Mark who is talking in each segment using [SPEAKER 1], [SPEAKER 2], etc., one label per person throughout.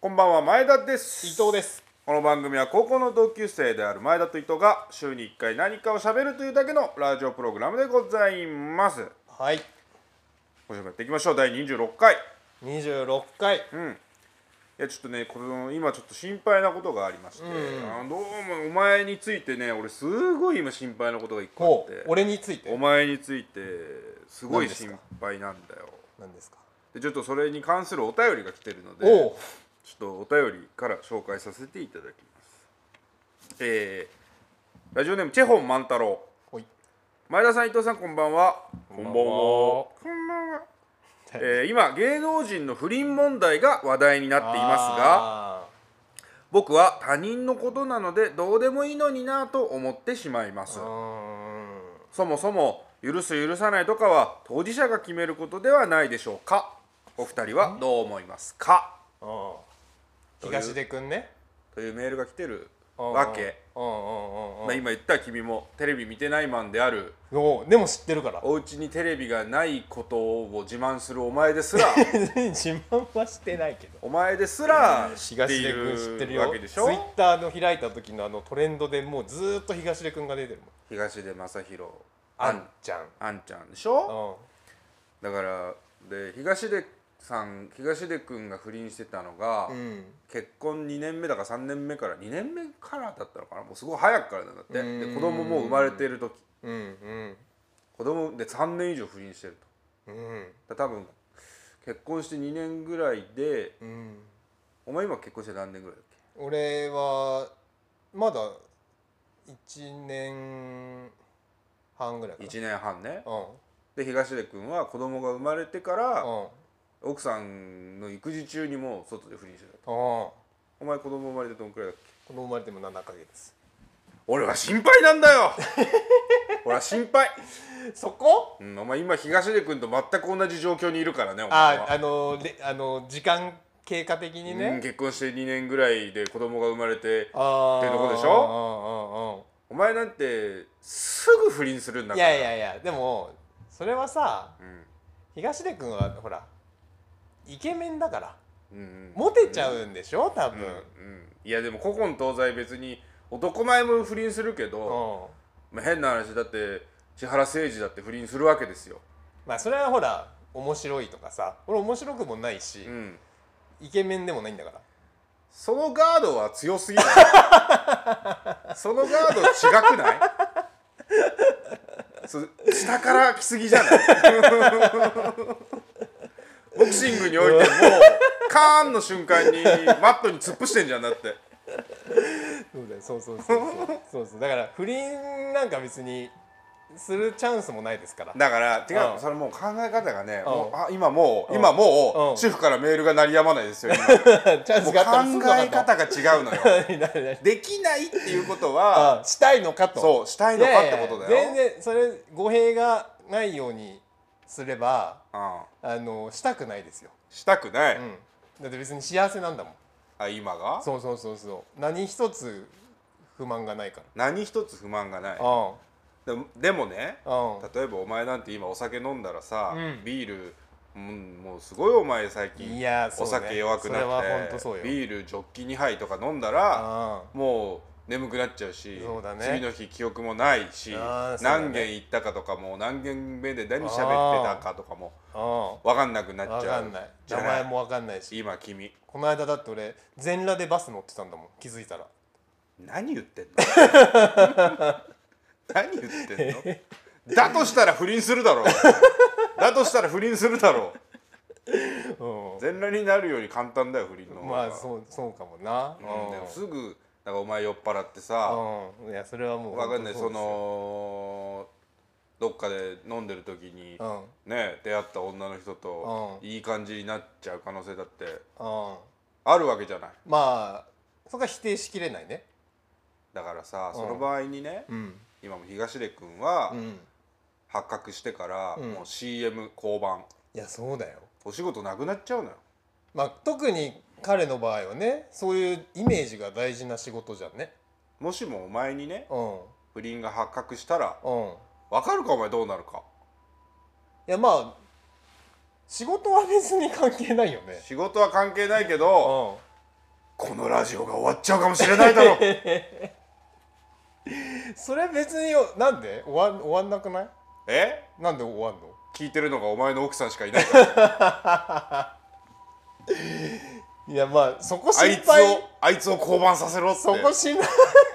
[SPEAKER 1] こんばんは前田です
[SPEAKER 2] 伊藤です
[SPEAKER 1] この番組は高校の同級生である前田と伊藤が週に1回何かを喋るというだけのラジオプログラムでございます
[SPEAKER 2] はい
[SPEAKER 1] 今週もやっていきましょう第26回い
[SPEAKER 2] 26回
[SPEAKER 1] やちょっとねこの今ちょっと心配なことがありまして、あのどうもお前についてね俺すごい今心配なことが1個
[SPEAKER 2] ほ
[SPEAKER 1] あっ
[SPEAKER 2] う
[SPEAKER 1] て
[SPEAKER 2] 俺について
[SPEAKER 1] お前についてすごい
[SPEAKER 2] 何ですか
[SPEAKER 1] 心配なんだよ
[SPEAKER 2] なんですか
[SPEAKER 1] でちょっとそれに関するお便りが来てるので
[SPEAKER 2] おう
[SPEAKER 1] ちょっとお便りから紹介させていただきます。えーラジオネームチェホン万太郎。
[SPEAKER 2] おい
[SPEAKER 1] 前田さん伊藤さんこんばんは。こんばん
[SPEAKER 2] ばんは
[SPEAKER 1] こんばんは。えー今芸能人の不倫問題が話題になっていますが
[SPEAKER 2] あ
[SPEAKER 1] 僕は他人のことなのでどうでもいいのになぁと思ってしまいます
[SPEAKER 2] ーうーん
[SPEAKER 1] そもそも許す許さないとかは当事者が決めることではないでしょうかお二人はどう思いますか
[SPEAKER 2] うん東出くんね
[SPEAKER 1] というメールが来てる
[SPEAKER 2] うん
[SPEAKER 1] わけ
[SPEAKER 2] うんうんうんうん
[SPEAKER 1] まあ、今言った君もテレビ見てないマンである
[SPEAKER 2] おうでも知ってるから
[SPEAKER 1] お家にテレビがないことを自慢するお前ですら
[SPEAKER 2] 自慢はしてないけど
[SPEAKER 1] お前ですら知っ
[SPEAKER 2] 東
[SPEAKER 1] てい
[SPEAKER 2] 出くん知ってる
[SPEAKER 1] る
[SPEAKER 2] よ
[SPEAKER 1] わけでしょ
[SPEAKER 2] ツイッターの開いた時のあのトレンドでもうずーっと東出くんが出てるもん
[SPEAKER 1] 東出昌大
[SPEAKER 2] あ
[SPEAKER 1] あ
[SPEAKER 2] ん
[SPEAKER 1] ん
[SPEAKER 2] ちゃん
[SPEAKER 1] あんちゃんでしょ
[SPEAKER 2] う
[SPEAKER 1] だ
[SPEAKER 2] ん
[SPEAKER 1] からで東出さん東出君が不倫してたのが、
[SPEAKER 2] ん
[SPEAKER 1] 結婚2年目だから3年目から2年目からだったのかなもうすごい早くからなんだってで子供もう生まれてる時
[SPEAKER 2] うん
[SPEAKER 1] 子供で3年以上不倫してると
[SPEAKER 2] うんうん
[SPEAKER 1] だから多分結婚して2年ぐらいで
[SPEAKER 2] うん
[SPEAKER 1] お前今結婚して何年ぐらいだっけ
[SPEAKER 2] 俺はまだ1年半ぐらいかな
[SPEAKER 1] 1年半ね
[SPEAKER 2] うん
[SPEAKER 1] で東出君は子供が生まれてから
[SPEAKER 2] うん
[SPEAKER 1] 奥さんの育児中にもう外で不倫してた
[SPEAKER 2] うん
[SPEAKER 1] お前子供生まれてどんくらいだっけ
[SPEAKER 2] 子供生まれても7ヶ月
[SPEAKER 1] 俺は心配なんだ よ俺は心配、
[SPEAKER 2] そこ
[SPEAKER 1] うん、お前今東出君と全く同じ状況にいるからねお前
[SPEAKER 2] あ
[SPEAKER 1] は
[SPEAKER 2] あのれあの時間経過的に
[SPEAKER 1] うん
[SPEAKER 2] ね
[SPEAKER 1] 結婚して2年ぐらいで子供が生まれて
[SPEAKER 2] ああ
[SPEAKER 1] ってとこでし
[SPEAKER 2] ょ
[SPEAKER 1] お前なんてすぐ不倫するんだ
[SPEAKER 2] い
[SPEAKER 1] から
[SPEAKER 2] やいやいやでもそれはさ東出君はほらイケメンだから
[SPEAKER 1] うんうん
[SPEAKER 2] モテちゃうんでしょ多分
[SPEAKER 1] うんうんいやでも古今東西別に男前も不倫するけど、
[SPEAKER 2] うん
[SPEAKER 1] まあ、変な話だって千原誠二だって不倫するわけですよ、
[SPEAKER 2] まあそれはほら面白いとかさ俺面白くもないし、
[SPEAKER 1] うん、
[SPEAKER 2] イケメンでもないんだから
[SPEAKER 1] そのガードは強すぎない そのガード違くないそ下から来すぎじゃないボクシングにおいてもうカーンの瞬間にマットに突っ伏してんじゃんだって
[SPEAKER 2] そうだよそうそうそうそうそうそうだから不倫なんか別にするチャンスもないですから
[SPEAKER 1] だから違う、
[SPEAKER 2] うん
[SPEAKER 1] それもう考え方がね、もう
[SPEAKER 2] う
[SPEAKER 1] あ今もう、
[SPEAKER 2] ん
[SPEAKER 1] 今もう、
[SPEAKER 2] うん
[SPEAKER 1] 主婦からメールが鳴りやまないですよ 今
[SPEAKER 2] チャン
[SPEAKER 1] も
[SPEAKER 2] ス
[SPEAKER 1] う
[SPEAKER 2] があ
[SPEAKER 1] 考
[SPEAKER 2] ったら すぐだ
[SPEAKER 1] え
[SPEAKER 2] と
[SPEAKER 1] 方が違うのよ
[SPEAKER 2] 何何何
[SPEAKER 1] できないっていうことは
[SPEAKER 2] あしたいのかと
[SPEAKER 1] そうしたいのかってことだよ
[SPEAKER 2] いやいや全然それ語弊がないようにすれば
[SPEAKER 1] うん、
[SPEAKER 2] あのしたくないですよ、
[SPEAKER 1] したくない、
[SPEAKER 2] うん、だって別に幸せなんだもん
[SPEAKER 1] あ今が
[SPEAKER 2] そうそうそうそう何一つ不満がないから
[SPEAKER 1] 何一つ不満がない
[SPEAKER 2] うん
[SPEAKER 1] でもでもね
[SPEAKER 2] うん
[SPEAKER 1] 例えばお前なんて今お酒飲んだらさ、
[SPEAKER 2] うん
[SPEAKER 1] ビールうんもうすごいお前最近
[SPEAKER 2] いやーそう
[SPEAKER 1] お
[SPEAKER 2] ね
[SPEAKER 1] 酒弱くな
[SPEAKER 2] それは
[SPEAKER 1] っ
[SPEAKER 2] 本
[SPEAKER 1] て
[SPEAKER 2] 当そうよ
[SPEAKER 1] ビールジョッキ2杯とか飲んだら
[SPEAKER 2] あ
[SPEAKER 1] もう眠くなっちゃうし
[SPEAKER 2] そうだね
[SPEAKER 1] 次の日記憶もないし、
[SPEAKER 2] あーそうだね
[SPEAKER 1] 何軒行ったかとかも何軒目で何喋ってたかとかも
[SPEAKER 2] あうん
[SPEAKER 1] 分かんなくなっ
[SPEAKER 2] 分
[SPEAKER 1] ちゃ
[SPEAKER 2] か
[SPEAKER 1] うん
[SPEAKER 2] ない
[SPEAKER 1] じゃ
[SPEAKER 2] 名
[SPEAKER 1] ない
[SPEAKER 2] 前も分かんないし
[SPEAKER 1] 今君
[SPEAKER 2] この間だって俺全裸でバス乗ってたんだもん気づいたら
[SPEAKER 1] 何言 ってんの何言ってんのだとしたら不倫するだろうだとしたら不倫するだろう
[SPEAKER 2] う
[SPEAKER 1] 全裸になるより簡単だよ不倫の
[SPEAKER 2] ん
[SPEAKER 1] 方が
[SPEAKER 2] まあそうそうかもな
[SPEAKER 1] うんでもすぐだからお前酔っ払ってさ
[SPEAKER 2] うんいやそれはもう
[SPEAKER 1] 分かんないそう
[SPEAKER 2] 本当ですよ
[SPEAKER 1] のどっかで飲んでる時にね出会った女の人と
[SPEAKER 2] うん
[SPEAKER 1] いい感じになっちゃう可能性だって
[SPEAKER 2] うんうん
[SPEAKER 1] あるわけじゃない
[SPEAKER 2] まあそこは否定しきれないね
[SPEAKER 1] だからさ
[SPEAKER 2] うん
[SPEAKER 1] その場合にね
[SPEAKER 2] うん
[SPEAKER 1] 今も東出君は
[SPEAKER 2] うん
[SPEAKER 1] 発覚してから
[SPEAKER 2] うん
[SPEAKER 1] もう CM 降板
[SPEAKER 2] いやそうだよ
[SPEAKER 1] お仕事なくなっちゃうのよ
[SPEAKER 2] まあ特に彼の場合はねそういうイメージが大事な仕事じゃんね
[SPEAKER 1] もしもお前にね
[SPEAKER 2] うん
[SPEAKER 1] 不倫が発覚したら
[SPEAKER 2] うん
[SPEAKER 1] 分かるかお前どうなるか
[SPEAKER 2] いやまあ仕事は別に関係ないよね
[SPEAKER 1] 仕事は関係ないけど
[SPEAKER 2] うん
[SPEAKER 1] このラジオが終わっちゃうかもしれないだろ う
[SPEAKER 2] それ別になんで終わん終わんなくない
[SPEAKER 1] え
[SPEAKER 2] なんで終わんの
[SPEAKER 1] 聞いてるのがお前の奥さんしかいないから
[SPEAKER 2] いやまあそこ
[SPEAKER 1] あ
[SPEAKER 2] 心
[SPEAKER 1] いつ
[SPEAKER 2] 配
[SPEAKER 1] をあいつを降板させろって
[SPEAKER 2] そこ心配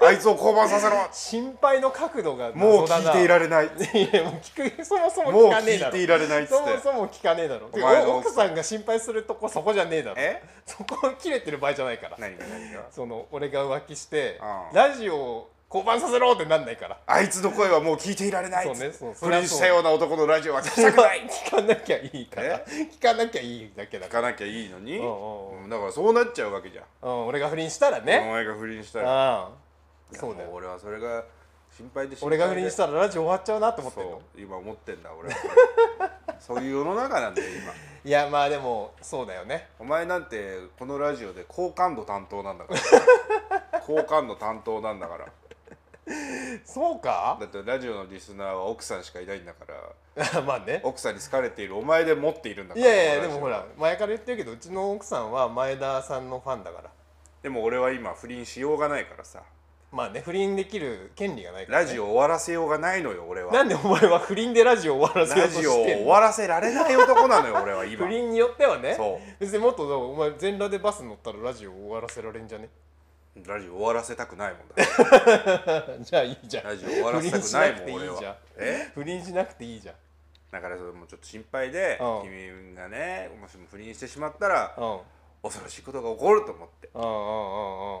[SPEAKER 1] あいつを降板させろ
[SPEAKER 2] 心配の角度が
[SPEAKER 1] もう聞いてい
[SPEAKER 2] れ
[SPEAKER 1] られないも
[SPEAKER 2] いやもう聞くそもそも
[SPEAKER 1] う
[SPEAKER 2] 聞かねえ
[SPEAKER 1] 聞
[SPEAKER 2] だ
[SPEAKER 1] い
[SPEAKER 2] ろ
[SPEAKER 1] ていられないっつっ
[SPEAKER 2] そも
[SPEAKER 1] て
[SPEAKER 2] そも聞かねえだろ
[SPEAKER 1] お前の
[SPEAKER 2] 奥さんが心配するとこそこじゃねえだろ
[SPEAKER 1] え
[SPEAKER 2] そこ切れてる場合じゃないから
[SPEAKER 1] 何が何が
[SPEAKER 2] その俺が浮気して
[SPEAKER 1] うん
[SPEAKER 2] ラジオを降板させろってなんな いから
[SPEAKER 1] あいつの声はもう聞いていられない
[SPEAKER 2] そうねそうそ
[SPEAKER 1] 不
[SPEAKER 2] りゃそう
[SPEAKER 1] 倫したような男のラジオは聞き
[SPEAKER 2] 聞
[SPEAKER 1] たく
[SPEAKER 2] か
[SPEAKER 1] ない
[SPEAKER 2] 聞かなきゃいいから聞かなきゃいいだけだ
[SPEAKER 1] 聞
[SPEAKER 2] か
[SPEAKER 1] かなきゃいいのに
[SPEAKER 2] うんうんうん
[SPEAKER 1] うんだからそうなっちゃうわけじゃん
[SPEAKER 2] ら、うん、俺が不倫したら
[SPEAKER 1] お
[SPEAKER 2] ね
[SPEAKER 1] 前が不倫したら
[SPEAKER 2] ああ
[SPEAKER 1] いや
[SPEAKER 2] そうだ
[SPEAKER 1] も
[SPEAKER 2] よ
[SPEAKER 1] 俺はそれが心配で心
[SPEAKER 2] 俺
[SPEAKER 1] 配で
[SPEAKER 2] が不倫したらラジオ終わっちゃうなと思ってんの
[SPEAKER 1] そう今思ってんだ俺は そういう世の中なんだよ今
[SPEAKER 2] いやまあでもそうだよね
[SPEAKER 1] お前なんてこのラジオで好感度担当なんだから 好感度担当なんだから
[SPEAKER 2] そうか
[SPEAKER 1] だってラジオのリスナーは奥さんしかいないんだから
[SPEAKER 2] まあね
[SPEAKER 1] 奥さんに好かれているお前で持っているんだ
[SPEAKER 2] い
[SPEAKER 1] から
[SPEAKER 2] やいや
[SPEAKER 1] こ
[SPEAKER 2] で
[SPEAKER 1] のラジ
[SPEAKER 2] も
[SPEAKER 1] オ
[SPEAKER 2] ほら前から言ってるけどうちの奥さんは前田さんのファンだから
[SPEAKER 1] でも俺は今不倫しようがないからさ
[SPEAKER 2] まあね不倫できる権利がないから、ね、
[SPEAKER 1] ラジオ終わらせようがないのよ俺は
[SPEAKER 2] なんでお前は不倫でラジオを終わらせよう
[SPEAKER 1] ラ
[SPEAKER 2] として
[SPEAKER 1] ジ
[SPEAKER 2] ん
[SPEAKER 1] オ
[SPEAKER 2] の
[SPEAKER 1] を終わらせられない男なのよ俺は今
[SPEAKER 2] 不倫によってはね
[SPEAKER 1] そ
[SPEAKER 2] 別にもっとお前全裸でバス乗ったらラジオ終わらせられんじゃね
[SPEAKER 1] うラジオ終わらせたくないもんだ
[SPEAKER 2] じゃあいいじゃん
[SPEAKER 1] ラジオ終わらせたくないもん俺
[SPEAKER 2] 不倫しなくていいじゃん
[SPEAKER 1] はえ
[SPEAKER 2] 不倫しなくていいじゃん
[SPEAKER 1] だからそれもちょっと心配で
[SPEAKER 2] うん
[SPEAKER 1] 君がねもしも不倫してしまったら
[SPEAKER 2] うんうん
[SPEAKER 1] 恐ろしいことが起こると思って
[SPEAKER 2] うんうん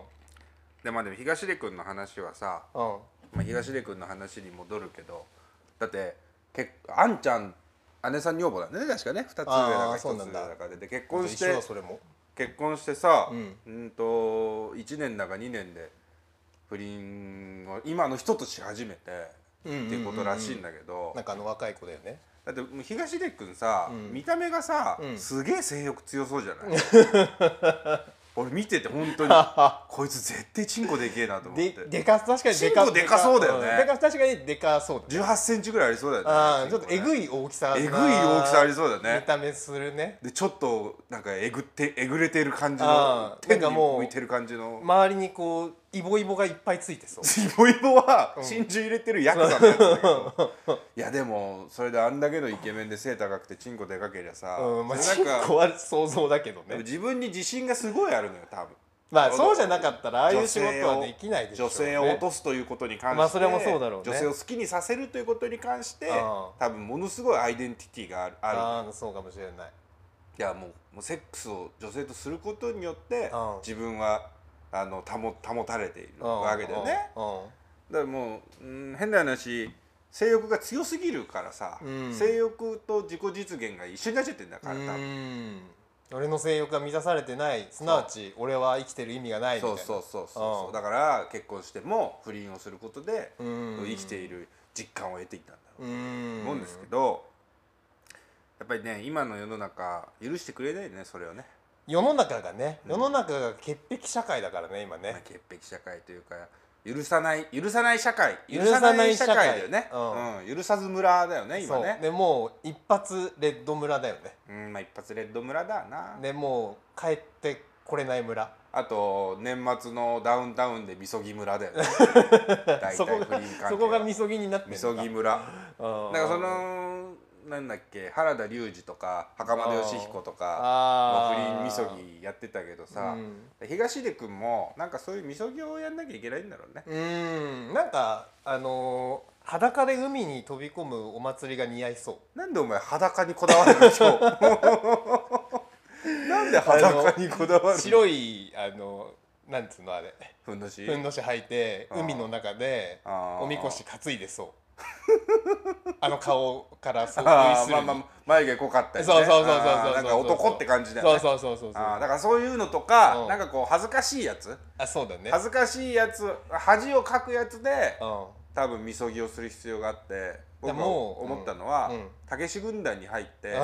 [SPEAKER 1] でまあでも東出君の話はさ、
[SPEAKER 2] うんうん
[SPEAKER 1] まあ、東出君の話に戻るけどだって結あんちゃん姉さん女房だね確かね2つ上だ
[SPEAKER 2] あ
[SPEAKER 1] か
[SPEAKER 2] ー
[SPEAKER 1] 1つ
[SPEAKER 2] そうなん
[SPEAKER 1] 上
[SPEAKER 2] だ
[SPEAKER 1] だかでで結婚し
[SPEAKER 2] 一緒
[SPEAKER 1] て
[SPEAKER 2] だそれも
[SPEAKER 1] 結婚してさ、う
[SPEAKER 2] うん
[SPEAKER 1] ん、と1年だか2年で不倫を今の人とし始めてって
[SPEAKER 2] うんうんうんうん
[SPEAKER 1] いうことらしいんだけど
[SPEAKER 2] なんかあの若い子だよね
[SPEAKER 1] だってもう東出君さ、
[SPEAKER 2] うん
[SPEAKER 1] 見た目がさ、
[SPEAKER 2] うん
[SPEAKER 1] すげえ性欲強そうじゃない 俺見てて本当にこいつ絶対チンコでけえなと思っ
[SPEAKER 2] で
[SPEAKER 1] て
[SPEAKER 2] でか確かにで
[SPEAKER 1] チン
[SPEAKER 2] か
[SPEAKER 1] コでかそうだよね
[SPEAKER 2] んでか確かにでかそうだね
[SPEAKER 1] 1 8ンチぐらいありそうだよね
[SPEAKER 2] ああち
[SPEAKER 1] チ
[SPEAKER 2] ょ
[SPEAKER 1] ン
[SPEAKER 2] っ
[SPEAKER 1] コ
[SPEAKER 2] と
[SPEAKER 1] ね
[SPEAKER 2] えぐい大きさな
[SPEAKER 1] えぐい大きさありそうだ
[SPEAKER 2] 見
[SPEAKER 1] ね
[SPEAKER 2] た目するね
[SPEAKER 1] でちょっとなんかえぐってえぐれてる感じの
[SPEAKER 2] あー
[SPEAKER 1] 手に
[SPEAKER 2] なんかもう
[SPEAKER 1] 向いてる感じの
[SPEAKER 2] 周りにこうイボイボがいっぱいついてそう
[SPEAKER 1] イボイボは真珠入れてるヤクザのやつ だけどいやでもそれであんだけのイケメンで背高くてチンコでかけりゃさ、
[SPEAKER 2] うんまあ、
[SPEAKER 1] そ
[SPEAKER 2] チ
[SPEAKER 1] れ
[SPEAKER 2] ン
[SPEAKER 1] なんか
[SPEAKER 2] コは想像だけどね
[SPEAKER 1] 自分に自信がすごいあるのよ多分
[SPEAKER 2] まあそうじゃなかったらああいう仕事はできないでしょう、
[SPEAKER 1] 女
[SPEAKER 2] ね、
[SPEAKER 1] 性を落とすということに関して、
[SPEAKER 2] まあそれもそうだろうね
[SPEAKER 1] 女性を好きにさせるということに関して
[SPEAKER 2] うん
[SPEAKER 1] 多分ものすごいアイデンティティがあるある
[SPEAKER 2] ああそうかもしれない
[SPEAKER 1] いやもうもうセックスを女性とすることによって
[SPEAKER 2] うん
[SPEAKER 1] 自分はあの保保たれているわけだよね
[SPEAKER 2] うんうん
[SPEAKER 1] だからもう、うん、変な話性欲が強すぎるからさ、
[SPEAKER 2] うん
[SPEAKER 1] 性欲と自己実現が一緒になっちゃってんだから
[SPEAKER 2] う
[SPEAKER 1] 多分
[SPEAKER 2] ん俺の性欲が満たされてないすなわち俺は生きてる意味がないみたい
[SPEAKER 1] そ
[SPEAKER 2] な
[SPEAKER 1] うそうそうそう
[SPEAKER 2] う
[SPEAKER 1] そうんだから結婚しても不倫をすることで
[SPEAKER 2] うん
[SPEAKER 1] 生きている実感を得ていたんだろう
[SPEAKER 2] うん
[SPEAKER 1] と思うんですけどやっぱりね今の世の中許してくれないよねそれをね、
[SPEAKER 2] 世の中がね世の中が潔癖社会だからね
[SPEAKER 1] ま
[SPEAKER 2] 今
[SPEAKER 1] あ
[SPEAKER 2] ね、
[SPEAKER 1] 潔癖社会というか許さない許さない社会
[SPEAKER 2] 許さない社会
[SPEAKER 1] だよね、
[SPEAKER 2] う
[SPEAKER 1] うん許さず村だよね今
[SPEAKER 2] そう
[SPEAKER 1] ね
[SPEAKER 2] でもう一発レッド村だよね
[SPEAKER 1] うんまあ一発レッド村だな
[SPEAKER 2] でもう帰ってこれない村
[SPEAKER 1] あと年末のダウンタウンでみそぎ村だよ ね大
[SPEAKER 2] そ
[SPEAKER 1] 体不
[SPEAKER 2] こが
[SPEAKER 1] 倫
[SPEAKER 2] そこが
[SPEAKER 1] 関係
[SPEAKER 2] みそぎになってる
[SPEAKER 1] みそぎ村な
[SPEAKER 2] な
[SPEAKER 1] んかそのなんだっけ原田龍二とか袴田義彦とか
[SPEAKER 2] あ
[SPEAKER 1] 不
[SPEAKER 2] ー
[SPEAKER 1] 倫みそぎやってたけどさ、
[SPEAKER 2] うん
[SPEAKER 1] 東出君もなんかそういうみそぎをやんなきゃいけないんだろうね、
[SPEAKER 2] うーんなんかあのー裸で海に飛び込むお祭りが似合いそ う
[SPEAKER 1] なんでお前裸にこだわるの 今日なんで裸にこだわるの
[SPEAKER 2] 白いあのなんつうのあれ
[SPEAKER 1] ふんどし
[SPEAKER 2] ふんどし履いて
[SPEAKER 1] あー
[SPEAKER 2] 海の中で
[SPEAKER 1] あー
[SPEAKER 2] おみこし担いでそう あの顔からそう
[SPEAKER 1] あ
[SPEAKER 2] す
[SPEAKER 1] ー
[SPEAKER 2] る
[SPEAKER 1] まあまあ眉毛濃かったり、ね、
[SPEAKER 2] そうそうそうそう
[SPEAKER 1] あ
[SPEAKER 2] そう
[SPEAKER 1] ーなんか男って感じだよね
[SPEAKER 2] そうそうそうそうそう
[SPEAKER 1] あーだからそういうのとか、
[SPEAKER 2] うん
[SPEAKER 1] なんかこう恥ずかしいやつ
[SPEAKER 2] あそうだね
[SPEAKER 1] 恥ずかしいやつ恥をかくやつで
[SPEAKER 2] うん
[SPEAKER 1] 多分みそぎをする必要があって僕は
[SPEAKER 2] もう
[SPEAKER 1] 思ったのは
[SPEAKER 2] うんうん
[SPEAKER 1] たけし軍団に入って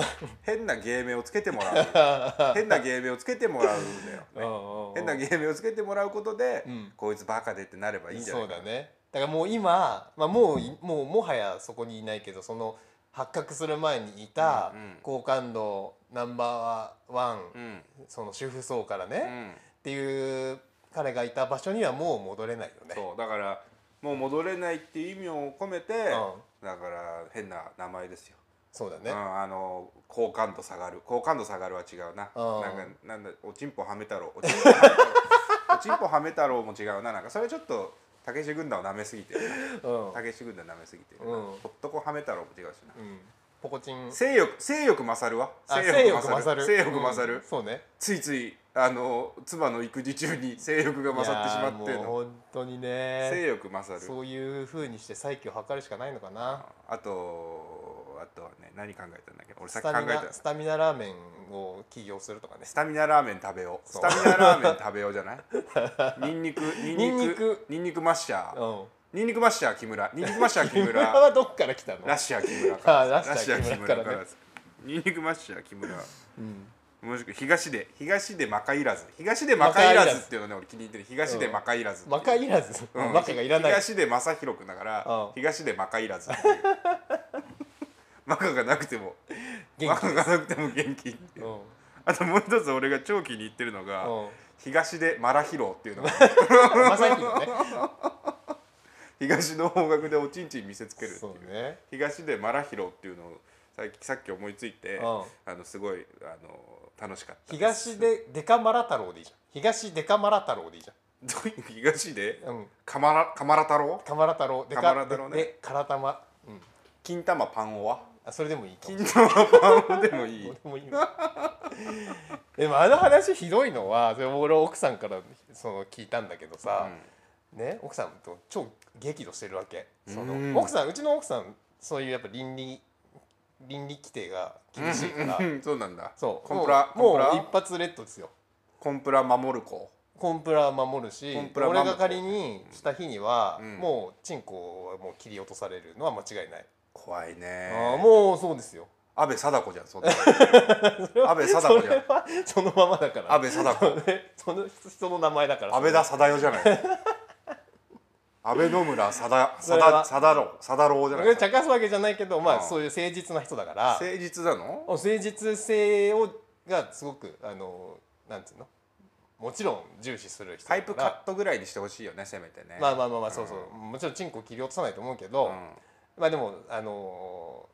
[SPEAKER 1] 変な芸名をつけてもらう変な芸名をつけてもらうんだよ
[SPEAKER 2] う
[SPEAKER 1] ね
[SPEAKER 2] んうんう ん
[SPEAKER 1] 変な芸名をつけてもらうことで、
[SPEAKER 2] うん
[SPEAKER 1] こいつバカでってなればいいんじゃない
[SPEAKER 2] そ
[SPEAKER 1] うかな
[SPEAKER 2] だねだからもう今、まあ、もういもうもはやそこにいないけどその発覚する前にいた
[SPEAKER 1] うんうん
[SPEAKER 2] 好感度ナンバーワン、
[SPEAKER 1] うん
[SPEAKER 2] その主婦層からね、っていう彼がいた場所にはもう戻れないよね
[SPEAKER 1] そうだからもう戻れないっていう意味を込めて、だから変な名前ですよ、
[SPEAKER 2] そうだ
[SPEAKER 1] う
[SPEAKER 2] ね、
[SPEAKER 1] ん、あの好感度下がる好感度下がるは違うな、
[SPEAKER 2] うん
[SPEAKER 1] なんかなんだおちんぽはめ太郎おちんぽはめ太 郎おちんぽはめ太郎も違うななんかそれちょっとたけし軍団を舐めすぎてる
[SPEAKER 2] うん
[SPEAKER 1] たけし軍団舐めすぎてるな、
[SPEAKER 2] うん
[SPEAKER 1] ほっとこはめ太郎も違うしな、
[SPEAKER 2] うん、ポコチン
[SPEAKER 1] 性欲性欲勝るわ
[SPEAKER 2] あ性欲勝る
[SPEAKER 1] 性欲勝る、
[SPEAKER 2] うんそうね
[SPEAKER 1] ついついあの妻の育児中に性欲が勝ってしまって
[SPEAKER 2] いやーも
[SPEAKER 1] の
[SPEAKER 2] う本当
[SPEAKER 1] 性
[SPEAKER 2] にね
[SPEAKER 1] 欲勝る
[SPEAKER 2] そういうふうにして再起を図るしかないのかな
[SPEAKER 1] あとあとはね何考えたんだっけ俺さっ
[SPEAKER 2] ス
[SPEAKER 1] き考
[SPEAKER 2] タ
[SPEAKER 1] え
[SPEAKER 2] ミ
[SPEAKER 1] た
[SPEAKER 2] ナスタミナラーメンを起業するとかね
[SPEAKER 1] スタミナラーメン食べようス
[SPEAKER 2] そう
[SPEAKER 1] タミナラーメン食べようじゃ ないニンニクニンニク
[SPEAKER 2] ニンニク
[SPEAKER 1] ニンニクマッシャ
[SPEAKER 2] う
[SPEAKER 1] ー
[SPEAKER 2] ん
[SPEAKER 1] ニンニクマッシャー木村ニンニクマッシャー木
[SPEAKER 2] 木 村
[SPEAKER 1] 村
[SPEAKER 2] はどっから来たの
[SPEAKER 1] ラッシャー木村から
[SPEAKER 2] あラッシャー木村からね
[SPEAKER 1] ですニンニクマッシャー木村
[SPEAKER 2] うん
[SPEAKER 1] もしくは東で東でマカいらず東でマカいら
[SPEAKER 2] マカいら
[SPEAKER 1] ず
[SPEAKER 2] ず
[SPEAKER 1] っていうのね俺気に入ってる東でマカいらずっていう
[SPEAKER 2] マカいらず、
[SPEAKER 1] うん
[SPEAKER 2] マカがいらない
[SPEAKER 1] 東で正弘君だから、
[SPEAKER 2] うん
[SPEAKER 1] 東でマカいらずっていう マカがなくてもマ
[SPEAKER 2] 元気、
[SPEAKER 1] カがなくても元気っていううん
[SPEAKER 2] うん、
[SPEAKER 1] あともう一つ俺が長期に言ってるのが、東でマラヒロっていうの が
[SPEAKER 2] まさきのね
[SPEAKER 1] 東の方角でおちんちん見せつけるっていう
[SPEAKER 2] そうね
[SPEAKER 1] 東でマラヒロっていうのをさっきさっき思いついて、
[SPEAKER 2] うん
[SPEAKER 1] あのすごいあの楽しかったです
[SPEAKER 2] 東でデカマラ太郎でいいじゃん東デカマラ太郎でいいじ
[SPEAKER 1] どういう東で
[SPEAKER 2] ゃんうん
[SPEAKER 1] カマラカマラ太郎
[SPEAKER 2] カマラ太郎デカ
[SPEAKER 1] カマラ太郎ね
[SPEAKER 2] ででカラタマうん
[SPEAKER 1] 金玉パンオは
[SPEAKER 2] あそれでもいいかも
[SPEAKER 1] 金玉パンオでもいい
[SPEAKER 2] どうでもいいわでもあの話ひどいのはそれ俺奥さんからその聞いたんだけどさ、ね奥さんと超激怒してるわけその
[SPEAKER 1] うん
[SPEAKER 2] 奥さんうちの奥さんそういうやっぱ倫理倫理規定が厳しいから、
[SPEAKER 1] うんそうなんだ
[SPEAKER 2] そう
[SPEAKER 1] コンプラ
[SPEAKER 2] も
[SPEAKER 1] コンプ
[SPEAKER 2] うもう
[SPEAKER 1] ラ
[SPEAKER 2] 一発レッドですよ
[SPEAKER 1] コンプラ守る子
[SPEAKER 2] コンプラ守るし
[SPEAKER 1] コンプラ守
[SPEAKER 2] 俺
[SPEAKER 1] る
[SPEAKER 2] が仮にした日には、
[SPEAKER 1] うん
[SPEAKER 2] もうチンコはもう切り落とされるのは間違いない、
[SPEAKER 1] 怖いね
[SPEAKER 2] あーもうそうですよ
[SPEAKER 1] 安倍貞子じゃんそんな安倍
[SPEAKER 2] そ
[SPEAKER 1] 貞子じゃ
[SPEAKER 2] れ
[SPEAKER 1] ん
[SPEAKER 2] はそのままだから
[SPEAKER 1] 安倍貞子
[SPEAKER 2] その人の名前だから
[SPEAKER 1] 安倍田貞代じゃない 安倍野村貞
[SPEAKER 2] それ
[SPEAKER 1] 貞
[SPEAKER 2] は
[SPEAKER 1] 貞郎貞郎じゃない
[SPEAKER 2] 茶化すわけじゃないけど
[SPEAKER 1] う
[SPEAKER 2] まあ
[SPEAKER 1] ん
[SPEAKER 2] そういう誠実な人だから
[SPEAKER 1] 誠実なの
[SPEAKER 2] 誠実性をがすごくあのなんていうのもちろん重視する人
[SPEAKER 1] タ
[SPEAKER 2] だ
[SPEAKER 1] イ
[SPEAKER 2] か
[SPEAKER 1] プ
[SPEAKER 2] ら
[SPEAKER 1] カットぐらいにしてほしいよねせめてね
[SPEAKER 2] まあまあまあまあそうそう、もちろんチンコを切り落とさないと思うけど、まあでもあの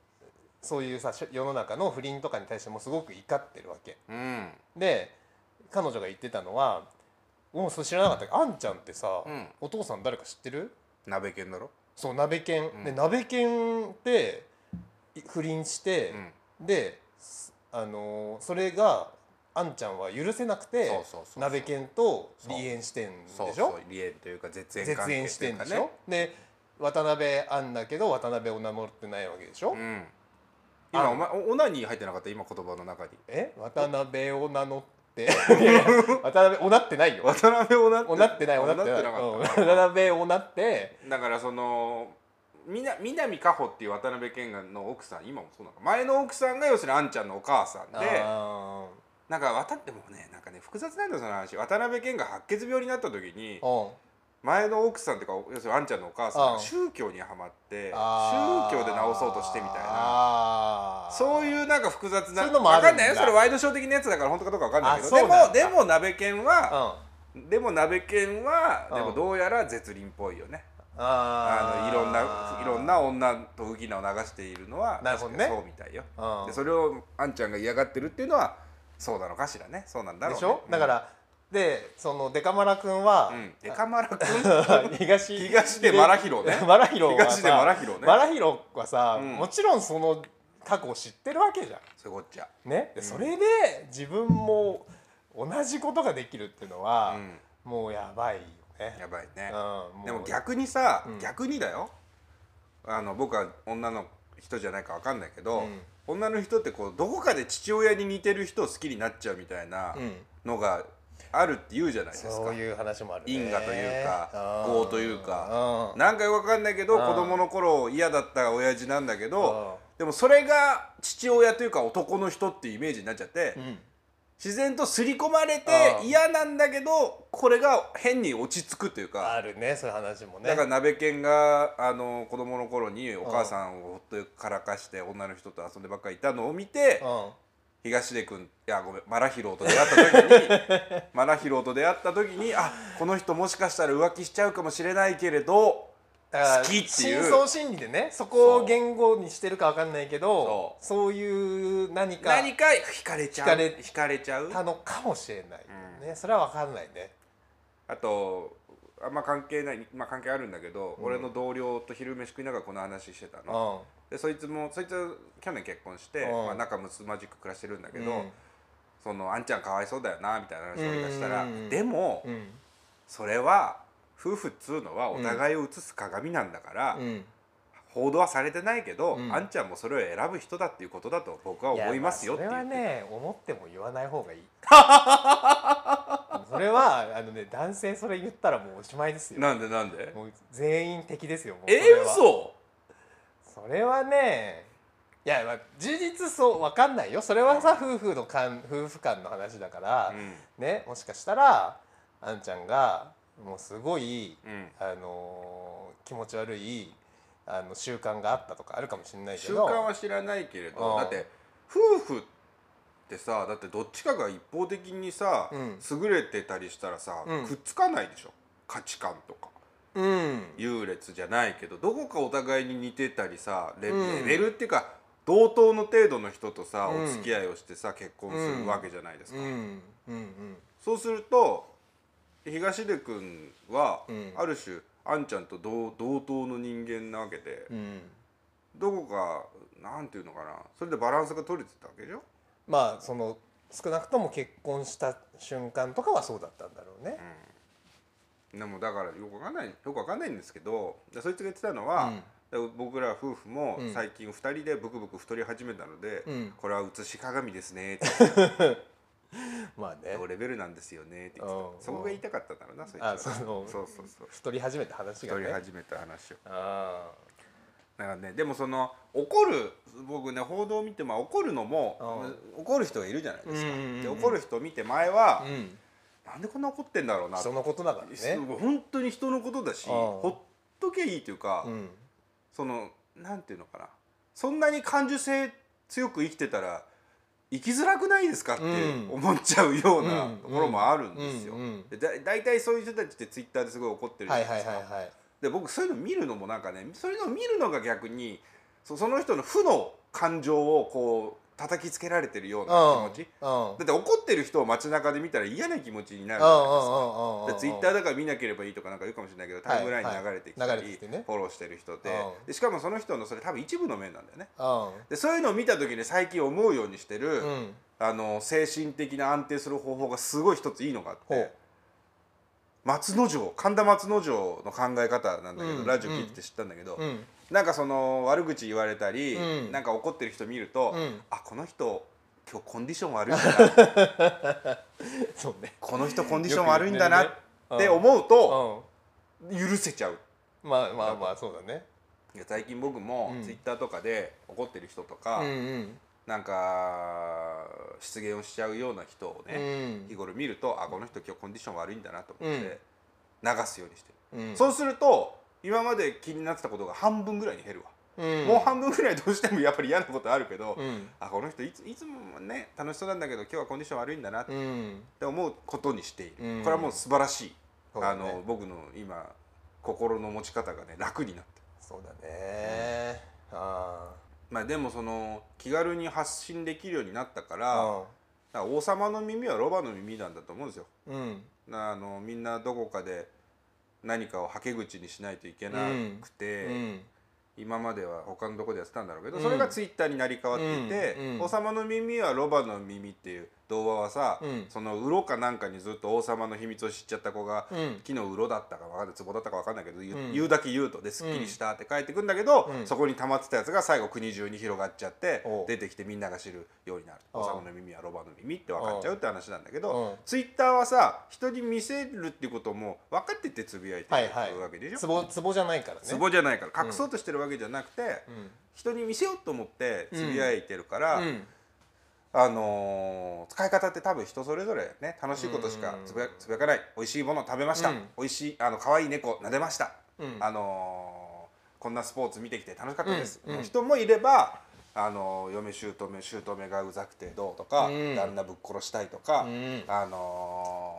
[SPEAKER 2] そういうさ世の中の不倫とかに対してもすごく怒ってるわけ
[SPEAKER 1] うん、うん
[SPEAKER 2] で彼女が言ってたのはもうそれ知らなかったけどあんちゃんってさ、
[SPEAKER 1] うん
[SPEAKER 2] お父さん誰か知ってる
[SPEAKER 1] 鍋犬だろ、
[SPEAKER 2] そう鍋犬、
[SPEAKER 1] うん
[SPEAKER 2] で鍋犬ってい不倫して
[SPEAKER 1] う、ん、
[SPEAKER 2] ですあのーそれがあんちゃんは許せなくて
[SPEAKER 1] そうそうそうそう
[SPEAKER 2] 鍋犬と離縁してんでしょ
[SPEAKER 1] そうそう離縁というか絶縁関
[SPEAKER 2] 絶
[SPEAKER 1] 係
[SPEAKER 2] 縁
[SPEAKER 1] っ
[SPEAKER 2] し
[SPEAKER 1] い
[SPEAKER 2] てて
[SPEAKER 1] うんか
[SPEAKER 2] で
[SPEAKER 1] ね
[SPEAKER 2] しょ、で渡辺あんだけど渡辺を名乗ってないわけでしょ、
[SPEAKER 1] うん
[SPEAKER 2] あ
[SPEAKER 1] 今
[SPEAKER 2] の
[SPEAKER 1] お前おオナニー入ってなかった今言葉の中に
[SPEAKER 2] え渡辺を名乗って いやいや渡辺おなってないよ
[SPEAKER 1] 渡辺オナって
[SPEAKER 2] おなってないおなって
[SPEAKER 1] お
[SPEAKER 2] ない
[SPEAKER 1] な
[SPEAKER 2] うん
[SPEAKER 1] かった
[SPEAKER 2] 渡辺おなって
[SPEAKER 1] だからそのみな南加穂っていう渡辺謙の奥さん今もそうなのか前の奥さんが要するにあんちゃんのお母さんで
[SPEAKER 2] あ
[SPEAKER 1] なんか渡ってもねなんかね複雑なんだよその話渡辺謙が白血病になった時に
[SPEAKER 2] ーうん
[SPEAKER 1] 前の奥さんっていうか要するにあんちゃんのお母さん
[SPEAKER 2] う
[SPEAKER 1] が
[SPEAKER 2] ん
[SPEAKER 1] 宗教にはまって
[SPEAKER 2] あー
[SPEAKER 1] 宗教で治そうとしてみたいな
[SPEAKER 2] あー
[SPEAKER 1] そういうなんか複雑な
[SPEAKER 2] そういうのもあるん
[SPEAKER 1] わ
[SPEAKER 2] だ
[SPEAKER 1] かんないよそれワイドショー的なやつだから本当かどうかわかんないけ
[SPEAKER 2] あ
[SPEAKER 1] ど
[SPEAKER 2] そうなんだ
[SPEAKER 1] でもでも鍋犬
[SPEAKER 2] うん
[SPEAKER 1] は
[SPEAKER 2] あ
[SPEAKER 1] でも鍋犬は
[SPEAKER 2] うん
[SPEAKER 1] でもどうやら絶倫っぽいよねあ
[SPEAKER 2] あ
[SPEAKER 1] のいろんないろんな女とウギナを流しているのは
[SPEAKER 2] なるほどね
[SPEAKER 1] 確かにそうみたいよ
[SPEAKER 2] うん
[SPEAKER 1] でそれをあんちゃんが嫌がってるっていうのはそうなのかしらねそうなんだろう、
[SPEAKER 2] で
[SPEAKER 1] ね、
[SPEAKER 2] しょ、
[SPEAKER 1] うん
[SPEAKER 2] だからでそのデカマラ君は、
[SPEAKER 1] うん、デカマラ君
[SPEAKER 2] 東
[SPEAKER 1] 東でマラヒロね
[SPEAKER 2] マラヒロはさ
[SPEAKER 1] 東でマラヒロね
[SPEAKER 2] マラヒロはさ、
[SPEAKER 1] うん
[SPEAKER 2] もちろんその過去を知ってるわけじゃ
[SPEAKER 1] そういうこっちゃ、
[SPEAKER 2] んねで
[SPEAKER 1] ん
[SPEAKER 2] それで自分も同じことができるっていうのは
[SPEAKER 1] う、ん、
[SPEAKER 2] もうやばいよね
[SPEAKER 1] やばいね、
[SPEAKER 2] うんう
[SPEAKER 1] でも逆にさ、
[SPEAKER 2] うん
[SPEAKER 1] 逆にだよあの僕は女の人じゃないかわかんないけど、
[SPEAKER 2] うん
[SPEAKER 1] 女の人ってこうどこかで父親に似てる人を好きになっちゃうみたいな
[SPEAKER 2] うん
[SPEAKER 1] のがあるって言うじゃないですか、
[SPEAKER 2] そういう話もあるね
[SPEAKER 1] 因果というか業というか
[SPEAKER 2] うん
[SPEAKER 1] なんかよくわかんないけど
[SPEAKER 2] うん
[SPEAKER 1] 子供の頃嫌だった親父なんだけど
[SPEAKER 2] う
[SPEAKER 1] でもそれが父親というか男の人っていうイメージになっちゃって
[SPEAKER 2] うん
[SPEAKER 1] 自然と刷り込まれて
[SPEAKER 2] うん
[SPEAKER 1] 嫌なんだけどこれが変に落ち着くという
[SPEAKER 2] あ
[SPEAKER 1] か
[SPEAKER 2] るねそういう話もね
[SPEAKER 1] だから鍋犬があの子供の頃にお母さんをほっとからかして女の人と遊んでばっかりいたのを見て
[SPEAKER 2] うん
[SPEAKER 1] 東出君いやごめんマラヒローと出会った時 にマラヒローと出会った時にあこの人もしかしたら浮気しちゃうかもしれないけれど
[SPEAKER 2] だから
[SPEAKER 1] 好きっていう
[SPEAKER 2] 深層心理でねそこを言語にしてるかわかんないけどそういう何か
[SPEAKER 1] 何か惹かれちゃう
[SPEAKER 2] 惹かれ
[SPEAKER 1] 惹かれちゃう
[SPEAKER 2] たのかもしれないね、それはわかんないね
[SPEAKER 1] あとあんま関係ないまあ関係あるんだけど、俺の同僚と昼飯食いながらこの話してた
[SPEAKER 2] う
[SPEAKER 1] の、
[SPEAKER 2] ん
[SPEAKER 1] でそいつもそいつ去年結婚して、
[SPEAKER 2] うん
[SPEAKER 1] まあ、仲睦まじく暮らしてるんだけど、
[SPEAKER 2] うん
[SPEAKER 1] そのあんちゃんかわいそうだよなみたいな話を俺がしたら、
[SPEAKER 2] うんうんうん
[SPEAKER 1] でも、
[SPEAKER 2] うん
[SPEAKER 1] それは夫婦っつうのはお互いを映す鏡なんだから、
[SPEAKER 2] うん
[SPEAKER 1] 報道はされてないけど、
[SPEAKER 2] うん
[SPEAKER 1] あんちゃんもそれを選ぶ人だっていうことだと僕は思いますよって
[SPEAKER 2] や
[SPEAKER 1] 言
[SPEAKER 2] ま
[SPEAKER 1] っ
[SPEAKER 2] あ
[SPEAKER 1] て
[SPEAKER 2] それはね思っても言わない方 がいいそれはあのね男性それ言ったらもうおしまいですよ
[SPEAKER 1] なんでなんで
[SPEAKER 2] もう全員敵ですよもう
[SPEAKER 1] え
[SPEAKER 2] それは
[SPEAKER 1] 嘘
[SPEAKER 2] それはねいや、まあ、事実そうわかんないよそれはさ夫婦の間夫婦間の話だから、ねもしかしたらあんちゃんがもうすごい、
[SPEAKER 1] うん、うん、
[SPEAKER 2] あのー気持ち悪いあの習慣があったとかあるかもしれないけ
[SPEAKER 1] 習
[SPEAKER 2] ど
[SPEAKER 1] 慣は知らないけれ
[SPEAKER 2] う
[SPEAKER 1] ど
[SPEAKER 2] ん
[SPEAKER 1] だって夫婦ってさだってどっちかが一方的にさ、
[SPEAKER 2] うん
[SPEAKER 1] 優れてたりしたらさ、
[SPEAKER 2] うん
[SPEAKER 1] くっつかないでしょ価値観とか
[SPEAKER 2] うん
[SPEAKER 1] 優劣じゃないけどどこかお互いに似てたりさレ,、
[SPEAKER 2] うん
[SPEAKER 1] レベルっていうか同等の程度の人とさ、
[SPEAKER 2] うん
[SPEAKER 1] お付き合いをしてさ結婚するわけじゃないです
[SPEAKER 2] う
[SPEAKER 1] か、
[SPEAKER 2] んうん
[SPEAKER 1] そうすると東出君は、
[SPEAKER 2] うん
[SPEAKER 1] ある種あんちゃんと同同等の人間なわけで、
[SPEAKER 2] うんうん
[SPEAKER 1] どこかなんていうのかなそれでバランスが取れてたわけでしょ、
[SPEAKER 2] まあその少なくとも結婚した瞬間とかはそうだったんだろうね。
[SPEAKER 1] うん、でもだからよくわかんないよくわかんないんですけどでそいつが言ってたのは、で僕ら夫婦も
[SPEAKER 2] うん
[SPEAKER 1] 最近2人でブクブク太り始めたので、
[SPEAKER 2] うん
[SPEAKER 1] これは写し鏡ですねって
[SPEAKER 2] まあね
[SPEAKER 1] 同レベルなんですよねって言って
[SPEAKER 2] うん
[SPEAKER 1] たそこが言いたかったんだろうなそいつ
[SPEAKER 2] あ
[SPEAKER 1] は
[SPEAKER 2] その
[SPEAKER 1] そうそうそう
[SPEAKER 2] 太り始めた話が
[SPEAKER 1] 太
[SPEAKER 2] ね。
[SPEAKER 1] り始めた話を
[SPEAKER 2] あ
[SPEAKER 1] だからねでもその怒る僕ね報道を見ても怒るのも怒る人がいるじゃない
[SPEAKER 2] あう
[SPEAKER 1] で
[SPEAKER 2] ん
[SPEAKER 1] すか、
[SPEAKER 2] うん
[SPEAKER 1] で
[SPEAKER 2] うん
[SPEAKER 1] 怒る人を見て前は
[SPEAKER 2] う、ん
[SPEAKER 1] なんでこんな怒ってんだろうなって
[SPEAKER 2] 人のことだからね。
[SPEAKER 1] 本当に人のことだし
[SPEAKER 2] うん
[SPEAKER 1] ほっとけいいというか、
[SPEAKER 2] うん
[SPEAKER 1] そのなんていうのかなそんなに感受性強く生きてたら生きづらくないですかって
[SPEAKER 2] うん
[SPEAKER 1] 思っちゃうよう
[SPEAKER 2] う
[SPEAKER 1] なんところもあるんですよ
[SPEAKER 2] うんうん。
[SPEAKER 1] でだ大体そういう人たちってツイッターですごい怒ってるじ
[SPEAKER 2] は
[SPEAKER 1] ゃな
[SPEAKER 2] い
[SPEAKER 1] い
[SPEAKER 2] は
[SPEAKER 1] で
[SPEAKER 2] い
[SPEAKER 1] すか。
[SPEAKER 2] はいはい。
[SPEAKER 1] で僕そういうの見るのもなんかねそういうのを見るのが逆にそその人の負の感情をこう叩きつけられてるような気持ち。
[SPEAKER 2] うんうん
[SPEAKER 1] だって怒ってる人を街中で見たら嫌な気持ちになるじゃないですか。
[SPEAKER 2] うんうんうんうんうんうん。
[SPEAKER 1] ツイッターだから見なければいいとかなんか言うかもしれないけどタイムラインに流れてきた
[SPEAKER 2] はい
[SPEAKER 1] り
[SPEAKER 2] はい流れてきてね
[SPEAKER 1] フォローしてる人で
[SPEAKER 2] うん
[SPEAKER 1] でしかもその人のそれ多分一部の面なんだよね
[SPEAKER 2] うん
[SPEAKER 1] でそういうのを見た時に最近思うようにしてる、
[SPEAKER 2] うん
[SPEAKER 1] あの精神的な安定する方法がすごい一ついいのがあっ
[SPEAKER 2] ほ
[SPEAKER 1] て
[SPEAKER 2] う
[SPEAKER 1] 松之丞神田松之丞の考え方なんだけど、
[SPEAKER 2] うん
[SPEAKER 1] ラジオ聞いてて知ったんだけど、
[SPEAKER 2] うん
[SPEAKER 1] なんかその悪口言われたり、
[SPEAKER 2] うん
[SPEAKER 1] なんか怒ってる人見ると、
[SPEAKER 2] うん
[SPEAKER 1] あこの人今日コンディション悪いん だな
[SPEAKER 2] そうね。
[SPEAKER 1] この人コンディション悪いんだな
[SPEAKER 2] よ
[SPEAKER 1] っ
[SPEAKER 2] く言っ
[SPEAKER 1] て
[SPEAKER 2] てるね
[SPEAKER 1] 思うと
[SPEAKER 2] う
[SPEAKER 1] 許せちゃうん
[SPEAKER 2] まあまあまあそうだね。
[SPEAKER 1] いや最近僕も
[SPEAKER 2] うん
[SPEAKER 1] ツイッターとかで怒ってる人とか、
[SPEAKER 2] うんうん
[SPEAKER 1] なんか失言をしちゃうような人をね、日頃見るとあこの人今日コンディション悪いんだなと思って流すようにしてる、
[SPEAKER 2] うん。
[SPEAKER 1] そうすると今まで気になってたことが半分ぐらいに減るわ、
[SPEAKER 2] うん
[SPEAKER 1] もう半分ぐらいどうしてもや っぱり嫌なことあるけど、
[SPEAKER 2] うん
[SPEAKER 1] あこの人いついつもね楽しそうなんだけど今日はコンディション悪いんだなっ
[SPEAKER 2] うん
[SPEAKER 1] て思うことにしている、
[SPEAKER 2] うん
[SPEAKER 1] これはもう素晴らしい、
[SPEAKER 2] そうだ
[SPEAKER 1] あ
[SPEAKER 2] ね
[SPEAKER 1] の僕の今心の持ち方がね楽になってる
[SPEAKER 2] そうだねあ
[SPEAKER 1] まあでもその気軽に発信できるようになったか
[SPEAKER 2] あ
[SPEAKER 1] ら,、だから王様の耳はロバの耳なんだと思うんですよ。
[SPEAKER 2] うん
[SPEAKER 1] なあのみんなどこかで何かをはけ口にしないといけなくて、
[SPEAKER 2] うん
[SPEAKER 1] 今までは他のとこでやってたんだろうけど、
[SPEAKER 2] うん
[SPEAKER 1] それがツイッターになり変わっていて
[SPEAKER 2] うん
[SPEAKER 1] 「
[SPEAKER 2] うん
[SPEAKER 1] 王様の耳はロバの耳」っていう童話はさ、
[SPEAKER 2] うん
[SPEAKER 1] そのウロかなんかにずっと王様の秘密を知っちゃった子が、
[SPEAKER 2] うん
[SPEAKER 1] 木のウロだったか分かんない壺だったか分かんないけど言う,、
[SPEAKER 2] うん
[SPEAKER 1] だけ言うとで「すっきりした」って書いてくんだけど、
[SPEAKER 2] うん
[SPEAKER 1] そこに溜まってたやつが最後国中に広がっちゃって
[SPEAKER 2] おう
[SPEAKER 1] 出てきてみんなが知るようになる「
[SPEAKER 2] ああ
[SPEAKER 1] 王様の耳はロバの耳」って分かっちゃうって話なんだけ
[SPEAKER 2] う
[SPEAKER 1] ど
[SPEAKER 2] ん
[SPEAKER 1] ツイッターはさ人に見せるっていうことも分かっててつぶやいて
[SPEAKER 2] はいは
[SPEAKER 1] るわけで
[SPEAKER 2] い
[SPEAKER 1] しょ。
[SPEAKER 2] ツボツボじゃないからね
[SPEAKER 1] ツボじゃないから隠そうとしてるわけじゃなくて、
[SPEAKER 2] うん
[SPEAKER 1] 人に見せようと思ってつぶやいてるから、
[SPEAKER 2] うん
[SPEAKER 1] あのー使い方って多分人それぞれね楽しいことしか
[SPEAKER 2] うん
[SPEAKER 1] つぶやつぶやかない美味しいものを食べました、
[SPEAKER 2] うん
[SPEAKER 1] 美味しいあの可愛い猫撫でました、
[SPEAKER 2] うん
[SPEAKER 1] あのーこんなスポーツ見てきて楽しかったです、
[SPEAKER 2] うんうん
[SPEAKER 1] の人もいればあの嫁姑姑がうざくてどうとか、
[SPEAKER 2] うん
[SPEAKER 1] 旦那ぶっ殺したいとか、
[SPEAKER 2] うん
[SPEAKER 1] あの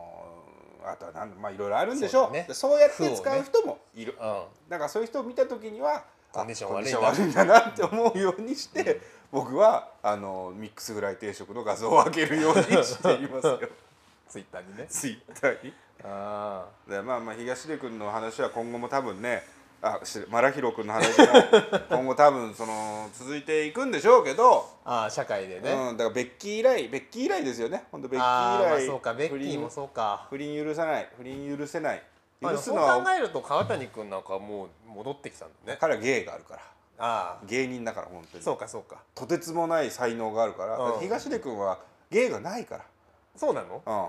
[SPEAKER 1] ーあとはなんまあいろいろあるんでしょう
[SPEAKER 2] そうだね
[SPEAKER 1] でそうやって使う人もいる、
[SPEAKER 2] うん
[SPEAKER 1] だからそういう人を見た時にはあ
[SPEAKER 2] コンディション悪いな
[SPEAKER 1] コディション 悪いんだなって思うようにして、僕はあのミックスフライ定食の画像を上げるようにしていますよ
[SPEAKER 2] ツイッターにね
[SPEAKER 1] ツイッターに。
[SPEAKER 2] あ
[SPEAKER 1] でまあまあ東出君の話は今後も多分ねあしマラヒロ君の話 は今後多分その続いていくんでしょうけど、
[SPEAKER 2] ーあー社会でね、
[SPEAKER 1] うん、だからベッキー以来ベッキー以来ですよね本当ベッキ
[SPEAKER 2] あ
[SPEAKER 1] ー以
[SPEAKER 2] あーまあ
[SPEAKER 1] 来
[SPEAKER 2] そうかベッキ
[SPEAKER 1] 不倫
[SPEAKER 2] ーもそうか
[SPEAKER 1] 不倫許さない不倫許せない
[SPEAKER 2] まあ
[SPEAKER 1] 許
[SPEAKER 2] で
[SPEAKER 1] す
[SPEAKER 2] もそう
[SPEAKER 1] の
[SPEAKER 2] 考
[SPEAKER 1] は、
[SPEAKER 2] えると川谷君なんかはもう戻ってきたんだね
[SPEAKER 1] 彼は芸があるから
[SPEAKER 2] ああ
[SPEAKER 1] 芸人だから本当に
[SPEAKER 2] そうかそうか
[SPEAKER 1] とてつもない才能があるから、
[SPEAKER 2] うん
[SPEAKER 1] 東出君は芸がないか
[SPEAKER 2] そうなの
[SPEAKER 1] ら、うん、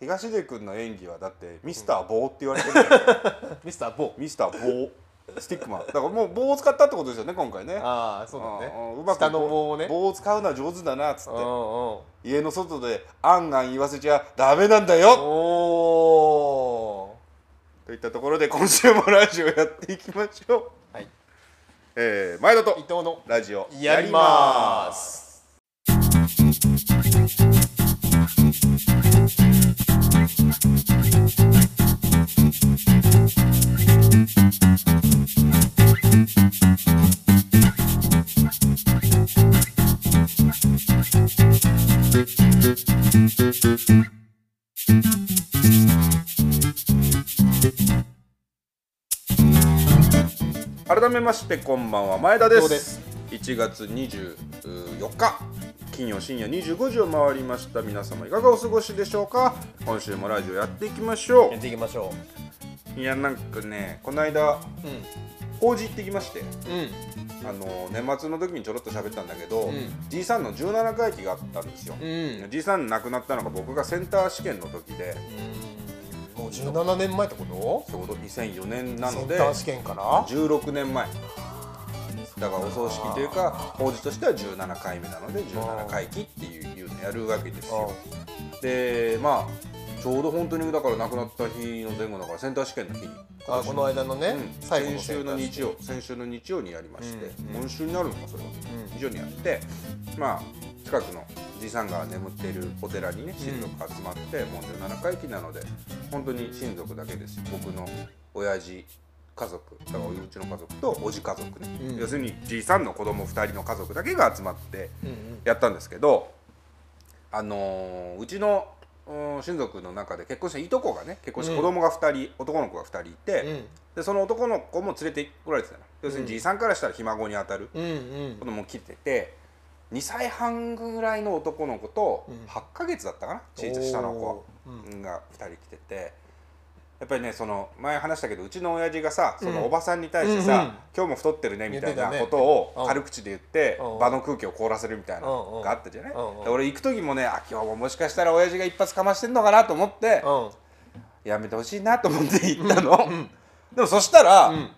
[SPEAKER 1] 東出君の演技はだってミスター棒って言われてる から
[SPEAKER 2] ミスターボー
[SPEAKER 1] ミスター棒スティックマンだからもう棒を使ったってことですよね今回ね
[SPEAKER 2] ああそうだね
[SPEAKER 1] うんうんうまく
[SPEAKER 2] 下の棒をね
[SPEAKER 1] 棒を使うのは上手だなっつっ
[SPEAKER 2] うん
[SPEAKER 1] て
[SPEAKER 2] うん
[SPEAKER 1] 家の外であんあん言わせちゃダメなんだよ
[SPEAKER 2] お
[SPEAKER 1] といったところで今週もラジオやっていきましょう、
[SPEAKER 2] ーはい
[SPEAKER 1] えー前田
[SPEAKER 2] 伊
[SPEAKER 1] と
[SPEAKER 2] 藤の
[SPEAKER 1] ラジオ
[SPEAKER 2] やり
[SPEAKER 1] や
[SPEAKER 2] ま
[SPEAKER 1] ります
[SPEAKER 2] す
[SPEAKER 1] 改めましてこんばんは前田で
[SPEAKER 2] ど
[SPEAKER 1] す
[SPEAKER 2] うです
[SPEAKER 1] 1月24日金曜深夜25時を回りました皆様いかがお過ごしでしょうか今週もラジオやっていきましょ
[SPEAKER 2] やっていきましょ
[SPEAKER 1] ういやなんかねこの間
[SPEAKER 2] ううん
[SPEAKER 1] 法事行ってきまして
[SPEAKER 2] うん
[SPEAKER 1] あの年末の時にちょろっと喋ったんだけど、
[SPEAKER 2] ん
[SPEAKER 1] G3 の17回忌があったんですよ、
[SPEAKER 2] ん
[SPEAKER 1] G3 亡くなったのが僕がセンター試験の時で
[SPEAKER 2] もう17年前ってこ
[SPEAKER 1] ちょうど2004年
[SPEAKER 2] と
[SPEAKER 1] なので
[SPEAKER 2] センター試験から
[SPEAKER 1] 16年前だからお葬式というか法事としては17回目なので17回忌っていういうのやるわけですよでまあちょうど本当にだから亡くなった日の前後だからセンター試験の日に
[SPEAKER 2] あこの間のね、
[SPEAKER 1] うん
[SPEAKER 2] 最後の
[SPEAKER 1] 先週の日曜先週の日曜にやりまして、今週になるのかそれは、日曜にやってまあ近くのじいさんが眠っているお寺にね親族が集まって、もう17回忌なので本当に親族だけですよ僕の親父家族だからおうちの家族とおじ家族ね、
[SPEAKER 2] うん
[SPEAKER 1] 要するにじいさんの子供2人の家族だけが集まって
[SPEAKER 2] うんうん
[SPEAKER 1] やったんですけどあのーうちのうん親族の中で結婚したいとこがね結婚して子供が2人、男の子が2人いて、でその男の子も連れてこられてたの要するにじいさんからしたらひ孫に当たる
[SPEAKER 2] うん
[SPEAKER 1] 子供来てて2歳半ぐらいの男の子と
[SPEAKER 2] うん
[SPEAKER 1] 8ヶ月だったかな小さい下の子
[SPEAKER 2] おー
[SPEAKER 1] が2人来ててやっぱりねその前話したけどうちの親父がさそのおばさんに対して
[SPEAKER 2] うんうんうん
[SPEAKER 1] さ「今日も太ってるね」みたいな
[SPEAKER 2] 言ってたね
[SPEAKER 1] ことを
[SPEAKER 2] うん
[SPEAKER 1] 軽口で言って
[SPEAKER 2] うん
[SPEAKER 1] 場の空気を凍らせるみたいな
[SPEAKER 2] うんう
[SPEAKER 1] の
[SPEAKER 2] ん
[SPEAKER 1] があったじゃない
[SPEAKER 2] うんうん
[SPEAKER 1] で俺行く時もねあ今日ももしかしたら親父が一発かましてんのかなと思って
[SPEAKER 2] うんうん
[SPEAKER 1] やめてほしいなと思って行ったの。でもそしたら、
[SPEAKER 2] うん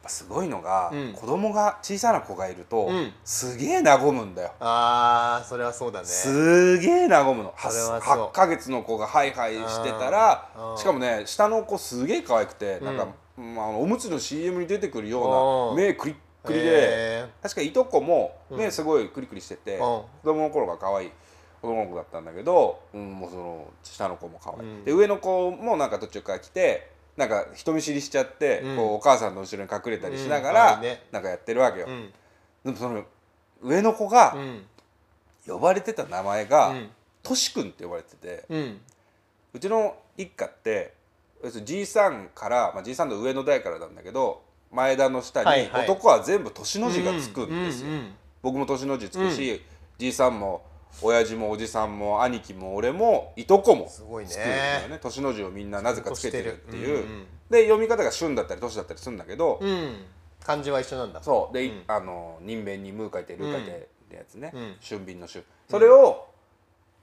[SPEAKER 1] やっぱすごいのが、
[SPEAKER 2] うん
[SPEAKER 1] 子供が小さな子がいると、
[SPEAKER 2] うん
[SPEAKER 1] すげえ和むんだよ、
[SPEAKER 2] あーそれはそうだね
[SPEAKER 1] すげえ和むの
[SPEAKER 2] それは
[SPEAKER 1] 8,
[SPEAKER 2] そう
[SPEAKER 1] ヶ月の子がハイハイしてたら
[SPEAKER 2] うんうん
[SPEAKER 1] しかもね下の子すげえ可愛くて、なんか、まあ、あのおむつの CM に出てくるよう
[SPEAKER 2] うん
[SPEAKER 1] な目クリックリで、
[SPEAKER 2] へ
[SPEAKER 1] 確かいとこも
[SPEAKER 2] うん
[SPEAKER 1] 目すごいクリクリしてて、
[SPEAKER 2] ん
[SPEAKER 1] 子供の頃が可愛い子供の子だったんだけど、うん、もうその下の子も可愛い、
[SPEAKER 2] うん
[SPEAKER 1] で上の子もなんか途中から来てなんか人見知りしちゃって、
[SPEAKER 2] うん
[SPEAKER 1] こうお母さんの後ろに隠れたりしなが
[SPEAKER 2] う
[SPEAKER 1] ら、
[SPEAKER 2] ん可愛いね
[SPEAKER 1] なんかやってるわけよ、
[SPEAKER 2] うん
[SPEAKER 1] でもその上の子が
[SPEAKER 2] うん
[SPEAKER 1] 呼ばれてた名前
[SPEAKER 2] う
[SPEAKER 1] が
[SPEAKER 2] ん
[SPEAKER 1] としくんって呼ばれてて、
[SPEAKER 2] うん
[SPEAKER 1] うちの一家って要するにじいさんから、まあ、じいさんの上の代からなんだけど前田の下に、
[SPEAKER 2] はいはい
[SPEAKER 1] 男は全部年の字がつくんですよ。
[SPEAKER 2] うんうん
[SPEAKER 1] 僕も年の字つくし、じいさんも親父もおじさんも兄貴も俺もいとこも
[SPEAKER 2] すごいね
[SPEAKER 1] つくんだよね年の字をみんななぜかつけてるっていう、
[SPEAKER 2] うん
[SPEAKER 1] で読み方が旬だったり年だったりするんだけど、
[SPEAKER 2] うんうん漢字は一緒なんだ
[SPEAKER 1] そうで、い
[SPEAKER 2] うん
[SPEAKER 1] あの人弁に「ムー書いて「ルー書いて」ってやつね、
[SPEAKER 2] うん
[SPEAKER 1] 俊敏の旬それを、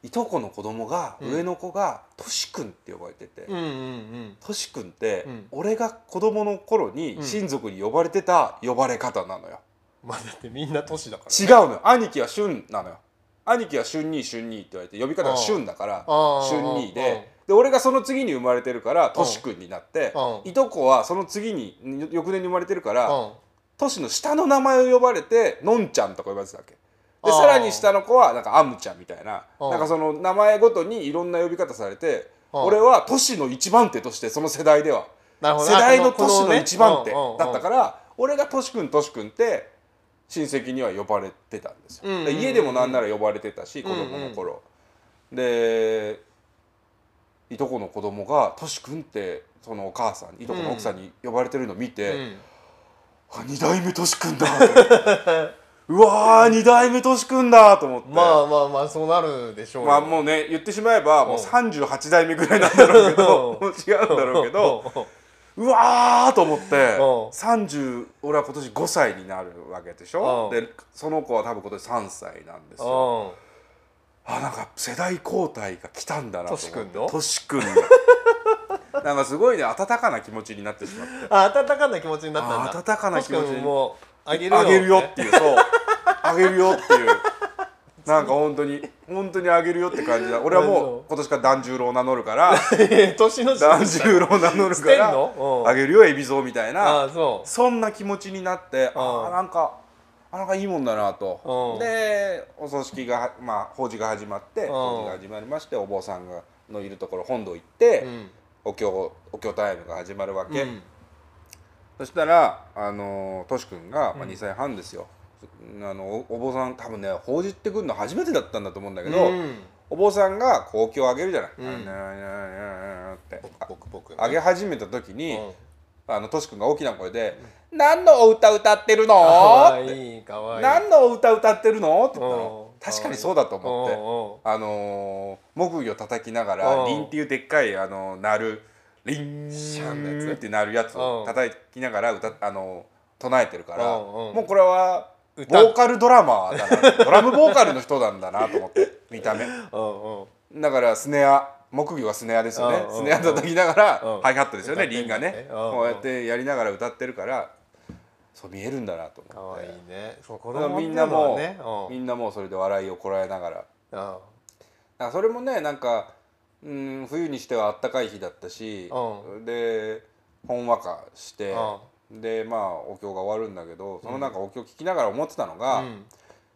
[SPEAKER 1] いとこの子供が、
[SPEAKER 2] うん
[SPEAKER 1] 上の子が「としくん」って呼ばれてて。
[SPEAKER 2] うんうん
[SPEAKER 1] としくんって、
[SPEAKER 2] うん
[SPEAKER 1] 俺が子供の頃に
[SPEAKER 2] うん
[SPEAKER 1] 親族に呼ばれてた呼ばれ方なのよ、
[SPEAKER 2] うんまあだってみんな都市だから
[SPEAKER 1] 違うのよ兄貴は旬なのよ兄貴は旬に旬にって言われて呼び方が旬だから
[SPEAKER 2] ああ
[SPEAKER 1] 旬に
[SPEAKER 2] ああ
[SPEAKER 1] でで俺がその次に生まれてるからとし君になって
[SPEAKER 2] うん
[SPEAKER 1] いとこはその次に翌年に生まれてるから
[SPEAKER 2] う
[SPEAKER 1] 都市の下の名前を呼ばれてのんちゃんとか呼ばれてたわけで
[SPEAKER 2] あー
[SPEAKER 1] さらに下の子はなんかアムちゃんみたいな
[SPEAKER 2] うん
[SPEAKER 1] なんかその名前ごとにいろんな呼び方されて
[SPEAKER 2] うん
[SPEAKER 1] 俺は都市の一番手としてその世代では
[SPEAKER 2] なるほど
[SPEAKER 1] 世代の都市の一番手だったから俺がトシ君トシ君って親戚には呼ばれてたんですよ
[SPEAKER 2] うんうんうん
[SPEAKER 1] で家でもなんなら呼ばれてたし子供の頃でいとこの子供がトシ君ってそのお母さんいとこの奥さんに呼ばれてるの見て、あ二代目としくんだ うわー二代目としくんだと思って
[SPEAKER 2] まあまあまあそうなるでしょうよ
[SPEAKER 1] まあもうね言ってしまえばもう
[SPEAKER 2] うん
[SPEAKER 1] 38代目ぐらいなんだろうけど
[SPEAKER 2] う
[SPEAKER 1] もう違うんだろうけど
[SPEAKER 2] うん
[SPEAKER 1] うわーと思って
[SPEAKER 2] うん
[SPEAKER 1] 30俺は今年5歳になるわけでしょ
[SPEAKER 2] うん
[SPEAKER 1] でその子は多分今年3歳なんですよ
[SPEAKER 2] うん
[SPEAKER 1] あなんか世代交代が来たんだなと思って
[SPEAKER 2] トシ君の
[SPEAKER 1] としくん のなんかすごいね温かな気持ちになってしまって
[SPEAKER 2] あ温かな気持ちになったんだ
[SPEAKER 1] あ温かな気持ちに
[SPEAKER 2] トシ君もうあげるよ
[SPEAKER 1] あげるよっていうそうあげるよっていうなんか本当に本当にあげるよって感じだ俺はもう今年から團十郎を名乗るから
[SPEAKER 2] って 年の
[SPEAKER 1] 團十郎を名乗る
[SPEAKER 2] 捨
[SPEAKER 1] か
[SPEAKER 2] てん
[SPEAKER 1] ら
[SPEAKER 2] のうん
[SPEAKER 1] あげるよ海老蔵みたいな
[SPEAKER 2] ああそう
[SPEAKER 1] そんな気持ちになって
[SPEAKER 2] うん
[SPEAKER 1] あーなんかあなんかいいもんだなと
[SPEAKER 2] うん
[SPEAKER 1] でお葬式がまあ法事が始まって
[SPEAKER 2] ん
[SPEAKER 1] 法事が始まりましてお坊さんがのいるところ本堂行って、
[SPEAKER 2] うん
[SPEAKER 1] お経お経タイムが始まるわけ、
[SPEAKER 2] うん
[SPEAKER 1] そしたらあのトシ君が、まあ、2歳半ですよ、あのおお坊さん多分ね法事ってくるの初めてだったんだと思うんだけど、
[SPEAKER 2] うん
[SPEAKER 1] お坊さんがこうお経をあげるじゃない、
[SPEAKER 2] うん
[SPEAKER 1] あのねーねーねーねーねーってあ
[SPEAKER 2] 僕僕
[SPEAKER 1] あげ始めた時
[SPEAKER 2] う
[SPEAKER 1] に、
[SPEAKER 2] ん
[SPEAKER 1] あのトシ君が大きな声で「何のお歌歌ってるの?」
[SPEAKER 2] かわ
[SPEAKER 1] って
[SPEAKER 2] いいかわいい
[SPEAKER 1] 何のお歌歌ってるの?」って言ったの
[SPEAKER 2] うん
[SPEAKER 1] 確かにそうだと思って。
[SPEAKER 2] 思
[SPEAKER 1] あのー、木魚叩きなが
[SPEAKER 2] う
[SPEAKER 1] ら
[SPEAKER 2] ん
[SPEAKER 1] リンっていうでっかいあの鳴るリンシャンのやつって鳴るやつを
[SPEAKER 2] うん
[SPEAKER 1] 叩きながら歌っあの唱えてるから
[SPEAKER 2] うんうん
[SPEAKER 1] もうこれはボ
[SPEAKER 2] 歌
[SPEAKER 1] ーカルドラマーだなドラムボーカルの人なんだなと思って見た目
[SPEAKER 2] うんうん
[SPEAKER 1] だからスネア木魚はスネアですよね
[SPEAKER 2] うん
[SPEAKER 1] スネア叩きながら
[SPEAKER 2] うん
[SPEAKER 1] ハイハットですよね
[SPEAKER 2] 歌っ
[SPEAKER 1] リ
[SPEAKER 2] て
[SPEAKER 1] ン
[SPEAKER 2] ん
[SPEAKER 1] が
[SPEAKER 2] だね
[SPEAKER 1] ね
[SPEAKER 2] うんうん
[SPEAKER 1] こうやってやりながら歌ってるからそう見えるんだなと
[SPEAKER 2] か
[SPEAKER 1] 思っ
[SPEAKER 2] わいい
[SPEAKER 1] て
[SPEAKER 2] ねそう子
[SPEAKER 1] だから
[SPEAKER 2] 供っ
[SPEAKER 1] み
[SPEAKER 2] ていうん
[SPEAKER 1] な
[SPEAKER 2] の
[SPEAKER 1] も
[SPEAKER 2] はねうん
[SPEAKER 1] みんなもうそれで笑いをこらえながら。
[SPEAKER 2] うん
[SPEAKER 1] なんかそれもねなんかうん冬にしてはあったかい日だったし、
[SPEAKER 2] う
[SPEAKER 1] でほんわかして、でまあお経が終わるんだけどそのなんかお経聞きながら思ってたのが、
[SPEAKER 2] うん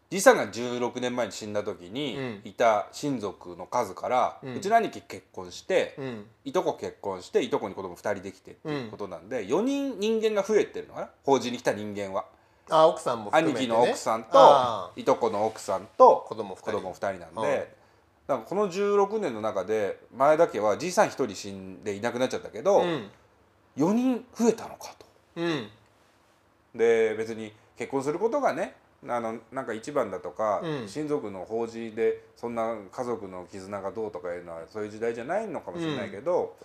[SPEAKER 1] じいさんが16年前に死んだ時に
[SPEAKER 2] う
[SPEAKER 1] いた親族の数から、う
[SPEAKER 2] うん
[SPEAKER 1] ちの兄貴結婚して、
[SPEAKER 2] うん
[SPEAKER 1] いとこ結婚していとこに子供2人できてっていうことなんで、4人人間が増えてるのかな法事に来た人間は。
[SPEAKER 2] あ奥さんも含
[SPEAKER 1] 兄
[SPEAKER 2] めて、ね、
[SPEAKER 1] 貴の奥さんと
[SPEAKER 2] あ
[SPEAKER 1] いとこの奥さんと
[SPEAKER 2] 子供二人
[SPEAKER 1] 子供2人なん
[SPEAKER 2] うん
[SPEAKER 1] で、なんかこの16年の中で前田家はじいさん1人死んでいなくなっちゃったけど、
[SPEAKER 2] ーうん
[SPEAKER 1] 4人増えたのかと。
[SPEAKER 2] うん
[SPEAKER 1] で別に結婚することがねあのなんか一番だとか、
[SPEAKER 2] うん
[SPEAKER 1] 親族の法事でそんな家族の絆がどうとかいうのはそういう時代じゃないのかもしれないけど、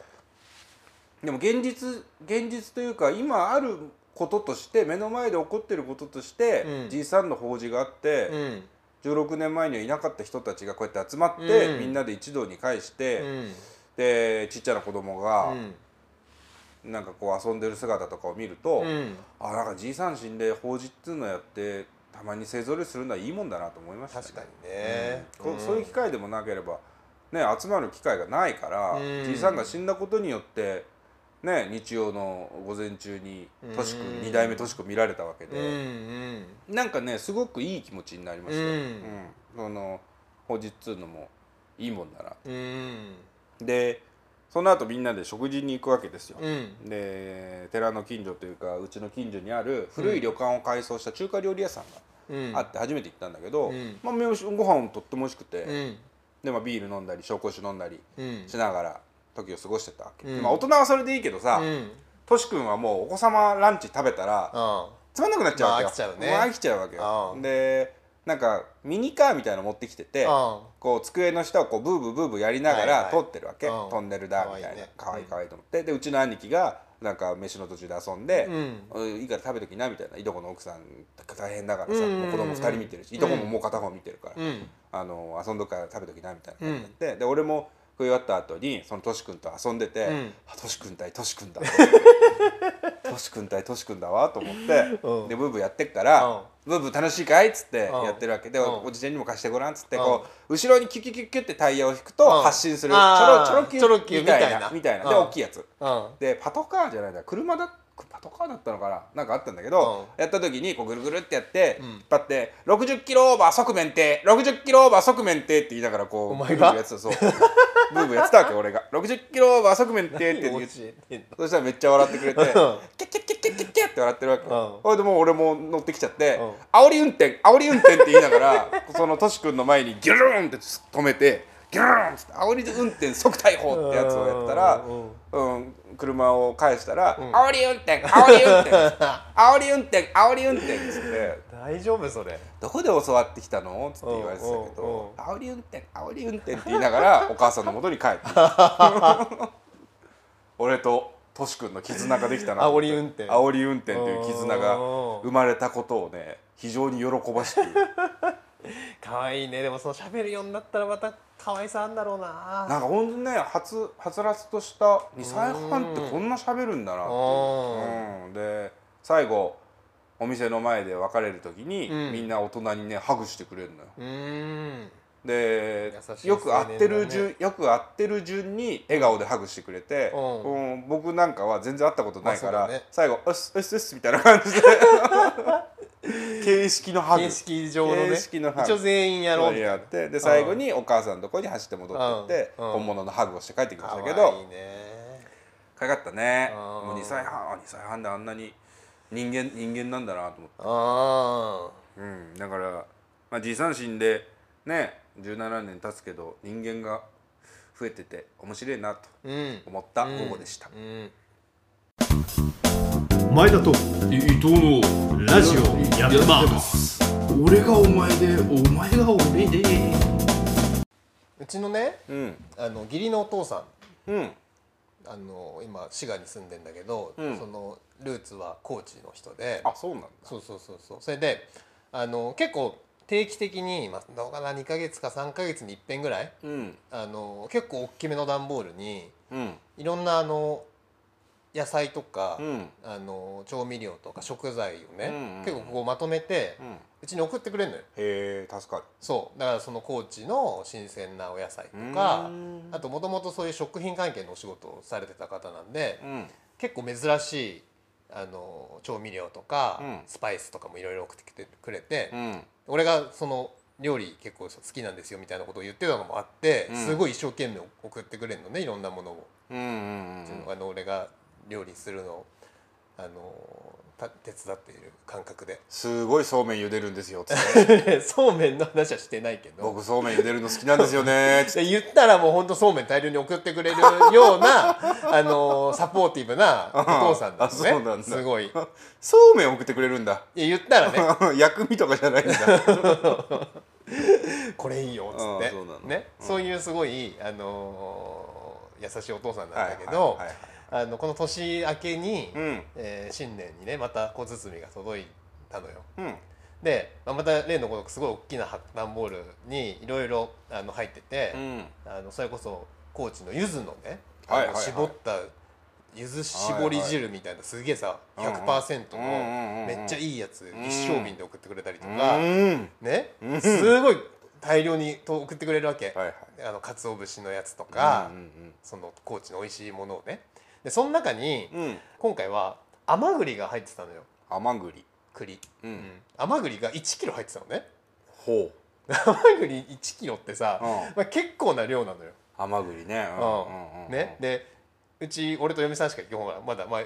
[SPEAKER 1] でも現実現実というか今あることとして目の前で起こってることとして、
[SPEAKER 2] うん
[SPEAKER 1] じいさんの法事があって、
[SPEAKER 2] うん
[SPEAKER 1] 16年前にはいなかった人たちがこうやって集まって、
[SPEAKER 2] うん
[SPEAKER 1] みんなで一堂に会して、
[SPEAKER 2] うん
[SPEAKER 1] でちっちゃな子供が
[SPEAKER 2] うん
[SPEAKER 1] なんかこう遊んでる姿とかを見ると、
[SPEAKER 2] うん
[SPEAKER 1] あなんかじいさん死んで法事っつうのやってたまに勢ぞろいするのはいいもんだなと思いました、ね、
[SPEAKER 2] 確かにね、
[SPEAKER 1] こ
[SPEAKER 2] ん
[SPEAKER 1] そういう機会でもなければ、ね、集まる機会がないから、
[SPEAKER 2] うん
[SPEAKER 1] じいさんが死んだことによって、ね、日曜の午前中にとしく
[SPEAKER 2] うん
[SPEAKER 1] 2代目としく見られたわけ
[SPEAKER 2] うん
[SPEAKER 1] で、なんかねすごくいい気持ちになりましたよ、
[SPEAKER 2] うん
[SPEAKER 1] うんその法事っつうのもいいもんだな
[SPEAKER 2] うんうん
[SPEAKER 1] でその後みんなで食事に行くわけですよ、
[SPEAKER 2] うん
[SPEAKER 1] で寺の近所というかうちの近所にある古い旅館を改装した中華料理屋さん
[SPEAKER 2] うん
[SPEAKER 1] があって初めて行ったんだけど、
[SPEAKER 2] うん
[SPEAKER 1] まあ、めおしご飯とっても美味しくて、
[SPEAKER 2] うん
[SPEAKER 1] でまあ、ビール飲んだり紹興酒飲んだり
[SPEAKER 2] うん
[SPEAKER 1] しながら時を過ごしてたわけ、
[SPEAKER 2] うん
[SPEAKER 1] まあ、大人はそれでいいけどさ、
[SPEAKER 2] うん
[SPEAKER 1] とし君はもうお子様ランチ食べたら
[SPEAKER 2] あ
[SPEAKER 1] つまんなくなっちゃうわけよ
[SPEAKER 2] まあ飽きちゃうね
[SPEAKER 1] も飽きちゃうわけよ
[SPEAKER 2] うん
[SPEAKER 1] でなんかミニカーみたいなの持ってきてて
[SPEAKER 2] あ
[SPEAKER 1] こう机の下をこうブーブーブーブーやりなが
[SPEAKER 2] はい
[SPEAKER 1] ら
[SPEAKER 2] はい
[SPEAKER 1] 撮ってるわけ、
[SPEAKER 2] うん
[SPEAKER 1] トンネルだみたいなか
[SPEAKER 2] か
[SPEAKER 1] わ
[SPEAKER 2] わ
[SPEAKER 1] い
[SPEAKER 2] い
[SPEAKER 1] い
[SPEAKER 2] いね
[SPEAKER 1] かわいいと思ってでうちの兄貴がなんか飯の途中で遊んで
[SPEAKER 2] うん
[SPEAKER 1] 「うんいいから食べときな」みたいないとこの奥さん大変だから
[SPEAKER 2] うん
[SPEAKER 1] さ
[SPEAKER 2] うんうん
[SPEAKER 1] もう子供2人見てるしいとこももう片方見てるから
[SPEAKER 2] うん
[SPEAKER 1] あの遊んどくから食べときなみたいな感じになってで俺も食い終わった後にそのトシ君と遊んでて
[SPEAKER 2] うん
[SPEAKER 1] 「あトシ君対トシ 君だ」トシ君対トシ君だわ」と思って
[SPEAKER 2] うん
[SPEAKER 1] でブーブーやってっから
[SPEAKER 2] うん
[SPEAKER 1] ブーブー楽しいかい?」っつって
[SPEAKER 2] うん
[SPEAKER 1] やってるわけで、
[SPEAKER 2] うん
[SPEAKER 1] おじちゃんにも貸してごらんっつってこう、後ろにキュキュキュキュってタイヤを引くと
[SPEAKER 2] うん
[SPEAKER 1] 発進する、
[SPEAKER 2] あー
[SPEAKER 1] チョロチ
[SPEAKER 2] チョ
[SPEAKER 1] ョロ
[SPEAKER 2] ロ
[SPEAKER 1] キ
[SPEAKER 2] キ
[SPEAKER 1] ュ
[SPEAKER 2] ュ
[SPEAKER 1] みたいな
[SPEAKER 2] みたいな
[SPEAKER 1] みたいなで
[SPEAKER 2] うん
[SPEAKER 1] 大きいやつ
[SPEAKER 2] うん
[SPEAKER 1] でパトカーじゃないな車だパトカーだったのかななんかあったんだけど、やった時にこうぐるぐるってやって、
[SPEAKER 2] うん
[SPEAKER 1] 引っ張って「60キロオーバー側面停60キロオーバー側面停」って言いながらこう
[SPEAKER 2] お前が
[SPEAKER 1] ブーブーやってたそうブーブーやってたわけ俺が「60キロオーバー側面停」って言って
[SPEAKER 2] 教えてんの
[SPEAKER 1] そしたらめっちゃ笑ってくれて
[SPEAKER 2] うん
[SPEAKER 1] キャッキャッキャッキャッキャッキャッって笑ってるわけ、
[SPEAKER 2] うん
[SPEAKER 1] ほいでもう俺も乗ってきちゃって
[SPEAKER 2] うん
[SPEAKER 1] 煽り運転煽り運転って言いながら そのトシ君の前にギュルーンって止めてギュルーンっつって煽り運転即逮捕ってやつをやったら
[SPEAKER 2] う、ん
[SPEAKER 1] うん、車を返したら「
[SPEAKER 2] ん
[SPEAKER 1] 煽り運転煽り運転煽り運転煽り運転」っつって。
[SPEAKER 2] 大丈夫それ
[SPEAKER 1] どこで教わってきたの?」つって言われてたけ
[SPEAKER 2] うんうんうん
[SPEAKER 1] ど「煽り運転煽り運転」って言いなが らお母さんの元に帰ってきた俺とトシ君の絆ができたなと思って
[SPEAKER 2] 煽り運転
[SPEAKER 1] 煽り運転という絆が生まれたことをね非常に喜ば しく
[SPEAKER 2] 可愛いねでもその喋るようになったらまた可愛さあんだろうな
[SPEAKER 1] なんかほんとねはつはつらつとした2歳半ってこんな喋るんだなっていううんで最後お店の前で別れる時に、
[SPEAKER 2] うん
[SPEAKER 1] みんな大人にねハグしてくれるのよ
[SPEAKER 2] うんうん
[SPEAKER 1] で
[SPEAKER 2] 優しい
[SPEAKER 1] よく会ってる順、
[SPEAKER 2] 青
[SPEAKER 1] よく会ってる順に笑顔でハグしてくれて、
[SPEAKER 2] うん
[SPEAKER 1] うん僕なんかは全然会ったことないから、
[SPEAKER 2] まあそうだね
[SPEAKER 1] 最後「うっすうっすうっす」みたいな感じ で形式のハグ
[SPEAKER 2] 形式上のね
[SPEAKER 1] 形式のハグ
[SPEAKER 2] 一応全員やろうみたいな
[SPEAKER 1] やってで最後にお母さんのとこに走って戻ってって、
[SPEAKER 2] うんうん
[SPEAKER 1] 本物のハグをして帰ってきましたけ
[SPEAKER 2] 可愛
[SPEAKER 1] ど
[SPEAKER 2] いね
[SPEAKER 1] かかったね、
[SPEAKER 2] うん
[SPEAKER 1] もう2歳半あ2歳半であんなに人間人間なんだなと思って。
[SPEAKER 2] あ
[SPEAKER 1] うん、だから、まあ、じいさん死んでね17年経つけど人間が増えてて面白いなと
[SPEAKER 2] ーうん
[SPEAKER 1] 思った午後でした、
[SPEAKER 2] うん
[SPEAKER 3] 前田と伊藤のラジオやってます俺がお前でお前が俺で
[SPEAKER 2] うちのね
[SPEAKER 1] うん
[SPEAKER 2] あの義理のお父さん
[SPEAKER 1] うん
[SPEAKER 2] あの今滋賀に住んでんだけど、
[SPEAKER 1] ん
[SPEAKER 2] そのルーツは高知の人で
[SPEAKER 1] あそうなんだ
[SPEAKER 2] そうそうそうそうそれであの結構定期的に、まあ、どうかな2ヶ月か3ヶ月に一遍ぐらい
[SPEAKER 1] うん
[SPEAKER 2] あの結構大きめの段ボールに
[SPEAKER 1] うん
[SPEAKER 2] いろんなあの野菜とか、
[SPEAKER 1] うん
[SPEAKER 2] あの調味料とか食材を
[SPEAKER 1] うんう
[SPEAKER 2] ね、
[SPEAKER 1] んうん
[SPEAKER 2] 結構こうまとめて、
[SPEAKER 1] う
[SPEAKER 2] うん
[SPEAKER 1] へ
[SPEAKER 2] ちに送ってくれるのよ
[SPEAKER 1] え助かる
[SPEAKER 2] そうだからその高知の新鮮なお野菜とか
[SPEAKER 1] うん
[SPEAKER 2] あともともとそういう食品関係のお仕事をされてた方なんで、
[SPEAKER 1] うん
[SPEAKER 2] 結構珍しいあの調味料とか、
[SPEAKER 1] うん
[SPEAKER 2] スパイスとかもいろいろ送ってきてくれて、
[SPEAKER 1] うん
[SPEAKER 2] 俺がその料理結構好きなんですよみたいなことを言ってたのもあって、
[SPEAKER 1] うん
[SPEAKER 2] すごい一生懸命送ってくれるのねいろんなものを、
[SPEAKER 1] うんうんうん
[SPEAKER 2] あの俺が料理するのをあのた手伝っている感覚で
[SPEAKER 1] すごいそうめん茹でるんですよつって
[SPEAKER 2] そうめんの話はしてないけど
[SPEAKER 1] 僕そうめん茹でるの好きなんですよねつって
[SPEAKER 2] で言ったらもうほんとそうめん大量に送ってくれるよう なあのサポーティブなお父さんだ
[SPEAKER 1] あそうな
[SPEAKER 2] の
[SPEAKER 1] んだ
[SPEAKER 2] ねすごいいや
[SPEAKER 1] そうめん送ってくれるんだ
[SPEAKER 2] 言ったらね
[SPEAKER 1] 薬味とかじゃないんだ
[SPEAKER 2] これいいよっつ
[SPEAKER 1] あ
[SPEAKER 2] っ
[SPEAKER 1] あ
[SPEAKER 2] て
[SPEAKER 1] そうなの
[SPEAKER 2] ね
[SPEAKER 1] うん
[SPEAKER 2] そういうすごい、あのー優しいお父さんなんだけ
[SPEAKER 1] はい
[SPEAKER 2] ど
[SPEAKER 1] はいはい
[SPEAKER 2] あのこの年明けに、
[SPEAKER 1] うん
[SPEAKER 2] えー新年にねまた小包が届いたのよ。
[SPEAKER 1] うん
[SPEAKER 2] で、まあ、また例のごとくすごい大きな段ボールにいろいろあの入ってて、
[SPEAKER 1] うん
[SPEAKER 2] あのそれこそ高知の柚子のね、
[SPEAKER 1] はいはい
[SPEAKER 2] あ
[SPEAKER 1] はい
[SPEAKER 2] の絞った柚子絞り汁みたいなすげえさ
[SPEAKER 1] はいはい
[SPEAKER 2] 100%
[SPEAKER 1] うんうんうんうん
[SPEAKER 2] のめっちゃいいやつ一升瓶で送ってくれたりとか。
[SPEAKER 1] うん
[SPEAKER 2] ね
[SPEAKER 1] うん、
[SPEAKER 2] すごい大量にと送ってくれるわけ、
[SPEAKER 1] はいはい
[SPEAKER 2] あの鰹節のやつとか、
[SPEAKER 1] うんうん
[SPEAKER 2] その高知の美味しいものをねでその中に
[SPEAKER 1] うんうん
[SPEAKER 2] 今回は甘栗が入ってたのよ
[SPEAKER 1] 甘栗
[SPEAKER 2] 栗、
[SPEAKER 1] うん
[SPEAKER 2] 甘栗が1キロ入ってたのね
[SPEAKER 1] ほう
[SPEAKER 2] 甘栗1キロってさ、
[SPEAKER 1] うん
[SPEAKER 2] まあ、結構な量なのよ、
[SPEAKER 1] 甘栗ねう
[SPEAKER 2] うんねでうち俺と嫁さんしか基本はまだ、まあ、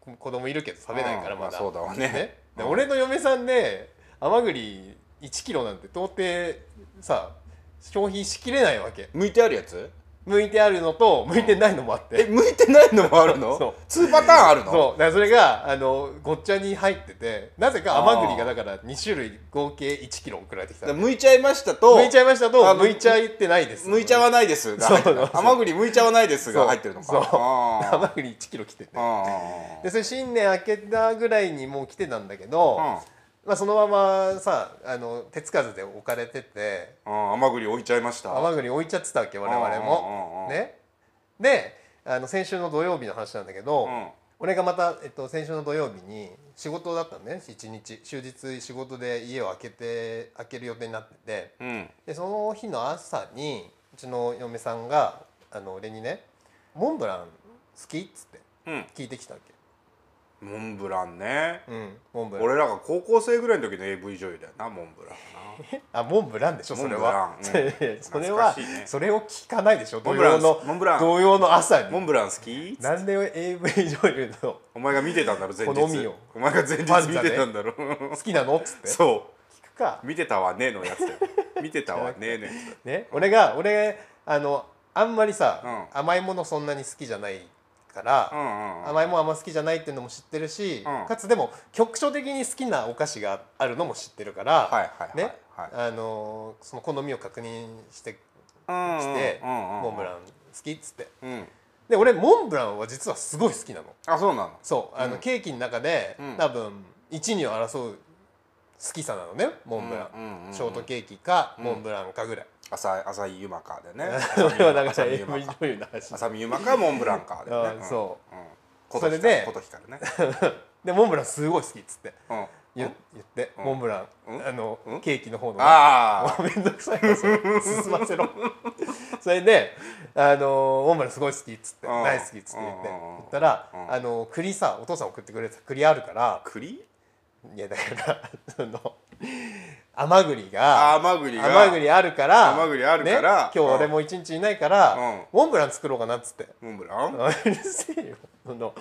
[SPEAKER 2] こ子供いるけど食べないから
[SPEAKER 1] うん
[SPEAKER 2] まだ、
[SPEAKER 1] まあそうだわね
[SPEAKER 2] で
[SPEAKER 1] うん
[SPEAKER 2] 俺の嫁さんで甘栗1キロなんて到底さ消費しきれないわけ
[SPEAKER 1] 剥いてあるやつ
[SPEAKER 2] 向いてあるのと向いてないのもあって、
[SPEAKER 1] え剥いてないのもあるの
[SPEAKER 2] そう
[SPEAKER 1] 2パターンあるの
[SPEAKER 2] そうだからそれがあのごっちゃに入っててなぜか甘栗がだから2種類合計1キロ送られてきた
[SPEAKER 1] だから剥いちゃいましたと
[SPEAKER 2] 向いちゃいましたと
[SPEAKER 1] あ
[SPEAKER 2] 向いちゃいってないです
[SPEAKER 1] 剥いちゃわないですが入ってるの
[SPEAKER 2] そうそう
[SPEAKER 1] 甘栗剥いちゃわないです
[SPEAKER 2] そ
[SPEAKER 1] が
[SPEAKER 2] う
[SPEAKER 1] 入ってるのか
[SPEAKER 2] そう
[SPEAKER 1] あ
[SPEAKER 2] 甘栗1キロ来てて
[SPEAKER 1] ーあ
[SPEAKER 2] でそれ新年明けたぐらいにもう来てたんだけど、
[SPEAKER 1] ー
[SPEAKER 2] まあ、そのままさあの手つかずで置かれてて
[SPEAKER 1] うん甘栗置いちゃいました
[SPEAKER 2] 甘栗置いちゃってたわけ我々
[SPEAKER 1] うんうんうんう
[SPEAKER 2] も。
[SPEAKER 1] ん
[SPEAKER 2] ね、であの先週の土曜日の話なんだけど、
[SPEAKER 1] うん
[SPEAKER 2] 俺がまた、えっと、先週の土曜日に仕事だったんでね一日終日仕事で家を開けて開ける予定になってて
[SPEAKER 1] うん
[SPEAKER 2] でその日の朝にうちの嫁さんがあの俺にね「モンブラン好き?」っつって
[SPEAKER 1] うん
[SPEAKER 2] 聞いてきたわ
[SPEAKER 1] モンブランね
[SPEAKER 2] け、うん、モンブラン
[SPEAKER 1] 俺らが高校生ぐらいの時の AV 女優だよなモンブランはな
[SPEAKER 2] あモンブランでしょそれは、
[SPEAKER 1] モンブランうん
[SPEAKER 2] それは、
[SPEAKER 1] 懐かしいね
[SPEAKER 2] それを聞かないでしょ
[SPEAKER 1] モ
[SPEAKER 2] 土
[SPEAKER 1] ンブラ
[SPEAKER 2] 曜
[SPEAKER 1] ン
[SPEAKER 2] の
[SPEAKER 1] モンブラン
[SPEAKER 2] 土曜の 朝
[SPEAKER 1] モ
[SPEAKER 2] に
[SPEAKER 1] ンブラン好き
[SPEAKER 2] なんで AV 女優 の
[SPEAKER 1] お前が見てたんだろ前
[SPEAKER 2] 好み
[SPEAKER 1] 日
[SPEAKER 2] を
[SPEAKER 1] お前が前
[SPEAKER 2] パ
[SPEAKER 1] 日
[SPEAKER 2] ン
[SPEAKER 1] 見
[SPEAKER 2] ザね
[SPEAKER 1] てたんだろ
[SPEAKER 2] 好きなのっつって聞
[SPEAKER 1] そ
[SPEAKER 2] くか
[SPEAKER 1] う見てたわねのやつ だよ見てたわねのやつだよ
[SPEAKER 2] ね、俺が俺あのあんまりさ、
[SPEAKER 1] う
[SPEAKER 2] 甘いものそんなに好きじゃないから、
[SPEAKER 1] うんうん
[SPEAKER 2] 甘いもんあんま好きじゃないっていうのも知ってるし、
[SPEAKER 1] うん
[SPEAKER 2] かつでも局所的に好きなお菓子があるのも知ってるから、
[SPEAKER 1] はいはいはい
[SPEAKER 2] ね、
[SPEAKER 1] はい
[SPEAKER 2] あのその好みを確認して
[SPEAKER 1] うん
[SPEAKER 2] きて、
[SPEAKER 1] うんうんうん
[SPEAKER 2] モンブラン好きっつって
[SPEAKER 1] うん
[SPEAKER 2] で俺モンブランは実はすごい好きなの
[SPEAKER 1] あそうなの
[SPEAKER 2] そうあの、
[SPEAKER 1] うん
[SPEAKER 2] ケーキの中で、
[SPEAKER 1] うん
[SPEAKER 2] 多分1位を争う好きさなのねモンブラン、
[SPEAKER 1] うんうんうんうん
[SPEAKER 2] ショートケーキか、モンブランかぐら い
[SPEAKER 1] 浅井浅井ゆまかで ね
[SPEAKER 2] 俺はだか
[SPEAKER 1] 浅
[SPEAKER 2] ら
[SPEAKER 1] 井ゆ
[SPEAKER 2] AV
[SPEAKER 1] ま か
[SPEAKER 2] 女優の話
[SPEAKER 1] 浅見ゆまかモンブランかでね
[SPEAKER 2] あそ
[SPEAKER 1] うんうん
[SPEAKER 2] それで
[SPEAKER 1] 琴光ね
[SPEAKER 2] でモンブランすごい好きっつって
[SPEAKER 1] うん
[SPEAKER 2] 言言って、モンブラン、
[SPEAKER 1] うん
[SPEAKER 2] あの、
[SPEAKER 1] うん
[SPEAKER 2] ケーキの方のね
[SPEAKER 1] ああ
[SPEAKER 2] もうめんどくさいからそれ進 ませろそれで「あのモンブランすごい好き」っつって「
[SPEAKER 1] うん
[SPEAKER 2] 大好き」っつって言って
[SPEAKER 1] うん
[SPEAKER 2] 言ったら、
[SPEAKER 1] うん
[SPEAKER 2] あの栗さお父さん送ってくれた栗あるから
[SPEAKER 1] 栗
[SPEAKER 2] いやだからその甘栗
[SPEAKER 1] あ
[SPEAKER 2] が
[SPEAKER 1] 甘栗が
[SPEAKER 2] 甘栗あるから
[SPEAKER 1] 甘栗あるから
[SPEAKER 2] ね、今日俺も一日いないから、
[SPEAKER 1] うん
[SPEAKER 2] モンブラン作ろうかなっつって。
[SPEAKER 1] モンブラン
[SPEAKER 2] あうるせえよその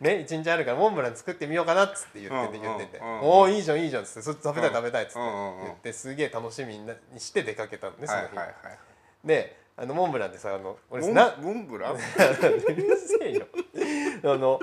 [SPEAKER 2] ね一日あるからモンブラン作ってみようかなっつって言って
[SPEAKER 1] う
[SPEAKER 2] て
[SPEAKER 1] んうん
[SPEAKER 2] 言ってて「
[SPEAKER 1] うんうん
[SPEAKER 2] おおいいじゃんいいじゃん」っつって「それ食べたい
[SPEAKER 1] うん
[SPEAKER 2] 食べたい」っつって
[SPEAKER 1] うんうんうん
[SPEAKER 2] 言ってすげえ楽しみになにして出かけたんでそ
[SPEAKER 1] は
[SPEAKER 2] の
[SPEAKER 1] い
[SPEAKER 2] 日、
[SPEAKER 1] はいはい
[SPEAKER 2] であのモンブランでさあの俺
[SPEAKER 1] モン
[SPEAKER 2] な
[SPEAKER 1] モンブラン
[SPEAKER 2] うるせえよあの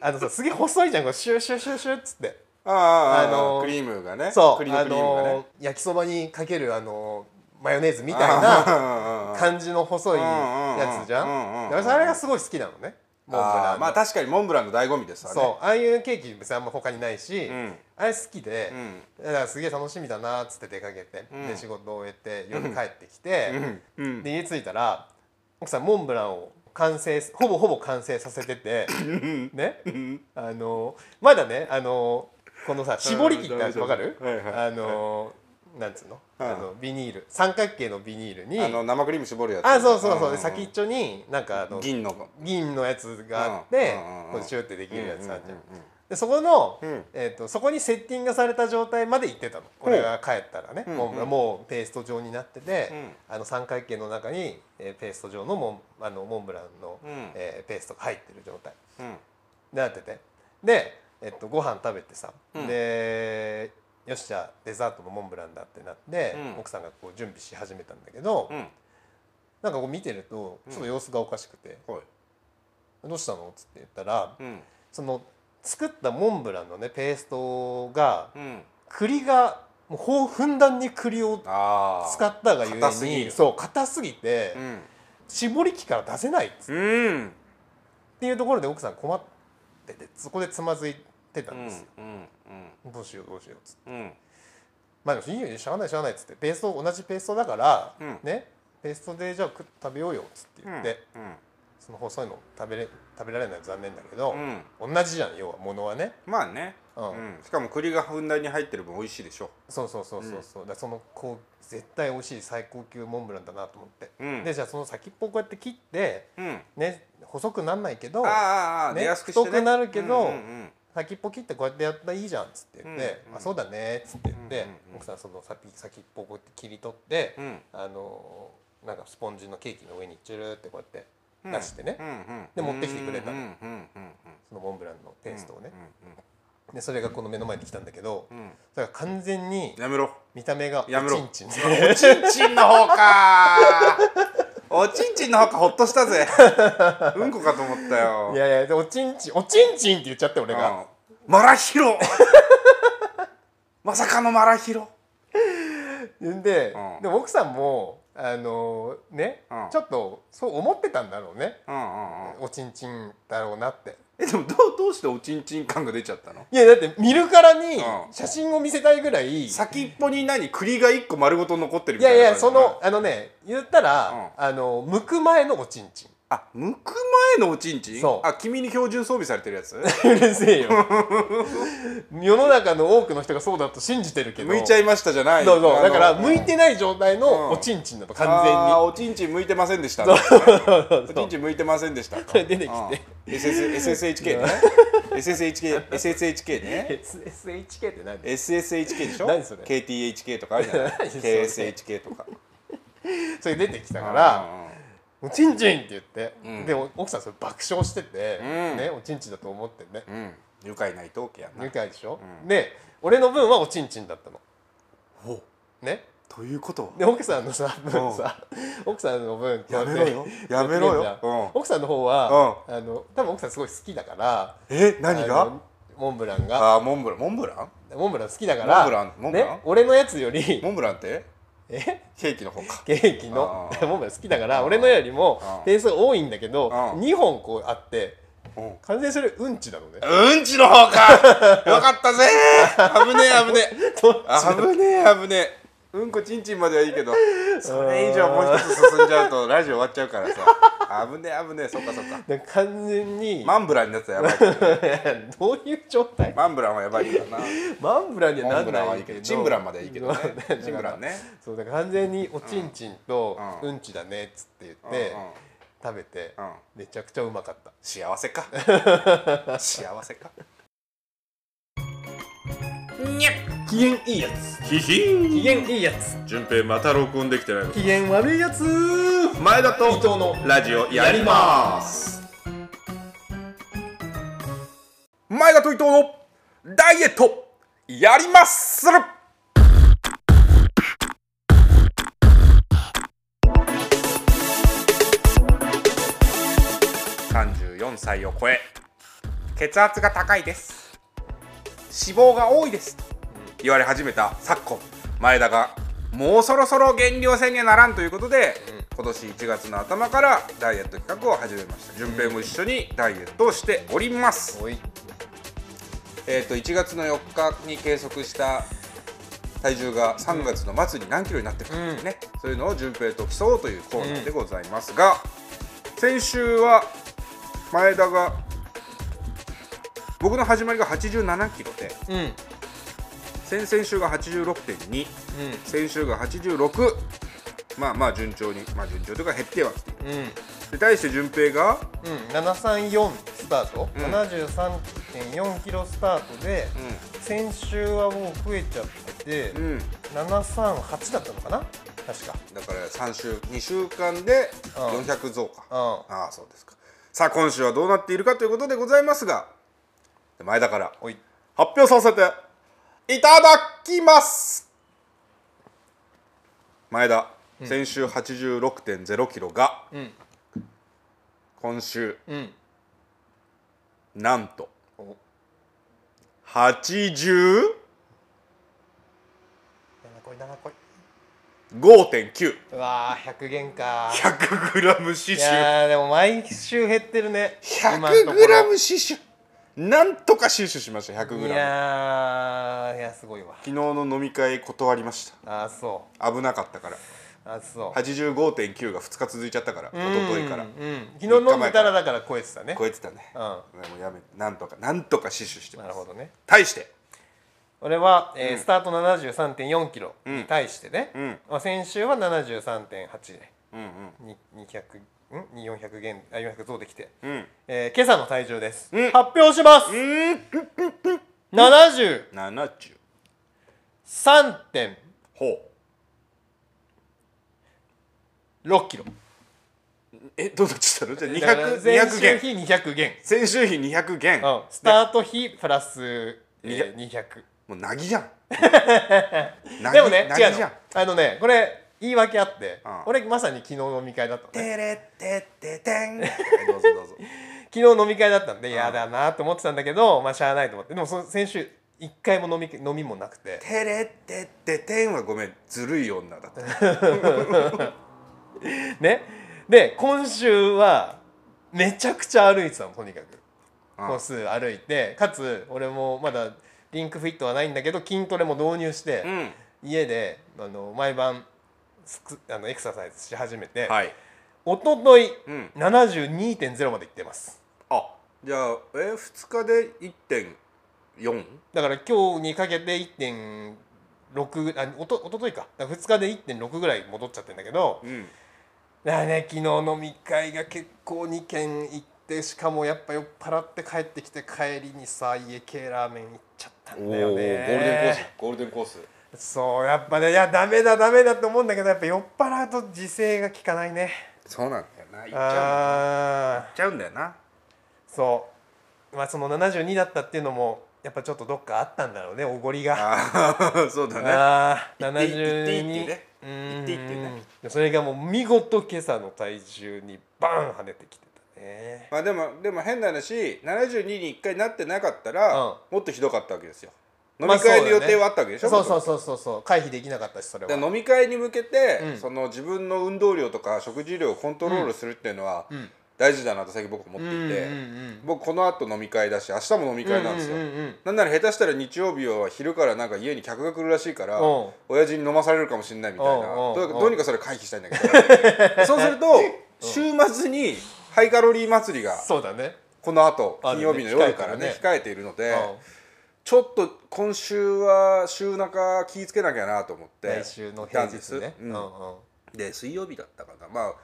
[SPEAKER 2] あのさすげえ細いじゃんこうシューシューシューシューっつって
[SPEAKER 1] あああ
[SPEAKER 2] あ
[SPEAKER 1] の
[SPEAKER 2] の
[SPEAKER 1] クリームがね
[SPEAKER 2] そう
[SPEAKER 1] 栗の
[SPEAKER 2] あ
[SPEAKER 1] クリームがね
[SPEAKER 2] の焼きそばにかけるあのマヨネーズみたいな
[SPEAKER 1] な
[SPEAKER 2] 感じの細いやつじゃ
[SPEAKER 1] うんうんうんうんうん
[SPEAKER 2] んだからあれがすごい好きなのねモンブランの
[SPEAKER 1] まあ確かにモンブランの醍醐味ですわね
[SPEAKER 2] そうああいうケーキ別にあんま他にないし、
[SPEAKER 1] ん
[SPEAKER 2] あれ好きで、
[SPEAKER 1] ん
[SPEAKER 2] だからすげえ楽しみだなっつって出かけて、
[SPEAKER 1] うん
[SPEAKER 2] で仕事を終えて夜帰ってきて、
[SPEAKER 1] うんうん
[SPEAKER 2] で家着いたら奥さんモンブランを完成ほぼほぼ完成させててねあのまだねあのこのさ絞り器ってあるわかる、
[SPEAKER 1] はいはい
[SPEAKER 2] あのなんつうの,、
[SPEAKER 1] うん
[SPEAKER 2] あのビニール三角形のビニールに
[SPEAKER 1] あの生クリーム絞るやつ
[SPEAKER 2] あそうそうそう、
[SPEAKER 1] ん
[SPEAKER 2] で
[SPEAKER 1] ん
[SPEAKER 2] 先っちょになんかあの
[SPEAKER 1] 銀の
[SPEAKER 2] 銀のやつがあって、
[SPEAKER 1] うんうんうんうん
[SPEAKER 2] こうシューってできるやつあるじゃん,、
[SPEAKER 1] うんうんうんうん
[SPEAKER 2] でそこの、
[SPEAKER 1] うん
[SPEAKER 2] えー、とそこにセッティングされた状態まで行ってたの俺が帰ったらね、
[SPEAKER 1] ん
[SPEAKER 2] もうもうペースト状になってて、
[SPEAKER 1] う
[SPEAKER 2] あの三角形の中に、えーペースト状のモンあのモンブランの、
[SPEAKER 1] うん
[SPEAKER 2] えーペーストが入ってる状態
[SPEAKER 1] うん
[SPEAKER 2] になっててで、えっとご飯食べてさ、
[SPEAKER 1] うん
[SPEAKER 2] でよしじゃあデザートもモンブランだってなって、
[SPEAKER 1] うん
[SPEAKER 2] 奥さんがこう準備し始めたんだけど、
[SPEAKER 1] うん
[SPEAKER 2] なんかこう見てるとちょっと様子がおかしくて
[SPEAKER 1] はい
[SPEAKER 2] 「どうしたの?」っつって言ったら、
[SPEAKER 1] うん
[SPEAKER 2] その作ったモンブランのねペーストが
[SPEAKER 1] うん
[SPEAKER 2] 栗がもうほうふんだんに栗を
[SPEAKER 1] ああ
[SPEAKER 2] 使ったがゆ
[SPEAKER 1] 硬す
[SPEAKER 2] え
[SPEAKER 1] ぎ
[SPEAKER 2] に
[SPEAKER 1] る
[SPEAKER 2] そう硬すぎて、
[SPEAKER 1] うん
[SPEAKER 2] 絞り器から出せないっつ
[SPEAKER 1] うん
[SPEAKER 2] っていうところで奥さん困っててそこでつまずいてた
[SPEAKER 1] うん
[SPEAKER 2] ですよ、
[SPEAKER 1] ん
[SPEAKER 2] どうしようどうしようっつって
[SPEAKER 1] うんうん
[SPEAKER 2] まあでもいいよいいよしゃあないしゃあないっつってペースト同じペーストだから、
[SPEAKER 1] うん
[SPEAKER 2] ねペーストでじゃあ食食べようよっつって言って、
[SPEAKER 1] うん
[SPEAKER 2] その細いの食べれ食べられないのは残念だけど、
[SPEAKER 1] うん
[SPEAKER 2] 同じじゃん要はものはね
[SPEAKER 1] まあね
[SPEAKER 2] うん
[SPEAKER 1] うんしかも栗がふんだんに入ってる分美味しいでしょ
[SPEAKER 2] そうそうそうそうそう、だからそのこう絶対美味しい最高級モンブランだなと思って、
[SPEAKER 1] うん
[SPEAKER 2] でじゃあその先っぽをこうやって切って
[SPEAKER 1] うん
[SPEAKER 2] ね細くなんないけど
[SPEAKER 1] ああああ
[SPEAKER 2] ね
[SPEAKER 1] 出やすくしてね
[SPEAKER 2] 太くなるけど
[SPEAKER 1] うんうん
[SPEAKER 2] 先っぽ切ってこうやってやったらいいじゃんっつって言って
[SPEAKER 1] う
[SPEAKER 2] 「
[SPEAKER 1] んうん
[SPEAKER 2] あそうだね」っつって言って、
[SPEAKER 1] うんうんうん
[SPEAKER 2] 奥さんその先先っぽをこうやって切り取って、
[SPEAKER 1] うん
[SPEAKER 2] あのーなんかスポンジのケーキの上にチュルーってこうやって出してね、
[SPEAKER 1] うんうん
[SPEAKER 2] で持ってきてくれた
[SPEAKER 1] う
[SPEAKER 2] の
[SPEAKER 1] んうんうんうん
[SPEAKER 2] そのモンブランのペーストをね、
[SPEAKER 1] う
[SPEAKER 2] でそれがこの目の前に来たんだけど、
[SPEAKER 1] んうんうん
[SPEAKER 2] それが完全に
[SPEAKER 1] やめろ
[SPEAKER 2] 見た目がお
[SPEAKER 1] やめろ
[SPEAKER 2] ちんちんで
[SPEAKER 1] おちんちんの方かおちんちんの方かほっとしたぜうんこかと思ったよ
[SPEAKER 2] いやいやでおちんちんおちんちんって言っちゃって俺が。
[SPEAKER 1] うんマラヒロまさかのマラヒロ
[SPEAKER 2] で、
[SPEAKER 1] うん
[SPEAKER 2] でも奥さんもあのね、
[SPEAKER 1] うん
[SPEAKER 2] ちょっとそう思ってたんだろうね、
[SPEAKER 1] うんうんうん
[SPEAKER 2] おちんちんだろうなって
[SPEAKER 1] えでもどうどうしておちんちん感が出ちゃったの
[SPEAKER 2] いやだって見るからに
[SPEAKER 1] うん
[SPEAKER 2] 写真を見せたいぐらい、い
[SPEAKER 1] 先っぽに何栗が一個丸ごと残ってるみた
[SPEAKER 2] や
[SPEAKER 1] い
[SPEAKER 2] い
[SPEAKER 1] な
[SPEAKER 2] や
[SPEAKER 1] 感じ
[SPEAKER 2] そのあのね言ったら、
[SPEAKER 1] う
[SPEAKER 2] あの剥く前のおちんちん
[SPEAKER 1] ああ剥く前のおちんちん
[SPEAKER 2] そう
[SPEAKER 1] あ君に標準装備されて るやつ
[SPEAKER 2] うるせえ よ世の中の多くの人がそうだと信じてるけど
[SPEAKER 1] 剥いちゃ
[SPEAKER 2] い
[SPEAKER 1] いましたじゃない
[SPEAKER 2] そうそう
[SPEAKER 1] あの
[SPEAKER 2] だから向いてない状態の
[SPEAKER 1] うん
[SPEAKER 2] おちんちんなの
[SPEAKER 1] あー
[SPEAKER 2] 完
[SPEAKER 1] おちんちん向いてませんでした
[SPEAKER 2] 全に
[SPEAKER 1] おちんちん向いてませんで した
[SPEAKER 2] れ出てきて
[SPEAKER 1] うん SS SSHK ね SSHK SSHK ね
[SPEAKER 2] SSHK って何
[SPEAKER 1] SSHK でしょ
[SPEAKER 2] 何それ
[SPEAKER 1] KTHK とかあるじゃない
[SPEAKER 2] 何それ
[SPEAKER 1] KSHK とか
[SPEAKER 2] それ出てきたから「おちんちん」って言って、
[SPEAKER 1] うん
[SPEAKER 2] で奥さんそれ爆笑してて、
[SPEAKER 1] うん
[SPEAKER 2] ね、おちんちんだと思ってね
[SPEAKER 1] うんうん愉快な伊藤家やな
[SPEAKER 2] 愉快でしょ、
[SPEAKER 1] うん
[SPEAKER 2] で俺の分はおちんちんだったの
[SPEAKER 1] ほ
[SPEAKER 2] ね
[SPEAKER 1] ということ
[SPEAKER 2] で奥さんのさ
[SPEAKER 1] う
[SPEAKER 2] 分
[SPEAKER 1] ん
[SPEAKER 2] さ奥さんの分こうや
[SPEAKER 1] や
[SPEAKER 2] って
[SPEAKER 1] めろ よやめろ
[SPEAKER 2] やってんじゃん
[SPEAKER 1] ようん
[SPEAKER 2] 奥さんの方は、あの多分奥さんすごい好きだから
[SPEAKER 1] え何
[SPEAKER 2] あ
[SPEAKER 1] が
[SPEAKER 2] のモンブランが
[SPEAKER 1] あーモンブランモンブラン
[SPEAKER 2] モンブラン好きだから
[SPEAKER 1] モンブランモンブラン
[SPEAKER 2] ね、俺のやつより
[SPEAKER 1] モンブランって
[SPEAKER 2] え
[SPEAKER 1] ケーキの方か
[SPEAKER 2] ケーキの
[SPEAKER 1] あー
[SPEAKER 2] モンブラン好きだから俺のよりも
[SPEAKER 1] あー
[SPEAKER 2] 点数多いんだけど
[SPEAKER 1] あー
[SPEAKER 2] 2本こうあって
[SPEAKER 1] うん
[SPEAKER 2] 完全にそれうんちな のね
[SPEAKER 1] うんちの方 かよかったぜ危ねえ危ねえあ危ねえ危ねえうんこちんちんまではいい けどそれ以上もう一つ進んじゃうとラジオ終わっちゃうからさ危ねえ危ねえそっかそっか
[SPEAKER 2] で完全に、
[SPEAKER 1] マンブランになったらやばいけ ど
[SPEAKER 2] どういう状態
[SPEAKER 1] マンブランはやばいからな
[SPEAKER 2] マンブランには
[SPEAKER 1] モ
[SPEAKER 2] な
[SPEAKER 1] ンブ
[SPEAKER 2] ん
[SPEAKER 1] ラン
[SPEAKER 2] な
[SPEAKER 1] はい
[SPEAKER 2] い
[SPEAKER 1] いけ
[SPEAKER 2] け
[SPEAKER 1] ど
[SPEAKER 2] ど
[SPEAKER 1] チンブランまではいいけどね
[SPEAKER 2] そうだよ
[SPEAKER 1] チンブランね
[SPEAKER 2] そうだから完全におちんちんと
[SPEAKER 1] う
[SPEAKER 2] うんんちだねっつって言っ
[SPEAKER 1] うんうん
[SPEAKER 2] て食べて
[SPEAKER 1] うん
[SPEAKER 2] めちゃくちゃうまかった
[SPEAKER 1] 幸せか幸せか
[SPEAKER 2] にゃ機嫌いいやつ
[SPEAKER 3] ヒヒン
[SPEAKER 2] 機嫌いいやつ
[SPEAKER 3] 順平また録音できてないの
[SPEAKER 2] 機嫌悪いやつ
[SPEAKER 3] 前田と
[SPEAKER 2] 伊藤の
[SPEAKER 3] ラジオやります
[SPEAKER 1] 前田と伊藤のダイエットやりまする34歳を超え血圧が高いです脂肪が多いですと言われ始めた昨今前田がもうそろそろ減量せんにはならんということで、今年1月の頭からダイエット企画を始めました順平も一緒にダイエットをしております、
[SPEAKER 2] おい
[SPEAKER 1] えー、と1月の4日に計測した体重が3月の末に何キロになってるかですね、そういうのを順平と競おうというコーナーでございますが、先週は前田が僕の始まりが87キロで
[SPEAKER 2] うんうん
[SPEAKER 1] 先々週が86.2先週が86まあまあ順調にまあ順調というか減ってはきている
[SPEAKER 2] うん
[SPEAKER 1] で対して順平が
[SPEAKER 2] うん734スタート、
[SPEAKER 1] うん
[SPEAKER 2] 73.4キロスタートで、先週はもう増えちゃってて、
[SPEAKER 1] うん、うん、
[SPEAKER 2] 738だったのかな確か
[SPEAKER 1] だから3週2週間で
[SPEAKER 2] うん
[SPEAKER 1] 400増加、
[SPEAKER 2] うん
[SPEAKER 1] ああそうですかさあ今週はどうなっているかということでございますが前だから
[SPEAKER 2] おい
[SPEAKER 1] 発表させていただきます前田、先週8 6 0キロが、
[SPEAKER 2] ん
[SPEAKER 1] 今週
[SPEAKER 2] うん
[SPEAKER 1] なんと
[SPEAKER 2] お
[SPEAKER 1] 85.9
[SPEAKER 2] 7個い7個
[SPEAKER 1] 100
[SPEAKER 2] うわー100元か
[SPEAKER 1] グラム刺
[SPEAKER 2] い
[SPEAKER 1] 繍
[SPEAKER 2] やーでも毎週減ってるね今のとこ
[SPEAKER 1] 100
[SPEAKER 2] ろ
[SPEAKER 1] グラム刺繍なんとか刺繍しました100グ
[SPEAKER 2] い
[SPEAKER 1] ラム
[SPEAKER 2] やーいやすごいわ
[SPEAKER 1] 昨日の飲み会断りまし
[SPEAKER 2] あーそ
[SPEAKER 1] た危なかったから
[SPEAKER 2] うあーそう
[SPEAKER 1] 85.9が2日続いちゃったから
[SPEAKER 2] うん
[SPEAKER 1] 一昨日から
[SPEAKER 2] うん昨日飲んでたらだから超えてたね
[SPEAKER 1] 超えてたね
[SPEAKER 2] うん
[SPEAKER 1] もうやめなんとかなんとか死守して
[SPEAKER 2] な
[SPEAKER 1] ま
[SPEAKER 2] る
[SPEAKER 1] す
[SPEAKER 2] ほどね
[SPEAKER 1] 対して
[SPEAKER 2] 俺は、えースタート73.4キロに対してね、
[SPEAKER 1] うん
[SPEAKER 2] まあ、先週は73.8で
[SPEAKER 1] うん
[SPEAKER 2] に200ん400減あ400増できて、
[SPEAKER 1] うんうん
[SPEAKER 2] えー今朝の体重です、
[SPEAKER 1] うん
[SPEAKER 2] 発表します、73.8
[SPEAKER 1] 70ほ
[SPEAKER 2] 6キロ
[SPEAKER 1] うえどうなっちゃったのじゃあ
[SPEAKER 2] だから
[SPEAKER 1] 200
[SPEAKER 2] 前
[SPEAKER 1] 200
[SPEAKER 2] 週
[SPEAKER 1] 減
[SPEAKER 2] 比200減、
[SPEAKER 1] 先週比200減
[SPEAKER 2] うん
[SPEAKER 1] も
[SPEAKER 2] スタート比プラス、えー、200
[SPEAKER 1] うなぎじゃんなぎ
[SPEAKER 2] でもね
[SPEAKER 1] な
[SPEAKER 2] 違う
[SPEAKER 1] ぎじゃ
[SPEAKER 2] の
[SPEAKER 1] ん
[SPEAKER 2] あのねこれ言い訳あって、
[SPEAKER 1] うん
[SPEAKER 2] 俺まさに昨日飲み会だったのね
[SPEAKER 1] てれってっててんはいどうぞどうぞ
[SPEAKER 2] 昨日飲み会だったんで嫌だなと思ってたんだけどまあしゃあないと思ってでもその先週一回も飲み飲みもなくて
[SPEAKER 1] てれってっててんはごめんずるい女だった
[SPEAKER 2] ねで今週はめちゃくちゃ歩いてたのとにかく
[SPEAKER 1] うん
[SPEAKER 2] 歩数歩いてかつ俺もまだリンクフィットはないんだけど筋トレも導入して、
[SPEAKER 1] うん
[SPEAKER 2] 家であの毎晩すくあのエクササイズし始めて、
[SPEAKER 1] はい
[SPEAKER 2] おととい
[SPEAKER 1] うん
[SPEAKER 2] 72.0までいってます
[SPEAKER 1] あじゃあえ2日で 1.4?
[SPEAKER 2] だから今日にかけて1.6あおとおとといかだから2日で1.6ぐらい戻っちゃってんだけど
[SPEAKER 1] うん
[SPEAKER 2] だからね昨日飲み会が結構2軒行ってしかもやっぱ酔っ払って帰ってきて帰りにさ家系ラーメン行っちゃったんだよね
[SPEAKER 1] ゴールデンコース
[SPEAKER 2] そうやっぱねいやダメだダメだと思うんだけどやっぱ酔っ払うと自制が効かないね
[SPEAKER 1] そうなんだよな行っちゃう
[SPEAKER 2] ああ
[SPEAKER 1] 行っちゃうんだよな
[SPEAKER 2] そうまあその72だったっていうのもやっぱちょっとどっかあったんだろうねおごりが
[SPEAKER 1] ああ そうだね
[SPEAKER 2] ああ
[SPEAKER 1] 行って行っていいっていう
[SPEAKER 2] 72
[SPEAKER 1] ね行っていいっていうね
[SPEAKER 2] うんそれがもう見事今朝の体重にバーン跳ねてきてたね
[SPEAKER 1] まあでもでも変な話72に1回なってなかったら、
[SPEAKER 2] うん
[SPEAKER 1] もっとひどかったわけですよ飲
[SPEAKER 2] まあ
[SPEAKER 1] み会の
[SPEAKER 2] そう
[SPEAKER 1] 予
[SPEAKER 2] だね
[SPEAKER 1] 定はあったわけでしょ、
[SPEAKER 2] そうそう
[SPEAKER 1] う
[SPEAKER 2] そうそうそう回避できなかったしそれは
[SPEAKER 1] 飲み会に向けて、
[SPEAKER 2] うん
[SPEAKER 1] その自分の運動量とか食事量をコントロールするっていうのは
[SPEAKER 2] うん
[SPEAKER 1] 大事だなと最近僕思っていて、僕この後飲み会だし明日も飲み会なんですよ、
[SPEAKER 2] うんうんうん
[SPEAKER 1] なんなら下手したら日曜日は昼からなんか家に客が来るらしいから
[SPEAKER 2] うん
[SPEAKER 1] 親父に飲まされるかもしれないみたいな
[SPEAKER 2] うんう
[SPEAKER 1] ど
[SPEAKER 2] ん
[SPEAKER 1] う
[SPEAKER 2] うん
[SPEAKER 1] どうにかそれ回避したいんだけどそうすると週末にハイカロリー祭りが
[SPEAKER 2] そうだね
[SPEAKER 1] この後
[SPEAKER 2] ある
[SPEAKER 1] 金
[SPEAKER 2] ね
[SPEAKER 1] 曜日の夜からね
[SPEAKER 2] 控えてる
[SPEAKER 1] 控えているので
[SPEAKER 2] うん
[SPEAKER 1] ちょっと今週は週中気ぃつけなきゃなと思って
[SPEAKER 2] 来週の平日
[SPEAKER 1] いたん
[SPEAKER 2] ね
[SPEAKER 1] です
[SPEAKER 2] うんうん
[SPEAKER 1] で水曜日だったかなまあ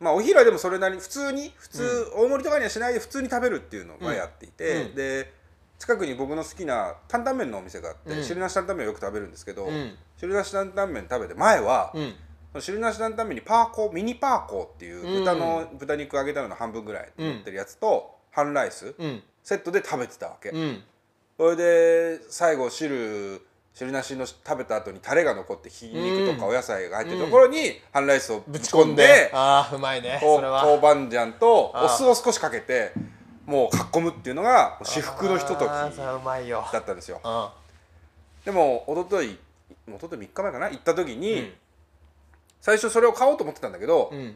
[SPEAKER 1] まあお昼はでもそれなりに普通に普通、大盛りとかにはしないで普通に食べるっていうのがやっていて、
[SPEAKER 2] うん
[SPEAKER 1] で近くに僕の好きな担々麺のお店があって、
[SPEAKER 2] うん
[SPEAKER 1] 汁なし担々麺をよく食べるんですけど、
[SPEAKER 2] うん
[SPEAKER 1] 汁なし担々麺食べて前は、
[SPEAKER 2] うん
[SPEAKER 1] 汁なし担々麺にパーコーミニパーコーっていう豚の、豚肉揚げたのの半分ぐらい乗ってるやつと、半ライス、
[SPEAKER 2] うん
[SPEAKER 1] セットで食べてたわけ、
[SPEAKER 2] うん
[SPEAKER 1] それで最後汁汁なしの食べた後にタレが残ってひき肉とかお野菜が入ってるところに半ライスをぶ
[SPEAKER 2] ぶち
[SPEAKER 1] ち込
[SPEAKER 2] 込
[SPEAKER 1] ん
[SPEAKER 2] ん
[SPEAKER 1] で
[SPEAKER 2] でああうまいね
[SPEAKER 1] こ
[SPEAKER 2] そうれ
[SPEAKER 1] 豆
[SPEAKER 2] は
[SPEAKER 1] 板醤と
[SPEAKER 2] あー
[SPEAKER 1] お酢を少しかけてもうかっこむっていうのが至福のひととき
[SPEAKER 2] ああそれはうまいよ
[SPEAKER 1] だったんですよ
[SPEAKER 2] うん
[SPEAKER 1] でも一昨日一昨日3日前かな行った時に、
[SPEAKER 2] うん
[SPEAKER 1] 最初それを買おうと思ってたんだけど、
[SPEAKER 2] うん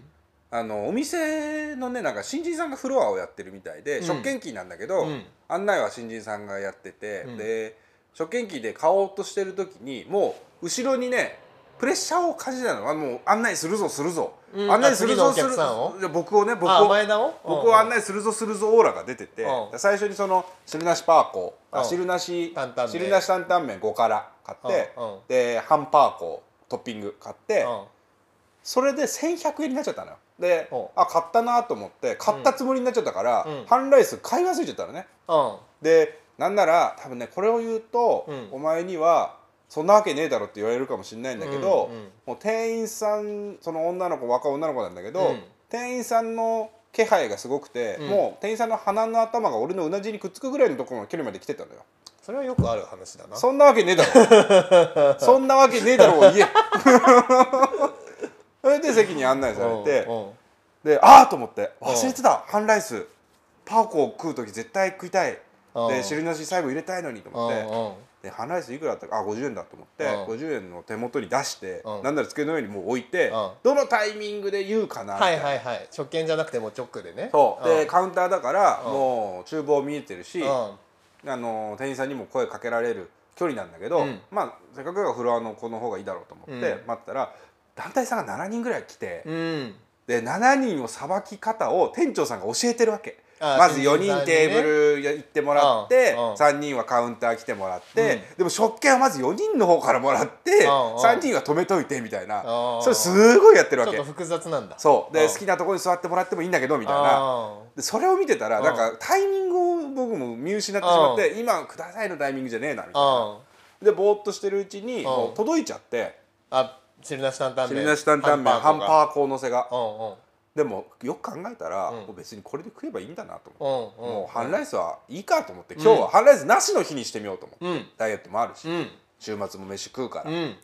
[SPEAKER 1] あのお店のねなんか新人さんがフロアをやってるみたいで、
[SPEAKER 2] うん
[SPEAKER 1] 食券機なんだけど、
[SPEAKER 2] うん
[SPEAKER 1] 案内は新人さんがやってて、
[SPEAKER 2] うん
[SPEAKER 1] で食券機で買おうとしてる時にもう後ろにねプレッシャーを感じたのはもう案内するぞするぞ、
[SPEAKER 2] うん
[SPEAKER 1] 案内するぞ
[SPEAKER 2] あ
[SPEAKER 1] す
[SPEAKER 2] 次のお
[SPEAKER 1] る
[SPEAKER 2] 客さんを
[SPEAKER 1] いや僕をね僕
[SPEAKER 2] あ
[SPEAKER 1] を
[SPEAKER 2] 前田を
[SPEAKER 1] 僕を案
[SPEAKER 2] な
[SPEAKER 1] 内するぞするぞオーラが出てて
[SPEAKER 2] うん
[SPEAKER 1] 最初にその汁なしパーコーあ
[SPEAKER 2] うん
[SPEAKER 1] 汁なし
[SPEAKER 2] 担々麺
[SPEAKER 1] 汁なし担々麺5から買って
[SPEAKER 2] うんうん
[SPEAKER 1] で半パーコートッピング買ってそれで1100円になっちゃったのよで
[SPEAKER 2] うん
[SPEAKER 1] あ買ったなと思って買ったつもりになっちゃったから
[SPEAKER 2] うん
[SPEAKER 1] 半ライス買い忘れちゃったのね
[SPEAKER 2] うん
[SPEAKER 1] でなんなら多分ねこれを言うと
[SPEAKER 2] うん
[SPEAKER 1] お前にはそんなわけねえだろって言われるかもしれないんだけど
[SPEAKER 2] うんうん
[SPEAKER 1] もう店員さんその女の子若い女の子なんだけ
[SPEAKER 2] う
[SPEAKER 1] ど
[SPEAKER 2] ん
[SPEAKER 1] 店員さんの気配がすごくて
[SPEAKER 2] うん
[SPEAKER 1] もう店員さんの鼻の頭が俺のうなじにくっつくぐらいのところの距離まで来てたのよ
[SPEAKER 2] それはよくある話だな
[SPEAKER 1] そんなわけねえだ ろそんなわけねえだろを言えそれで席に案内されて
[SPEAKER 2] うんうん
[SPEAKER 1] でああと思って
[SPEAKER 2] ん
[SPEAKER 1] 忘れてた半ライスパーコを食う時絶対食いたい
[SPEAKER 2] うん
[SPEAKER 1] で汁なし最後入れたいのにと思って
[SPEAKER 2] う
[SPEAKER 1] で半ライスいくらだったかあ50円だと思って
[SPEAKER 2] うん
[SPEAKER 1] 50円の手元に出して
[SPEAKER 2] うん
[SPEAKER 1] なんなら机の上にもう置いて
[SPEAKER 2] うん
[SPEAKER 1] どのタイミングで言うかなみ
[SPEAKER 2] ん
[SPEAKER 1] た
[SPEAKER 2] はいい
[SPEAKER 1] な
[SPEAKER 2] はいはい食券じゃなくてもう直でね
[SPEAKER 1] そうで
[SPEAKER 2] ん
[SPEAKER 1] カウンターだから
[SPEAKER 2] うん
[SPEAKER 1] もう厨房見えてるし
[SPEAKER 2] うん
[SPEAKER 1] あの店員さんにも声かけられる距離なんだけど、
[SPEAKER 2] うん
[SPEAKER 1] まあせっかくだからフロアの子の方がいいだろうと思って
[SPEAKER 2] うん
[SPEAKER 1] 待ったら、団体さんが7人ぐらい来て、
[SPEAKER 2] うん
[SPEAKER 1] で7人をさばき方を店長さんが教えてるわけ。
[SPEAKER 2] あ
[SPEAKER 1] まず4
[SPEAKER 2] 店員
[SPEAKER 1] 人
[SPEAKER 2] さんにね
[SPEAKER 1] テーブル行ってもらって、
[SPEAKER 2] うんうん
[SPEAKER 1] 3人はカウンター来てもらって、でも食券はまず4人の方からもらって、
[SPEAKER 2] うんうん
[SPEAKER 1] 3人は止めといてみたいな、
[SPEAKER 2] うん
[SPEAKER 1] それすごいやってる
[SPEAKER 2] ち
[SPEAKER 1] わ
[SPEAKER 2] ょっ
[SPEAKER 1] け
[SPEAKER 2] と複雑なんだ
[SPEAKER 1] そうで、
[SPEAKER 2] ん
[SPEAKER 1] 好きなところに座ってもらってもいいんだけどみたいな、
[SPEAKER 2] あー
[SPEAKER 1] でそれを見てたら、
[SPEAKER 2] うん
[SPEAKER 1] なんかタイミングを僕も見失ってしまって、今くださいのタイミングじゃねえなみたいな、
[SPEAKER 2] うん
[SPEAKER 1] でぼーっとしてるうちに、もう届いちゃって
[SPEAKER 2] あ汁なし担々麺
[SPEAKER 1] 汁なし担々麺ハン
[SPEAKER 2] ー
[SPEAKER 1] パーコーのせが、
[SPEAKER 2] う
[SPEAKER 1] でもよく考えたら、
[SPEAKER 2] うん
[SPEAKER 1] もう別にこれで食えばいいんだなと思って、
[SPEAKER 2] んうんうん
[SPEAKER 1] もう半ライスはいいかと思って今日は半ライスなしの日にしてみようと思って、
[SPEAKER 2] うん
[SPEAKER 1] ダイエットもあるし、
[SPEAKER 2] うん
[SPEAKER 1] 週末も飯食うから、
[SPEAKER 2] うん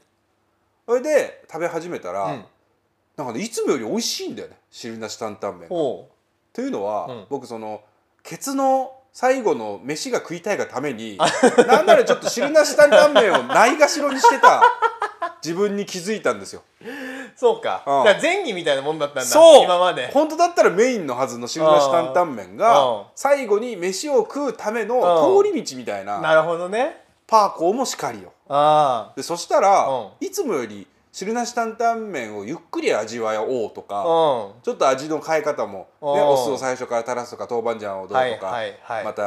[SPEAKER 1] それで食べ始めたら、
[SPEAKER 2] うん
[SPEAKER 1] なんかねいつもより美味しいんだよね汁なし担々麺が
[SPEAKER 2] ほ
[SPEAKER 1] というのは、
[SPEAKER 2] うん
[SPEAKER 1] 僕そのケツの最後の飯が食いたいがためになんならちょっと汁なし担々麺をないがしろにしてた自分に気づいたんですよ。
[SPEAKER 2] うそうか
[SPEAKER 1] うん
[SPEAKER 2] だから前儀みたいなもんだったんだ
[SPEAKER 1] そう
[SPEAKER 2] 今まで
[SPEAKER 1] 本当だったらメインのはずの汁なし担々麺
[SPEAKER 2] うん
[SPEAKER 1] が最後に飯を食うための
[SPEAKER 2] う
[SPEAKER 1] 通
[SPEAKER 2] ん
[SPEAKER 1] り道みたいな
[SPEAKER 2] なるほどね
[SPEAKER 1] パーコーもしかりよ。
[SPEAKER 2] あ
[SPEAKER 1] でそしたら、
[SPEAKER 2] う
[SPEAKER 1] いつもより汁なし担々麺をゆっくり味わおうとか、
[SPEAKER 2] うん
[SPEAKER 1] ちょっと味の変え方も、ね、
[SPEAKER 2] うん
[SPEAKER 1] お酢を最初から垂らすとか豆板醤をどうとか、
[SPEAKER 2] はいはいはい
[SPEAKER 1] また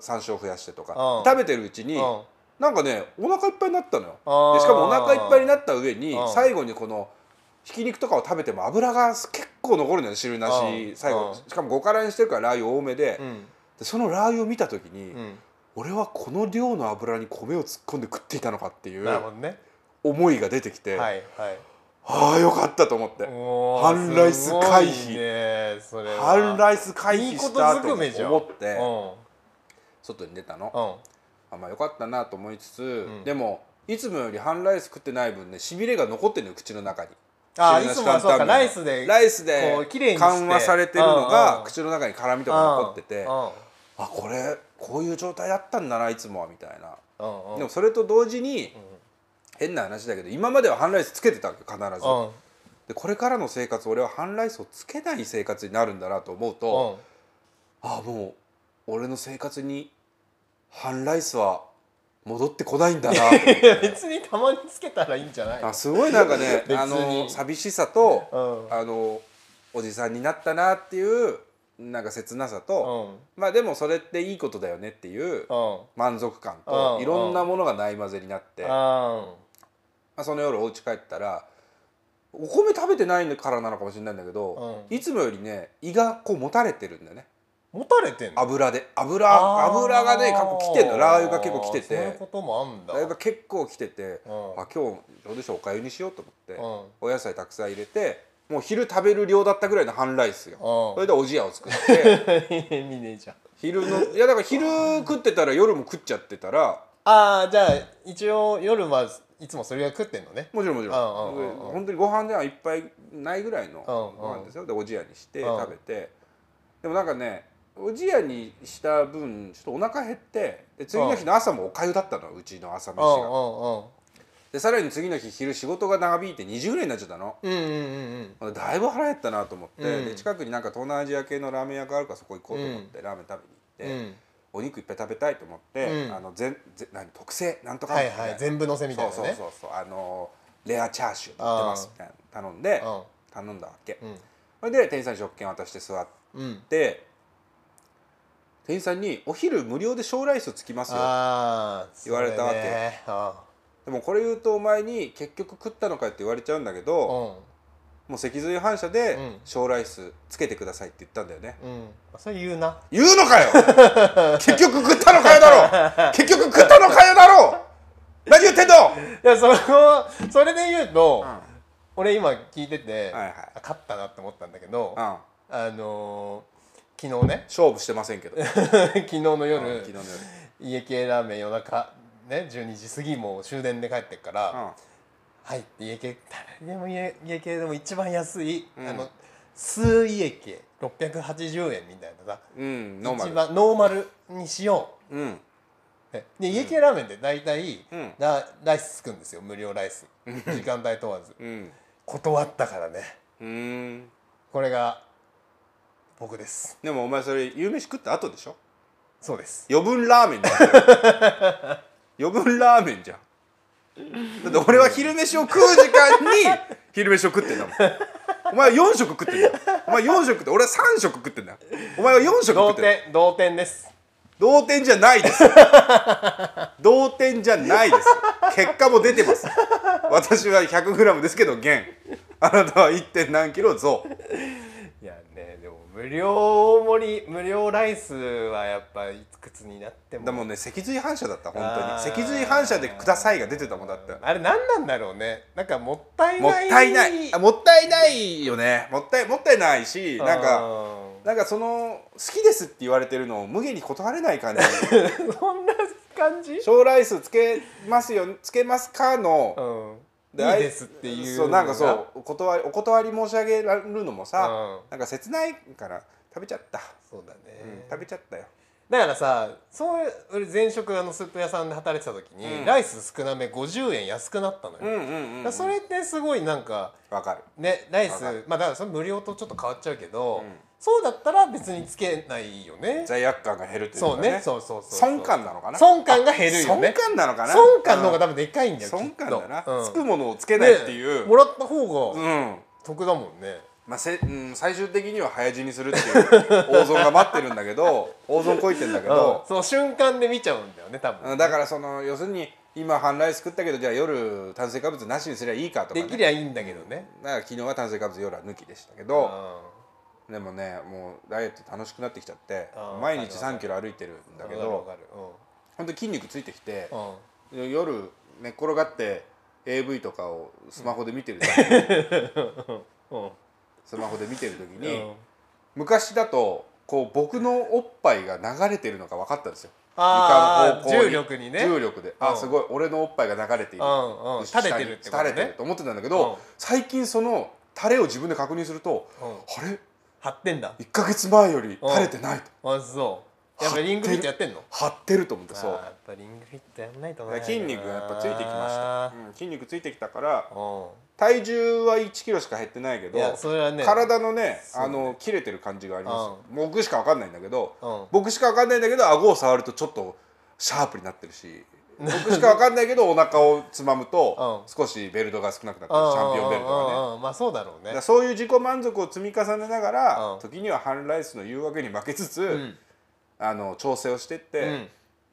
[SPEAKER 1] 山椒を増やしてとか
[SPEAKER 2] うん
[SPEAKER 1] 食べてるうちに、
[SPEAKER 2] うん
[SPEAKER 1] なんかねお腹いっぱいになったのよ
[SPEAKER 2] あー
[SPEAKER 1] でしかもお腹いっぱいになった上に
[SPEAKER 2] うん
[SPEAKER 1] 最後にこのひき肉とかを食べても油が結構残るのよ汁な
[SPEAKER 2] う
[SPEAKER 1] し
[SPEAKER 2] ん
[SPEAKER 1] 最
[SPEAKER 2] うん
[SPEAKER 1] 後しかも5辛にしてるからラー油多めで,、
[SPEAKER 2] うん
[SPEAKER 1] でそのラー油を見た時に、
[SPEAKER 2] うん
[SPEAKER 1] 俺はこの量の油に米を突っ込んで食っていたのかっていう
[SPEAKER 2] なるほどね
[SPEAKER 1] 思いが出てきて、
[SPEAKER 2] はいはい
[SPEAKER 1] ああよかったと思って。
[SPEAKER 2] おー
[SPEAKER 1] 半ライス回避
[SPEAKER 2] すごいねそれは
[SPEAKER 1] 半ライス回
[SPEAKER 2] い
[SPEAKER 1] 避
[SPEAKER 2] いこ
[SPEAKER 1] し
[SPEAKER 2] と
[SPEAKER 1] た
[SPEAKER 2] ず
[SPEAKER 1] と
[SPEAKER 2] く
[SPEAKER 1] 思
[SPEAKER 2] めじゃん
[SPEAKER 1] って
[SPEAKER 2] う
[SPEAKER 1] 外に出たの
[SPEAKER 2] ん
[SPEAKER 1] あ
[SPEAKER 2] うん
[SPEAKER 1] まあよかったなと思いつつ、
[SPEAKER 2] ん
[SPEAKER 1] でもいつもより半ライス食ってない分ねしびれが残ってるのよ口の中に
[SPEAKER 2] あー
[SPEAKER 1] 汁ないし
[SPEAKER 2] つもはそうか
[SPEAKER 1] 担々麺
[SPEAKER 2] ライスで
[SPEAKER 1] ライス
[SPEAKER 2] こ
[SPEAKER 1] で
[SPEAKER 2] う綺麗にして
[SPEAKER 1] 緩和されてるの
[SPEAKER 2] うんう
[SPEAKER 1] が
[SPEAKER 2] ん
[SPEAKER 1] 口の中に辛みとか残ってて
[SPEAKER 2] うんうん
[SPEAKER 1] あこれこういう状態だったんだないつもはみたいな
[SPEAKER 2] うんうん
[SPEAKER 1] でもそれと同時に変な話だけど今までは半ライスつけてたわけよ必ず
[SPEAKER 2] うん
[SPEAKER 1] でこれからの生活俺は半ライスをつけない生活になるんだなと思うと、
[SPEAKER 2] うん
[SPEAKER 1] あもう俺の生活に半ライスは戻ってこないんだなと思っ
[SPEAKER 2] いや
[SPEAKER 1] て
[SPEAKER 2] 別にたまにつけたらいいんじゃない
[SPEAKER 1] あすごいなんかね
[SPEAKER 2] 別に
[SPEAKER 1] あの寂しさと、
[SPEAKER 2] うん
[SPEAKER 1] あのおじさんになったなっていうなんか切なさと、
[SPEAKER 2] うん
[SPEAKER 1] まあでもそれっていいことだよねっていう
[SPEAKER 2] うん
[SPEAKER 1] 満足感
[SPEAKER 2] う
[SPEAKER 1] と
[SPEAKER 2] ん
[SPEAKER 1] いろんなものがない混ぜになって、ま
[SPEAKER 2] あ
[SPEAKER 1] あ、その夜お家帰ったらお米食べてないからなのかもしれないんだけど、
[SPEAKER 2] うん
[SPEAKER 1] いつもよりね胃がこうもたれてるんだよね。
[SPEAKER 2] ー持たれてんの
[SPEAKER 1] 油で
[SPEAKER 2] あ
[SPEAKER 1] 油
[SPEAKER 2] ー
[SPEAKER 1] 油がね過去来てんのラー油が結構来て
[SPEAKER 2] そういう
[SPEAKER 1] て
[SPEAKER 2] こともあん
[SPEAKER 1] ラ
[SPEAKER 2] だ
[SPEAKER 1] ー油が結構来てて、
[SPEAKER 2] うん
[SPEAKER 1] あ今日どうでしょうおかゆにしようと思って、
[SPEAKER 2] う
[SPEAKER 1] お野菜たくさん入れてもう昼食べる量だったぐらいの半ライスよ、
[SPEAKER 2] うん
[SPEAKER 1] それでおじやを作って
[SPEAKER 2] 意味ねえじゃん
[SPEAKER 1] 昼のいやだから昼食ってたら夜も食っちゃってたら
[SPEAKER 2] ああじゃあ一応夜はいつもそれが食ってんのね
[SPEAKER 1] もちろんもちろん
[SPEAKER 2] うんうんうんうん
[SPEAKER 1] 本当にご飯ではいっぱいないぐらいの
[SPEAKER 2] うんうん
[SPEAKER 1] ご飯ですよでおじやにして
[SPEAKER 2] うん
[SPEAKER 1] 食べてでもなんかねおじやにした分ちょっとお腹減ってで次の日の朝もおかゆだったのうちの朝飯
[SPEAKER 2] うんうん
[SPEAKER 1] が。でさらに次の日昼仕事が長引いて20ぐらいになっちゃったの
[SPEAKER 2] うんうんうんうん
[SPEAKER 1] だいぶ腹減ったなと思って、
[SPEAKER 2] うん
[SPEAKER 1] で近くになんか東南アジア系のラーメン屋があるからそこ行こうと思って、ラーメン食べ
[SPEAKER 2] う
[SPEAKER 1] に行って、
[SPEAKER 2] ん
[SPEAKER 1] お肉いっぱい食べたいと思って、
[SPEAKER 2] うん
[SPEAKER 1] あのぜんぜ何特製なんとか
[SPEAKER 2] はいはい全部乗せみ
[SPEAKER 1] み
[SPEAKER 2] た
[SPEAKER 1] た
[SPEAKER 2] い
[SPEAKER 1] い
[SPEAKER 2] な
[SPEAKER 1] な
[SPEAKER 2] ね
[SPEAKER 1] そうそうそうそうあのレアチャーシュー売ってますみたいな頼んで、
[SPEAKER 2] うん
[SPEAKER 1] 頼んだわけ、
[SPEAKER 2] うん
[SPEAKER 1] それで店員さんに食券渡して座っ
[SPEAKER 2] うん
[SPEAKER 1] て店員さんに「お昼無料で小ライスつきますよ」
[SPEAKER 2] ああ
[SPEAKER 1] 言われたわけでもこれ言うとお前に結局食ったのかよって言われちゃうんだけど、もう脊髄反射で
[SPEAKER 2] うん
[SPEAKER 1] 「将来数つけてください」って言ったんだよね、
[SPEAKER 2] うんうんそれ言うな
[SPEAKER 1] 言うのか よ結局食ったのかよだろ結局食ったのかよだろ何言ってん の
[SPEAKER 2] いやそのそれで言うと俺今聞いてて
[SPEAKER 1] はいはい
[SPEAKER 2] あ勝ったなって思ったんだけど
[SPEAKER 1] うん
[SPEAKER 2] あのー昨日ね
[SPEAKER 1] 勝負してませんけど
[SPEAKER 2] 昨日の夜
[SPEAKER 1] うん昨日の夜
[SPEAKER 2] 家系ラーメン夜中ね12時過ぎもう終電で帰ってっから、
[SPEAKER 1] うん
[SPEAKER 2] 入って家系誰でも家家系でも一番安い、
[SPEAKER 1] うん
[SPEAKER 2] あの数家系680円みたいなさ
[SPEAKER 1] うんノーマル
[SPEAKER 2] 一番ノーマルにしよ
[SPEAKER 1] うん
[SPEAKER 2] うねで家系ラーメンって大体、
[SPEAKER 1] うん
[SPEAKER 2] ラライスつくんですよ無料ライス時間帯問わず
[SPEAKER 1] うん
[SPEAKER 2] 断ったからね
[SPEAKER 1] うーん
[SPEAKER 2] これが僕です
[SPEAKER 1] でもお前それ夕飯食った後でしょ
[SPEAKER 2] そうです
[SPEAKER 1] 余分ラーメンだよ余分ラーメンじゃんだって俺は昼飯を食う時間に昼飯を食ってんだもんお前は4食食ってんだよお前4食って俺は3食食ってんだよお前は4食食
[SPEAKER 2] 同
[SPEAKER 1] ってんだよ
[SPEAKER 2] 点同点です
[SPEAKER 1] 同点じゃない です同点じゃないです結果も出てます私は 100g ですけど減あなたは 1. 点何キロ増
[SPEAKER 2] いやねでも無料大盛り無料ライスはやっぱいくつになっても
[SPEAKER 1] だもんね脊髄反射だった本
[SPEAKER 2] あ
[SPEAKER 1] 当
[SPEAKER 2] ー
[SPEAKER 1] に脊髄反射で「ください」が出てたもんだって
[SPEAKER 2] あれ何なんだろうねなんかもったい
[SPEAKER 1] もっ
[SPEAKER 2] ない
[SPEAKER 1] たいないあもったいないよねもったいもったいないし
[SPEAKER 2] うん
[SPEAKER 1] なんかなんかその好きですって言われてるのを無限に断れない感 じ
[SPEAKER 2] そんな感じ
[SPEAKER 1] 将来数つけますよつけますかの、
[SPEAKER 2] うんいいですっていう
[SPEAKER 1] そうなんかそ
[SPEAKER 2] のが
[SPEAKER 1] うお断りお断り申し上げられるのもさ、
[SPEAKER 2] うん
[SPEAKER 1] なんか切ないから食べちゃった、
[SPEAKER 2] そうだね、
[SPEAKER 1] うん食べちゃったよ
[SPEAKER 2] だからさそういう俺前職あのスープ屋さんで働いてた時に、
[SPEAKER 1] うん
[SPEAKER 2] ライス少なめ50円安くなったのよ、
[SPEAKER 1] うん
[SPEAKER 2] だか
[SPEAKER 1] うんうん、
[SPEAKER 2] らそれってすごいなんか
[SPEAKER 1] わかる
[SPEAKER 2] ねライス
[SPEAKER 1] わかる
[SPEAKER 2] まあだからそれ無料とちょっと変わっちゃうけど、そうだったら別につけないよね
[SPEAKER 1] 罪悪感が減るというか
[SPEAKER 2] そうねそうそうそう
[SPEAKER 1] 損感なのかな
[SPEAKER 2] 損感が減るよね
[SPEAKER 1] あ損感なのかな
[SPEAKER 2] 損感の方が多分でかいんだよ
[SPEAKER 1] 損感だな、
[SPEAKER 2] きっとうん
[SPEAKER 1] つくものをつけないっていう、
[SPEAKER 2] ねもらった方
[SPEAKER 1] う
[SPEAKER 2] が
[SPEAKER 1] ん
[SPEAKER 2] 得だもんね
[SPEAKER 1] まあせうん、最終的には早死にするっていう 大損が待ってるんだけど大損こいてんだけ
[SPEAKER 2] うん
[SPEAKER 1] ど、
[SPEAKER 2] その瞬間で見ちゃうんだよね多
[SPEAKER 1] う
[SPEAKER 2] 分
[SPEAKER 1] んだからその要するに今半ライス食ったけどじゃあ夜炭水化物なしにすりゃいいかとか、
[SPEAKER 2] で
[SPEAKER 1] ね、
[SPEAKER 2] きりゃいいんだけどね
[SPEAKER 1] だから昨日は炭水化物夜は抜きでしたけ
[SPEAKER 2] う
[SPEAKER 1] ど、
[SPEAKER 2] ん
[SPEAKER 1] でもねもうダイエット楽しくなってきちゃって
[SPEAKER 2] うん
[SPEAKER 1] 毎日
[SPEAKER 2] わかる
[SPEAKER 1] 3キロ歩いてるんだけ
[SPEAKER 2] わ
[SPEAKER 1] ど
[SPEAKER 2] かるわ
[SPEAKER 1] 本当に筋肉ついてきて
[SPEAKER 2] かるうんうん
[SPEAKER 1] 夜寝っ転がって AV とかをスマホで見てる時に、
[SPEAKER 2] うん
[SPEAKER 1] スマホで見てる時に、
[SPEAKER 2] うん
[SPEAKER 1] 昔だとこう僕のおっぱいが流れてるのが分かったんですよ
[SPEAKER 2] あ
[SPEAKER 1] 床の
[SPEAKER 2] ー
[SPEAKER 1] 方向
[SPEAKER 2] 重力にね
[SPEAKER 1] 重力であ
[SPEAKER 2] うん
[SPEAKER 1] すごい俺のおっぱいが流れている
[SPEAKER 2] うんうん垂れてるってことね
[SPEAKER 1] 垂れてると思ってたんだけ
[SPEAKER 2] う
[SPEAKER 1] ど
[SPEAKER 2] ん
[SPEAKER 1] 最近その垂れを自分で確認すると
[SPEAKER 2] うん
[SPEAKER 1] あれ
[SPEAKER 2] 張ってんだ
[SPEAKER 1] 1か月前より垂れてないと
[SPEAKER 2] あそうやっぱリングフィットやってんの
[SPEAKER 1] 張ってると思ってそ
[SPEAKER 2] あー
[SPEAKER 1] う
[SPEAKER 2] やっぱリングフィットやんないと
[SPEAKER 1] だ
[SPEAKER 2] 思
[SPEAKER 1] か
[SPEAKER 2] う
[SPEAKER 1] ら筋肉がやっぱついてきましたうん筋肉ついてきたから
[SPEAKER 2] う
[SPEAKER 1] 体重は1キロしか減ってないけど
[SPEAKER 2] いやそれはね
[SPEAKER 1] 体のね
[SPEAKER 2] う
[SPEAKER 1] あ
[SPEAKER 2] ね
[SPEAKER 1] の切れてる感じがありますよ僕しか分かんないんだけど
[SPEAKER 2] うん
[SPEAKER 1] 僕しか分かんないんだけど顎を触るとちょっとシャープになってるし僕しか分かんないけどお腹をつまむと
[SPEAKER 2] うん
[SPEAKER 1] 少しベルトが少なくなってる
[SPEAKER 2] ん
[SPEAKER 1] チャンピオンベルトがね
[SPEAKER 2] うんうんまあそうだろう
[SPEAKER 1] だ
[SPEAKER 2] ね
[SPEAKER 1] からそういう自己満足を積み重ねながら、
[SPEAKER 2] うん
[SPEAKER 1] 時にはハンライスの誘惑に負けつつ、
[SPEAKER 2] うん
[SPEAKER 1] あの調整をしてって、
[SPEAKER 2] ん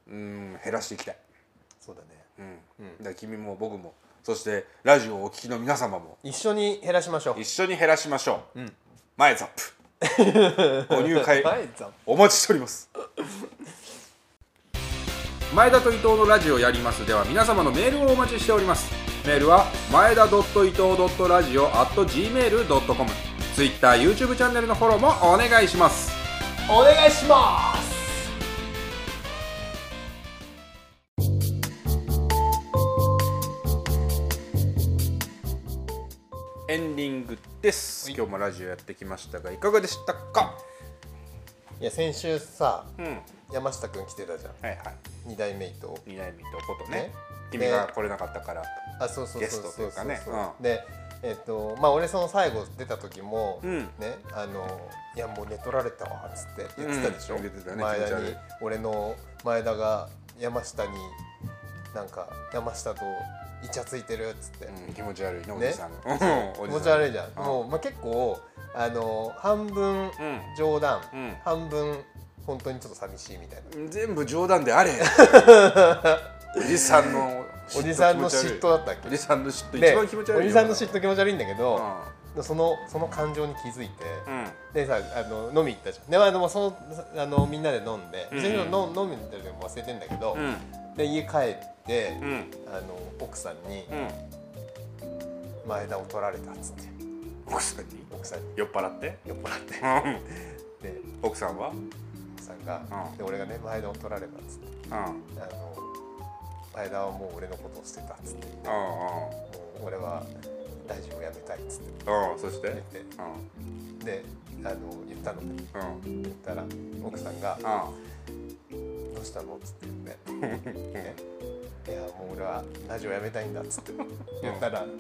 [SPEAKER 1] うん、減らしていきたい、
[SPEAKER 2] そうだね
[SPEAKER 1] うん
[SPEAKER 2] うん
[SPEAKER 1] だから君も僕もそしてラジオをお聞きの皆様も
[SPEAKER 2] 一緒に減らしましょう
[SPEAKER 1] 一緒に減らしましょう、
[SPEAKER 2] うん
[SPEAKER 1] 前ザップご入 会
[SPEAKER 2] はいざん
[SPEAKER 1] お待ちしております前田と伊藤のラジオやりますでは皆様のメールをお待ちしておりますメールは前田伊藤ラジオ at gmail.com ツイッター YouTube チャンネルのフォローもお願いします
[SPEAKER 2] お願いします
[SPEAKER 1] エンディングです今日もラジオやってきましたがいかがでしたか
[SPEAKER 2] いや先週さ
[SPEAKER 1] うんはい
[SPEAKER 2] 山下くん来てたじゃん
[SPEAKER 1] はい
[SPEAKER 2] 二代目伊藤
[SPEAKER 1] 二代目とことね
[SPEAKER 2] ね
[SPEAKER 1] 君が来れなかったから
[SPEAKER 2] あそうそうそう
[SPEAKER 1] ゲストというかね
[SPEAKER 2] そう
[SPEAKER 1] う
[SPEAKER 2] でえっとまあ俺その最後出た時も、
[SPEAKER 1] うん
[SPEAKER 2] ねあのいやもう寝取られたわっつって言ってたでしょ、
[SPEAKER 1] うん言ってたね
[SPEAKER 2] 前
[SPEAKER 1] 気持
[SPEAKER 2] 田
[SPEAKER 1] ち悪
[SPEAKER 2] に
[SPEAKER 1] い
[SPEAKER 2] 俺の前田が山下になんか山下とイチャついてるっつって、
[SPEAKER 1] うん気持ち悪いねお
[SPEAKER 2] ね
[SPEAKER 1] じさんの
[SPEAKER 2] 気持ち悪
[SPEAKER 1] い
[SPEAKER 2] いじゃん、
[SPEAKER 1] うん
[SPEAKER 2] もう、まあ、結構あの半分
[SPEAKER 1] ん
[SPEAKER 2] 冗談、
[SPEAKER 1] うん
[SPEAKER 2] 半分本当にちょっと寂しいみたいな
[SPEAKER 1] 全部冗談であれおじさんの
[SPEAKER 2] おじさんの嫉妬だったっ
[SPEAKER 1] お
[SPEAKER 2] け
[SPEAKER 1] じさんの嫉妬
[SPEAKER 2] で
[SPEAKER 1] 一番気持ち悪いよ
[SPEAKER 2] おじさんの嫉妬気持ち悪いんだけど、
[SPEAKER 1] う
[SPEAKER 2] そのその感情に気づいて、
[SPEAKER 1] ん
[SPEAKER 2] でさあの飲み行ったじゃんで、まあ、でもそのあのみんなで飲んで、
[SPEAKER 1] うんうん
[SPEAKER 2] 全然の飲みに行った時も忘れてんだけど、
[SPEAKER 1] うん
[SPEAKER 2] で家帰って、
[SPEAKER 1] うん
[SPEAKER 2] あの奥さんに
[SPEAKER 1] うん
[SPEAKER 2] 「前田を取られた」っつって
[SPEAKER 1] 奥さんに
[SPEAKER 2] 奥さんに
[SPEAKER 1] 酔っ払って
[SPEAKER 2] 酔っ払ってで
[SPEAKER 1] 奥さんは
[SPEAKER 2] 奥さんが、
[SPEAKER 1] うん
[SPEAKER 2] で俺がね「前田を取られた」っつって
[SPEAKER 1] うんうん
[SPEAKER 2] 「あの前田はもう俺のことを捨てた」っつって
[SPEAKER 1] うん
[SPEAKER 2] 「もう俺は大臣を辞めたい」っつって
[SPEAKER 1] うんうんそして
[SPEAKER 2] 言って
[SPEAKER 1] うん
[SPEAKER 2] であの言ったのね
[SPEAKER 1] うん
[SPEAKER 2] 言ったら奥さんが「どうしたの?」っつって言って「ねいやもう俺はラジオやめたいんだ」っつって言ったら
[SPEAKER 1] うんうん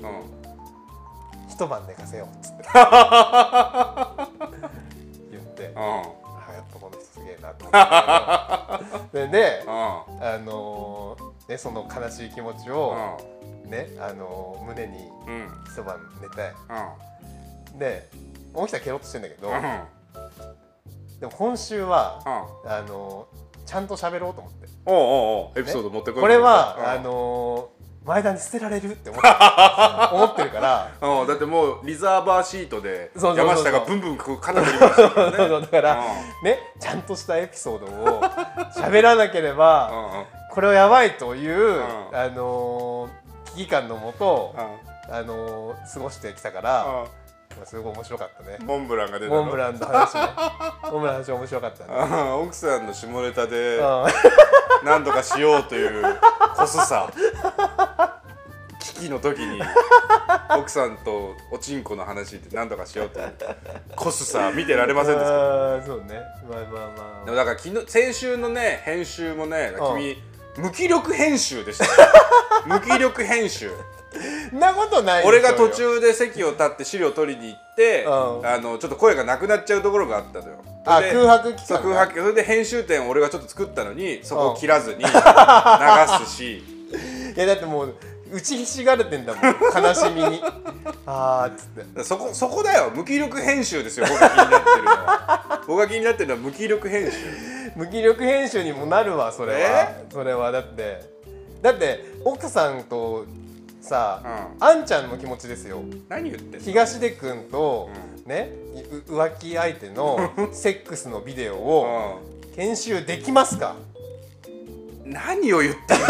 [SPEAKER 2] 「一晩寝かせよう」っつって言って「
[SPEAKER 1] うん
[SPEAKER 2] あやっぱこの人すげえな」って思ってでで
[SPEAKER 1] うん
[SPEAKER 2] あのーねその悲しい気持ち
[SPEAKER 1] う
[SPEAKER 2] を
[SPEAKER 1] ん
[SPEAKER 2] ねあのー胸に
[SPEAKER 1] うんうん
[SPEAKER 2] 一晩寝てで起きたらケロッとしてんだけど
[SPEAKER 1] うんうん
[SPEAKER 2] でも今週はあのーちゃんと喋ろうと思って
[SPEAKER 1] おうおうおうエピソード持ってこい
[SPEAKER 2] これは、
[SPEAKER 1] うん
[SPEAKER 2] あのー前田に捨てられるって 思って思ってるから
[SPEAKER 1] うんだってもうリザーバーシートで
[SPEAKER 2] そうそうそう
[SPEAKER 1] 山下がブンブンこう肩振りましたからね
[SPEAKER 2] そうそうだから、
[SPEAKER 1] う
[SPEAKER 2] ねちゃんとしたエピソードを喋らなければ、これはやばいという、
[SPEAKER 1] ん
[SPEAKER 2] あのー危機感のもと、
[SPEAKER 1] うんうんうん
[SPEAKER 2] あのー過ごしてきたから、
[SPEAKER 1] うん
[SPEAKER 2] すごい面白かったね。
[SPEAKER 1] モンブランが出たの
[SPEAKER 2] モンブランの話ね。モンブランの話面白かったね。
[SPEAKER 1] あー奥さんの下ネタで
[SPEAKER 2] う
[SPEAKER 1] 何とかしようというこす さ危機の時に奥さんとおちんこの話で何とかしようというこすさ見てられませんでした
[SPEAKER 2] ん。そうね。まあまあ
[SPEAKER 1] で
[SPEAKER 2] ま
[SPEAKER 1] もだから昨日先週のね編集もね
[SPEAKER 2] うん
[SPEAKER 1] 君無気力編集でした無気力編集
[SPEAKER 2] んなことないでしょう
[SPEAKER 1] 俺
[SPEAKER 2] よ
[SPEAKER 1] が途中で席を立って資料取りに行って、
[SPEAKER 2] うん
[SPEAKER 1] あのちょっと声がなくなっちゃうところがあったのよ
[SPEAKER 2] あ
[SPEAKER 1] で
[SPEAKER 2] 空白期間
[SPEAKER 1] そう空白それで編集点を俺がちょっと作ったのにそこを切ら ずに流すし、
[SPEAKER 2] いやだってもう打ちひしがれてんだもん 悲しみにあーっつって
[SPEAKER 1] そこそこだよ無気力編集ですよ僕が気になってるの は僕が気になってるのは無気力編集
[SPEAKER 2] 無気力編集にもなるわそれはそれはだってだって奥さんとさ、あんちゃんの気持ちですよ
[SPEAKER 1] 何言ってんの
[SPEAKER 2] 東出君と、ねいう浮気相 手のセックスのビデオを編集できますか
[SPEAKER 1] うん何を言っている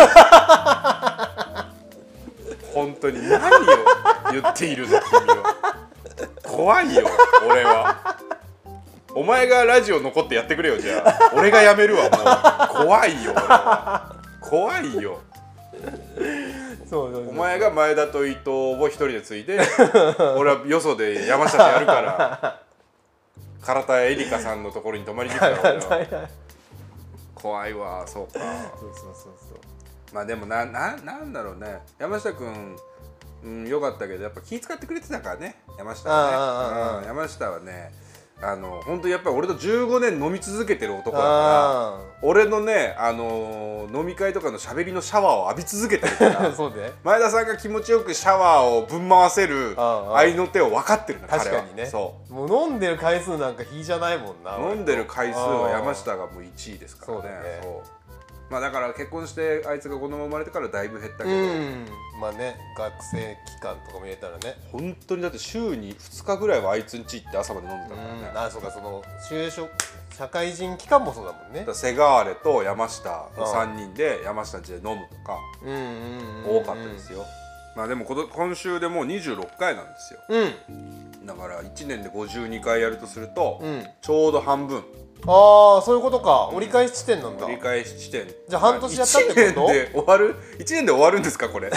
[SPEAKER 1] 本当に何を言っているの君は怖いよ俺はお前がラジオ残ってやってくれよじゃあ俺がやめるわもう怖いよ俺は怖いよ
[SPEAKER 2] そうそうそう
[SPEAKER 1] お前が前田と伊藤を一人で継いで俺はよそで山下とやるから唐田絵里香さんのところに泊まりに行く から俺は怖いわそうか
[SPEAKER 2] そうそうそうそう
[SPEAKER 1] まあでもなななんだろうね山下君うん、よかったけどやっぱ気使ってくれてたからね山下
[SPEAKER 2] うんうん
[SPEAKER 1] は
[SPEAKER 2] う
[SPEAKER 1] ね、
[SPEAKER 2] ん
[SPEAKER 1] うん、山下はねあの本当やっぱり俺と15年飲み続けてる男だから
[SPEAKER 2] あ
[SPEAKER 1] 俺のね、あのー飲み会とかのしゃべりのシャワーを浴び続けてるから
[SPEAKER 2] あ そうで
[SPEAKER 1] 前田さんが気持ちよくシャワーをぶん回せる
[SPEAKER 2] ああ
[SPEAKER 1] 愛の手を分かってるな
[SPEAKER 2] 確
[SPEAKER 1] 彼
[SPEAKER 2] か
[SPEAKER 1] は
[SPEAKER 2] にね
[SPEAKER 1] そ
[SPEAKER 2] もう飲んでる回数なんか比じゃないもんな
[SPEAKER 1] う飲んでる回数は山
[SPEAKER 2] あ
[SPEAKER 1] 下がもう1位ですからね
[SPEAKER 2] そうだね
[SPEAKER 1] そうまあだから結婚してあいつが子供生まれてからだいぶ減ったけ
[SPEAKER 2] ー
[SPEAKER 1] ど、
[SPEAKER 2] うんまあね学生期間とかも入れたらね
[SPEAKER 1] 本当にだって週に2日ぐらいはあいつんち行って朝まで飲んでたからね、だ
[SPEAKER 2] ああそうかその就職社会人期間もそうだもんね
[SPEAKER 1] からセガーレと山下の3人で山下んちで飲むとか
[SPEAKER 2] うんうんうんうん
[SPEAKER 1] 多かったですよ、まあでもこと今週でもう26回なんですよ
[SPEAKER 2] うん
[SPEAKER 1] だから1年で52回やるとすると、
[SPEAKER 2] うん
[SPEAKER 1] ちょうど半分
[SPEAKER 2] ああそういうことか折り返し地点なんだ
[SPEAKER 1] 折り返し地点
[SPEAKER 2] じゃあ半年やったってこと
[SPEAKER 1] 1年で終わる1年で終わるんですかこ れ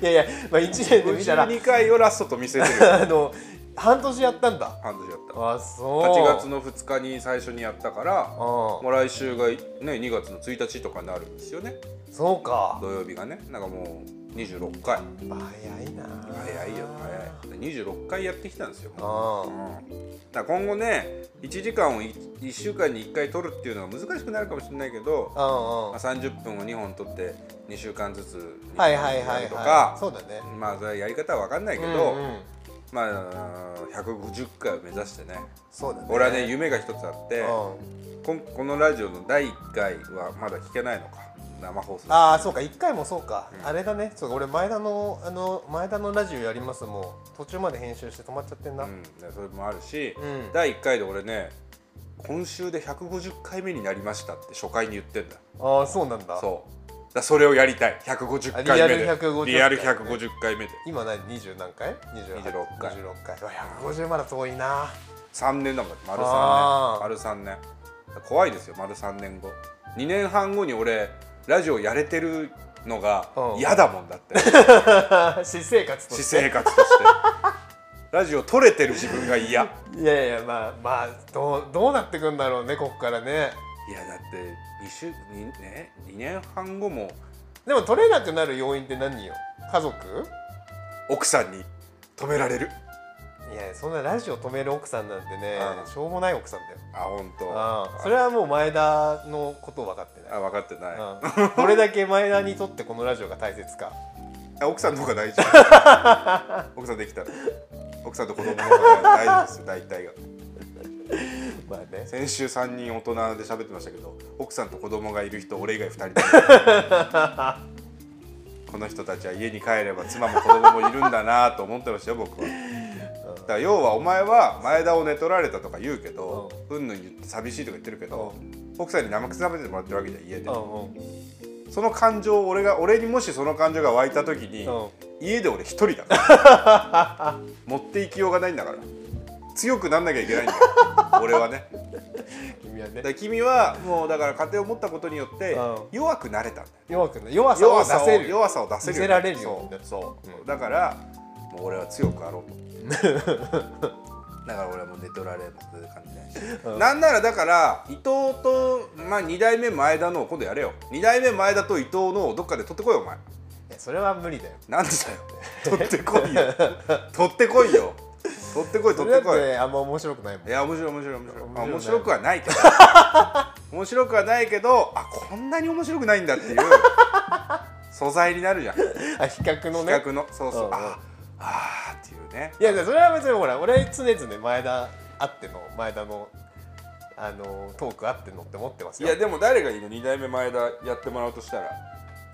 [SPEAKER 2] いやいや、まあ、1年で見たら
[SPEAKER 1] 52回をラストと見せてる
[SPEAKER 2] あの半年やったんだ
[SPEAKER 1] 半年やった
[SPEAKER 2] あそう
[SPEAKER 1] 8月の2日に最初にやったからもう来週がね2月の1日とかになるんですよね
[SPEAKER 2] うんそうか
[SPEAKER 1] 土曜日がねなんかもう26回
[SPEAKER 2] 早いな
[SPEAKER 1] 早いよ早い26回やってきたんですよ
[SPEAKER 2] あ
[SPEAKER 1] だから今後ね1時間を1週間に1回取るっていうのは難しくなるかもしれないけど
[SPEAKER 2] あうんうん
[SPEAKER 1] まあ、30分を2本取って2週間ずつ
[SPEAKER 2] はいはいはいはい
[SPEAKER 1] とか
[SPEAKER 2] そうだね
[SPEAKER 1] まあそれはやり方は分かんないけど、
[SPEAKER 2] うんうん
[SPEAKER 1] まあ150回を目指してね
[SPEAKER 2] そうだね
[SPEAKER 1] 俺はね夢が一つあって
[SPEAKER 2] うん
[SPEAKER 1] こんこのラジオの第1回はまだ聞けないのか生放送
[SPEAKER 2] ああそうか1回もそうか、あれだねそうか俺前田のあの前田のラジオやりますもう途中まで編集して止まっちゃってんな、
[SPEAKER 1] うん、でそれもあるし、
[SPEAKER 2] うん
[SPEAKER 1] 第1回で俺ね今週で150回目になりましたって初回に言ってんだ
[SPEAKER 2] ああそうなんだ
[SPEAKER 1] そうだからそれをやりたい150回目で
[SPEAKER 2] リアル150
[SPEAKER 1] リアル150回目で
[SPEAKER 2] 今何20何回 ?26
[SPEAKER 1] 26回
[SPEAKER 2] 26回うわ150まだ遠いな
[SPEAKER 1] 3年なんだって丸
[SPEAKER 2] あ
[SPEAKER 1] 3年
[SPEAKER 2] ー
[SPEAKER 1] 丸三年怖いですよ丸3年後2年半後に俺ラジオやれてるのが
[SPEAKER 2] うん
[SPEAKER 1] 嫌だもんだって
[SPEAKER 2] 私生活と
[SPEAKER 1] 私
[SPEAKER 2] して
[SPEAKER 1] 生活としてラジオ撮れてる自分が嫌
[SPEAKER 2] いやいやまあまあどうどうなってくんだろうねここからね
[SPEAKER 1] いやだって2週にね2年半後も
[SPEAKER 2] でも取れなくなる要因って何よ家族
[SPEAKER 1] 奥さんに止められる
[SPEAKER 2] いやそんなラジオ止める奥さんなんてね
[SPEAKER 1] うん
[SPEAKER 2] しょうもない奥さんだよ
[SPEAKER 1] あ本当
[SPEAKER 2] あそれはもう前田のこと分かってない
[SPEAKER 1] あ分かってない、
[SPEAKER 2] う んどれだけ前田にとってこのラジオが大切か
[SPEAKER 1] あ奥さんの方が大事奥さんできたら奥さんと子供の方が大事ですよ大体が
[SPEAKER 2] まあね
[SPEAKER 1] 先週3人大人で喋ってましたけど奥さんと子供がいる人俺以外2人 この人たちは家に帰れば妻も子供もいるんだなと思ってましたよ僕は。だから要はお前は前田を寝取られたとか言うけどうんぬん言って寂しいとか言ってるけど奥さんに生臭めてもらってるわけじゃん家で
[SPEAKER 2] うんうん
[SPEAKER 1] その感情を俺が俺にもしその感情が湧いた時に
[SPEAKER 2] うん
[SPEAKER 1] 家で俺一人だから 持っていきようがないんだから強くなんなきゃいけないんだよ俺はね
[SPEAKER 2] 君はね
[SPEAKER 1] だから君はもうだから家庭を持ったことによって
[SPEAKER 2] うん
[SPEAKER 1] 弱くなれたんだよ
[SPEAKER 2] 弱くない弱さを
[SPEAKER 1] 弱
[SPEAKER 2] 出
[SPEAKER 1] さを
[SPEAKER 2] せる
[SPEAKER 1] 弱さを出せる
[SPEAKER 2] 見せられるよ
[SPEAKER 1] そうそう、
[SPEAKER 2] うん
[SPEAKER 1] だからもう俺は強くあろうと だから俺はもう寝取られもそういう感じないし、
[SPEAKER 2] うん
[SPEAKER 1] なんならだから伊藤と、まあ、2代目前田のを今度やれよ2代目前田と伊藤のをどっかで取ってこいよお前
[SPEAKER 2] やそれは無理だよ
[SPEAKER 1] なんでだよ取ってこいよ 取ってこいよ取ってこい
[SPEAKER 2] そ
[SPEAKER 1] 取
[SPEAKER 2] れ
[SPEAKER 1] っ
[SPEAKER 2] だ
[SPEAKER 1] てこい
[SPEAKER 2] ってあんま面白くないもん
[SPEAKER 1] いや面白い面白い面白いあ面
[SPEAKER 2] 面
[SPEAKER 1] 白
[SPEAKER 2] 白
[SPEAKER 1] くはないけ ど面白くはないけどあこんなに面白くないんだっていう素材になるじゃん比
[SPEAKER 2] あ比較のね
[SPEAKER 1] 較のそうそううん
[SPEAKER 2] うん
[SPEAKER 1] ああーっていうね
[SPEAKER 2] いやそれは別にほら俺常々前田あっての前田のあのトークあってのって思ってま
[SPEAKER 1] い
[SPEAKER 2] すよ
[SPEAKER 1] やでも誰がいいの2代目前田やってもらうとしたら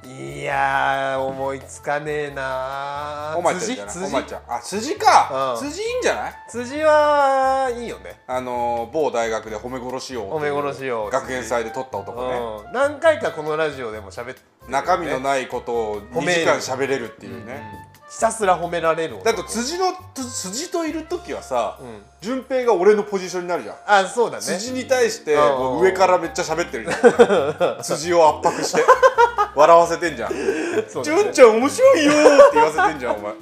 [SPEAKER 2] いやー思いつかねえなー
[SPEAKER 1] おまちゃんじゃない
[SPEAKER 2] 辻
[SPEAKER 1] おま
[SPEAKER 2] 辻
[SPEAKER 1] ちゃんあ辻か
[SPEAKER 2] うん
[SPEAKER 1] 辻いいんじゃない
[SPEAKER 2] 辻はいいよね
[SPEAKER 1] あのー某大学で褒め殺しを
[SPEAKER 2] 褒め殺し王
[SPEAKER 1] 学園祭で取った男ね
[SPEAKER 2] うん、何回かこのラジオでも喋ってるよね
[SPEAKER 1] 中身のないことを2
[SPEAKER 2] 褒める
[SPEAKER 1] 時間喋れるっていうね
[SPEAKER 2] ひたすら褒められる男
[SPEAKER 1] だと辻のつ辻といる時はさ
[SPEAKER 2] うん
[SPEAKER 1] 順平が俺のポジションになるじゃん
[SPEAKER 2] あそうだね
[SPEAKER 1] 辻に対して
[SPEAKER 2] うん
[SPEAKER 1] もう上からめっちゃ喋ってるじゃん辻を圧迫して笑わせてんじゃん「
[SPEAKER 2] そうだね
[SPEAKER 1] 純ちゃん面白いよ」って言わせてんじゃんお前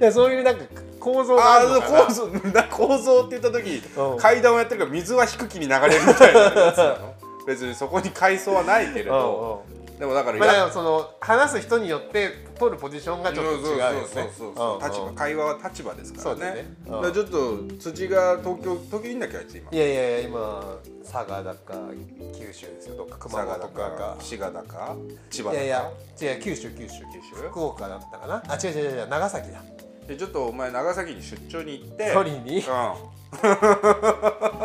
[SPEAKER 2] いやそういうなんか構造があ
[SPEAKER 1] あ
[SPEAKER 2] るの
[SPEAKER 1] の
[SPEAKER 2] かな
[SPEAKER 1] 構造な構造って言った時、
[SPEAKER 2] うん
[SPEAKER 1] 階段をやってるから水は低気に流れるみたいなやつなの別にそこに階層はないけれど、
[SPEAKER 2] うん
[SPEAKER 1] でもだから
[SPEAKER 2] うんまあ、だか
[SPEAKER 1] や
[SPEAKER 2] らその話す人によって取るポジションがちょっと違うよね
[SPEAKER 1] そうそうそうそう立場
[SPEAKER 2] んん
[SPEAKER 1] 会話は立場ですから
[SPEAKER 2] そうだ
[SPEAKER 1] ね
[SPEAKER 2] ねうん
[SPEAKER 1] だからちょっと辻が東京東京いいんだっけあいつ今
[SPEAKER 2] いやいやいや今佐賀だか九州ですよどっか熊
[SPEAKER 1] 佐賀
[SPEAKER 2] 本
[SPEAKER 1] だ
[SPEAKER 2] とか
[SPEAKER 1] か
[SPEAKER 2] か
[SPEAKER 1] 滋賀だか千葉だ
[SPEAKER 2] い
[SPEAKER 1] か
[SPEAKER 2] やいや違う九州
[SPEAKER 1] 九
[SPEAKER 2] 九州
[SPEAKER 1] 州
[SPEAKER 2] 福岡だったかなあ違う違う違う長崎だ
[SPEAKER 1] でちょっとお前長崎に出張に行って
[SPEAKER 2] 取りに行
[SPEAKER 1] う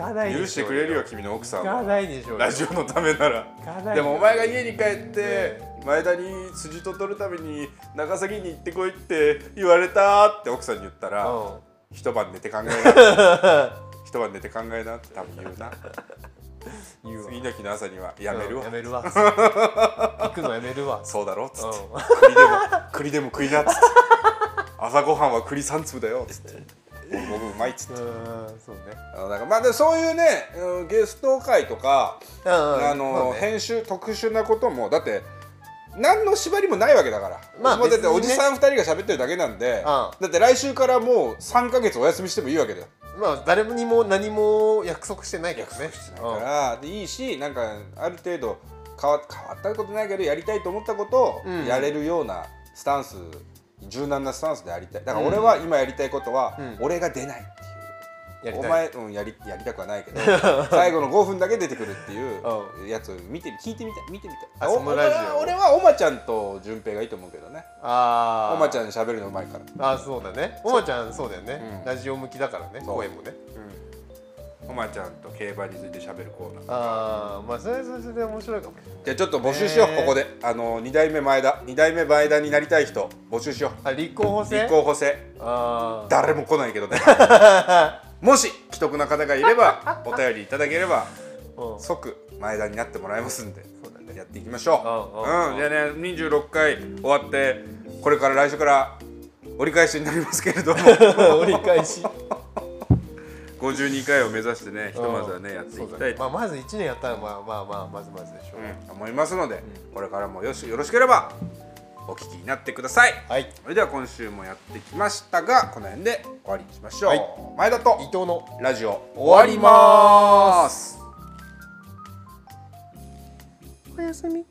[SPEAKER 2] かない
[SPEAKER 1] ん、
[SPEAKER 2] でしょ
[SPEAKER 1] 許してくれるよ君の奥さ
[SPEAKER 2] 行
[SPEAKER 1] んは
[SPEAKER 2] かないでしょうよ
[SPEAKER 1] ラジオのためなら
[SPEAKER 2] 行かない
[SPEAKER 1] で
[SPEAKER 2] よ
[SPEAKER 1] もお前が家に帰って前田に辻と取るために長崎に行ってこいって言われたって奥さんに言ったら、
[SPEAKER 2] うん
[SPEAKER 1] 一晩寝て考えな 一晩寝て考えなって多分言うな
[SPEAKER 2] 言うわ
[SPEAKER 1] 次の日の朝にはやめるわ、
[SPEAKER 2] うんやめるわ 行くのやめるわ
[SPEAKER 1] そうだろっつって、
[SPEAKER 2] う
[SPEAKER 1] 栗でも栗でも食いなっつって 朝ごはんは栗3粒だよっつって僕うまいっつって
[SPEAKER 2] んうんそうね
[SPEAKER 1] あのだからまあでもそういうねうんゲスト会とか
[SPEAKER 2] うんうん
[SPEAKER 1] あの
[SPEAKER 2] そうね
[SPEAKER 1] 編集特殊なこともだって何の縛りもないわけだから、
[SPEAKER 2] まあ
[SPEAKER 1] もうだって
[SPEAKER 2] 別にね
[SPEAKER 1] おじさん2人が喋ってるだけなんで、だって来週からもう3か月お休みしてもいいわけだよ
[SPEAKER 2] まあ誰にも何も約束してないけどね
[SPEAKER 1] だから、でいいしなんかある程度変わ変わったことないけどやりたいと思ったことを
[SPEAKER 2] うん
[SPEAKER 1] やれるようなスタンス、柔軟なスタンスでありたいだから俺は今やりたいことは、
[SPEAKER 2] うん
[SPEAKER 1] 俺が出ないっていう。
[SPEAKER 2] うんやり
[SPEAKER 1] お
[SPEAKER 2] たい
[SPEAKER 1] 前、うん、やりやりたくはないけど 最後の5分だけ出てくるっていうやつを見て聞いてみたい見てみたい
[SPEAKER 2] あ
[SPEAKER 1] お
[SPEAKER 2] そのラジオ
[SPEAKER 1] 俺は俺はおまちゃんと順平がいいと思うけどね
[SPEAKER 2] あ
[SPEAKER 1] おまち
[SPEAKER 2] ゃん
[SPEAKER 1] ゃん喋るのうまいから、
[SPEAKER 2] あーそうだねおまちゃんそうだよね
[SPEAKER 1] うん
[SPEAKER 2] ラジオ向きだからね
[SPEAKER 1] そう
[SPEAKER 2] 声もね
[SPEAKER 1] おまちゃんと競馬について喋るコーナー
[SPEAKER 2] ああまあそれはそれで面白いかもね
[SPEAKER 1] じゃあちょっと募集しよう、
[SPEAKER 2] へー
[SPEAKER 1] ここであの2代目前田2代目前田になりたい人募集しよ
[SPEAKER 2] あ立候補
[SPEAKER 1] う
[SPEAKER 2] 制
[SPEAKER 1] 立候補制
[SPEAKER 2] あ
[SPEAKER 1] 誰も来ないけど ねもし既得な方がいればお便りいただければ
[SPEAKER 2] あ、うん、
[SPEAKER 1] 即前田になってもらいますんで
[SPEAKER 2] そうだね
[SPEAKER 1] やっていきましょう。
[SPEAKER 2] うんうん
[SPEAKER 1] うん、じゃあね、26回終わって、これから来週から折り返しになりますけれど も、
[SPEAKER 2] 折り返し
[SPEAKER 1] 52回を目指してね、ひとまずはね、やってい
[SPEAKER 2] そう
[SPEAKER 1] き
[SPEAKER 2] だ
[SPEAKER 1] たい
[SPEAKER 2] ね
[SPEAKER 1] と
[SPEAKER 2] まあ、まず一年やったらまあまあまあまずまずでしょう、
[SPEAKER 1] うん思いますので、これからもよしよろしければお聞きになってください。
[SPEAKER 2] はい伊
[SPEAKER 1] それでは今週もやってきましたが、この辺で終わりにしましょう。
[SPEAKER 2] はい
[SPEAKER 1] 前田と
[SPEAKER 2] 藤の
[SPEAKER 1] ラジオ終わります。
[SPEAKER 2] おやすみ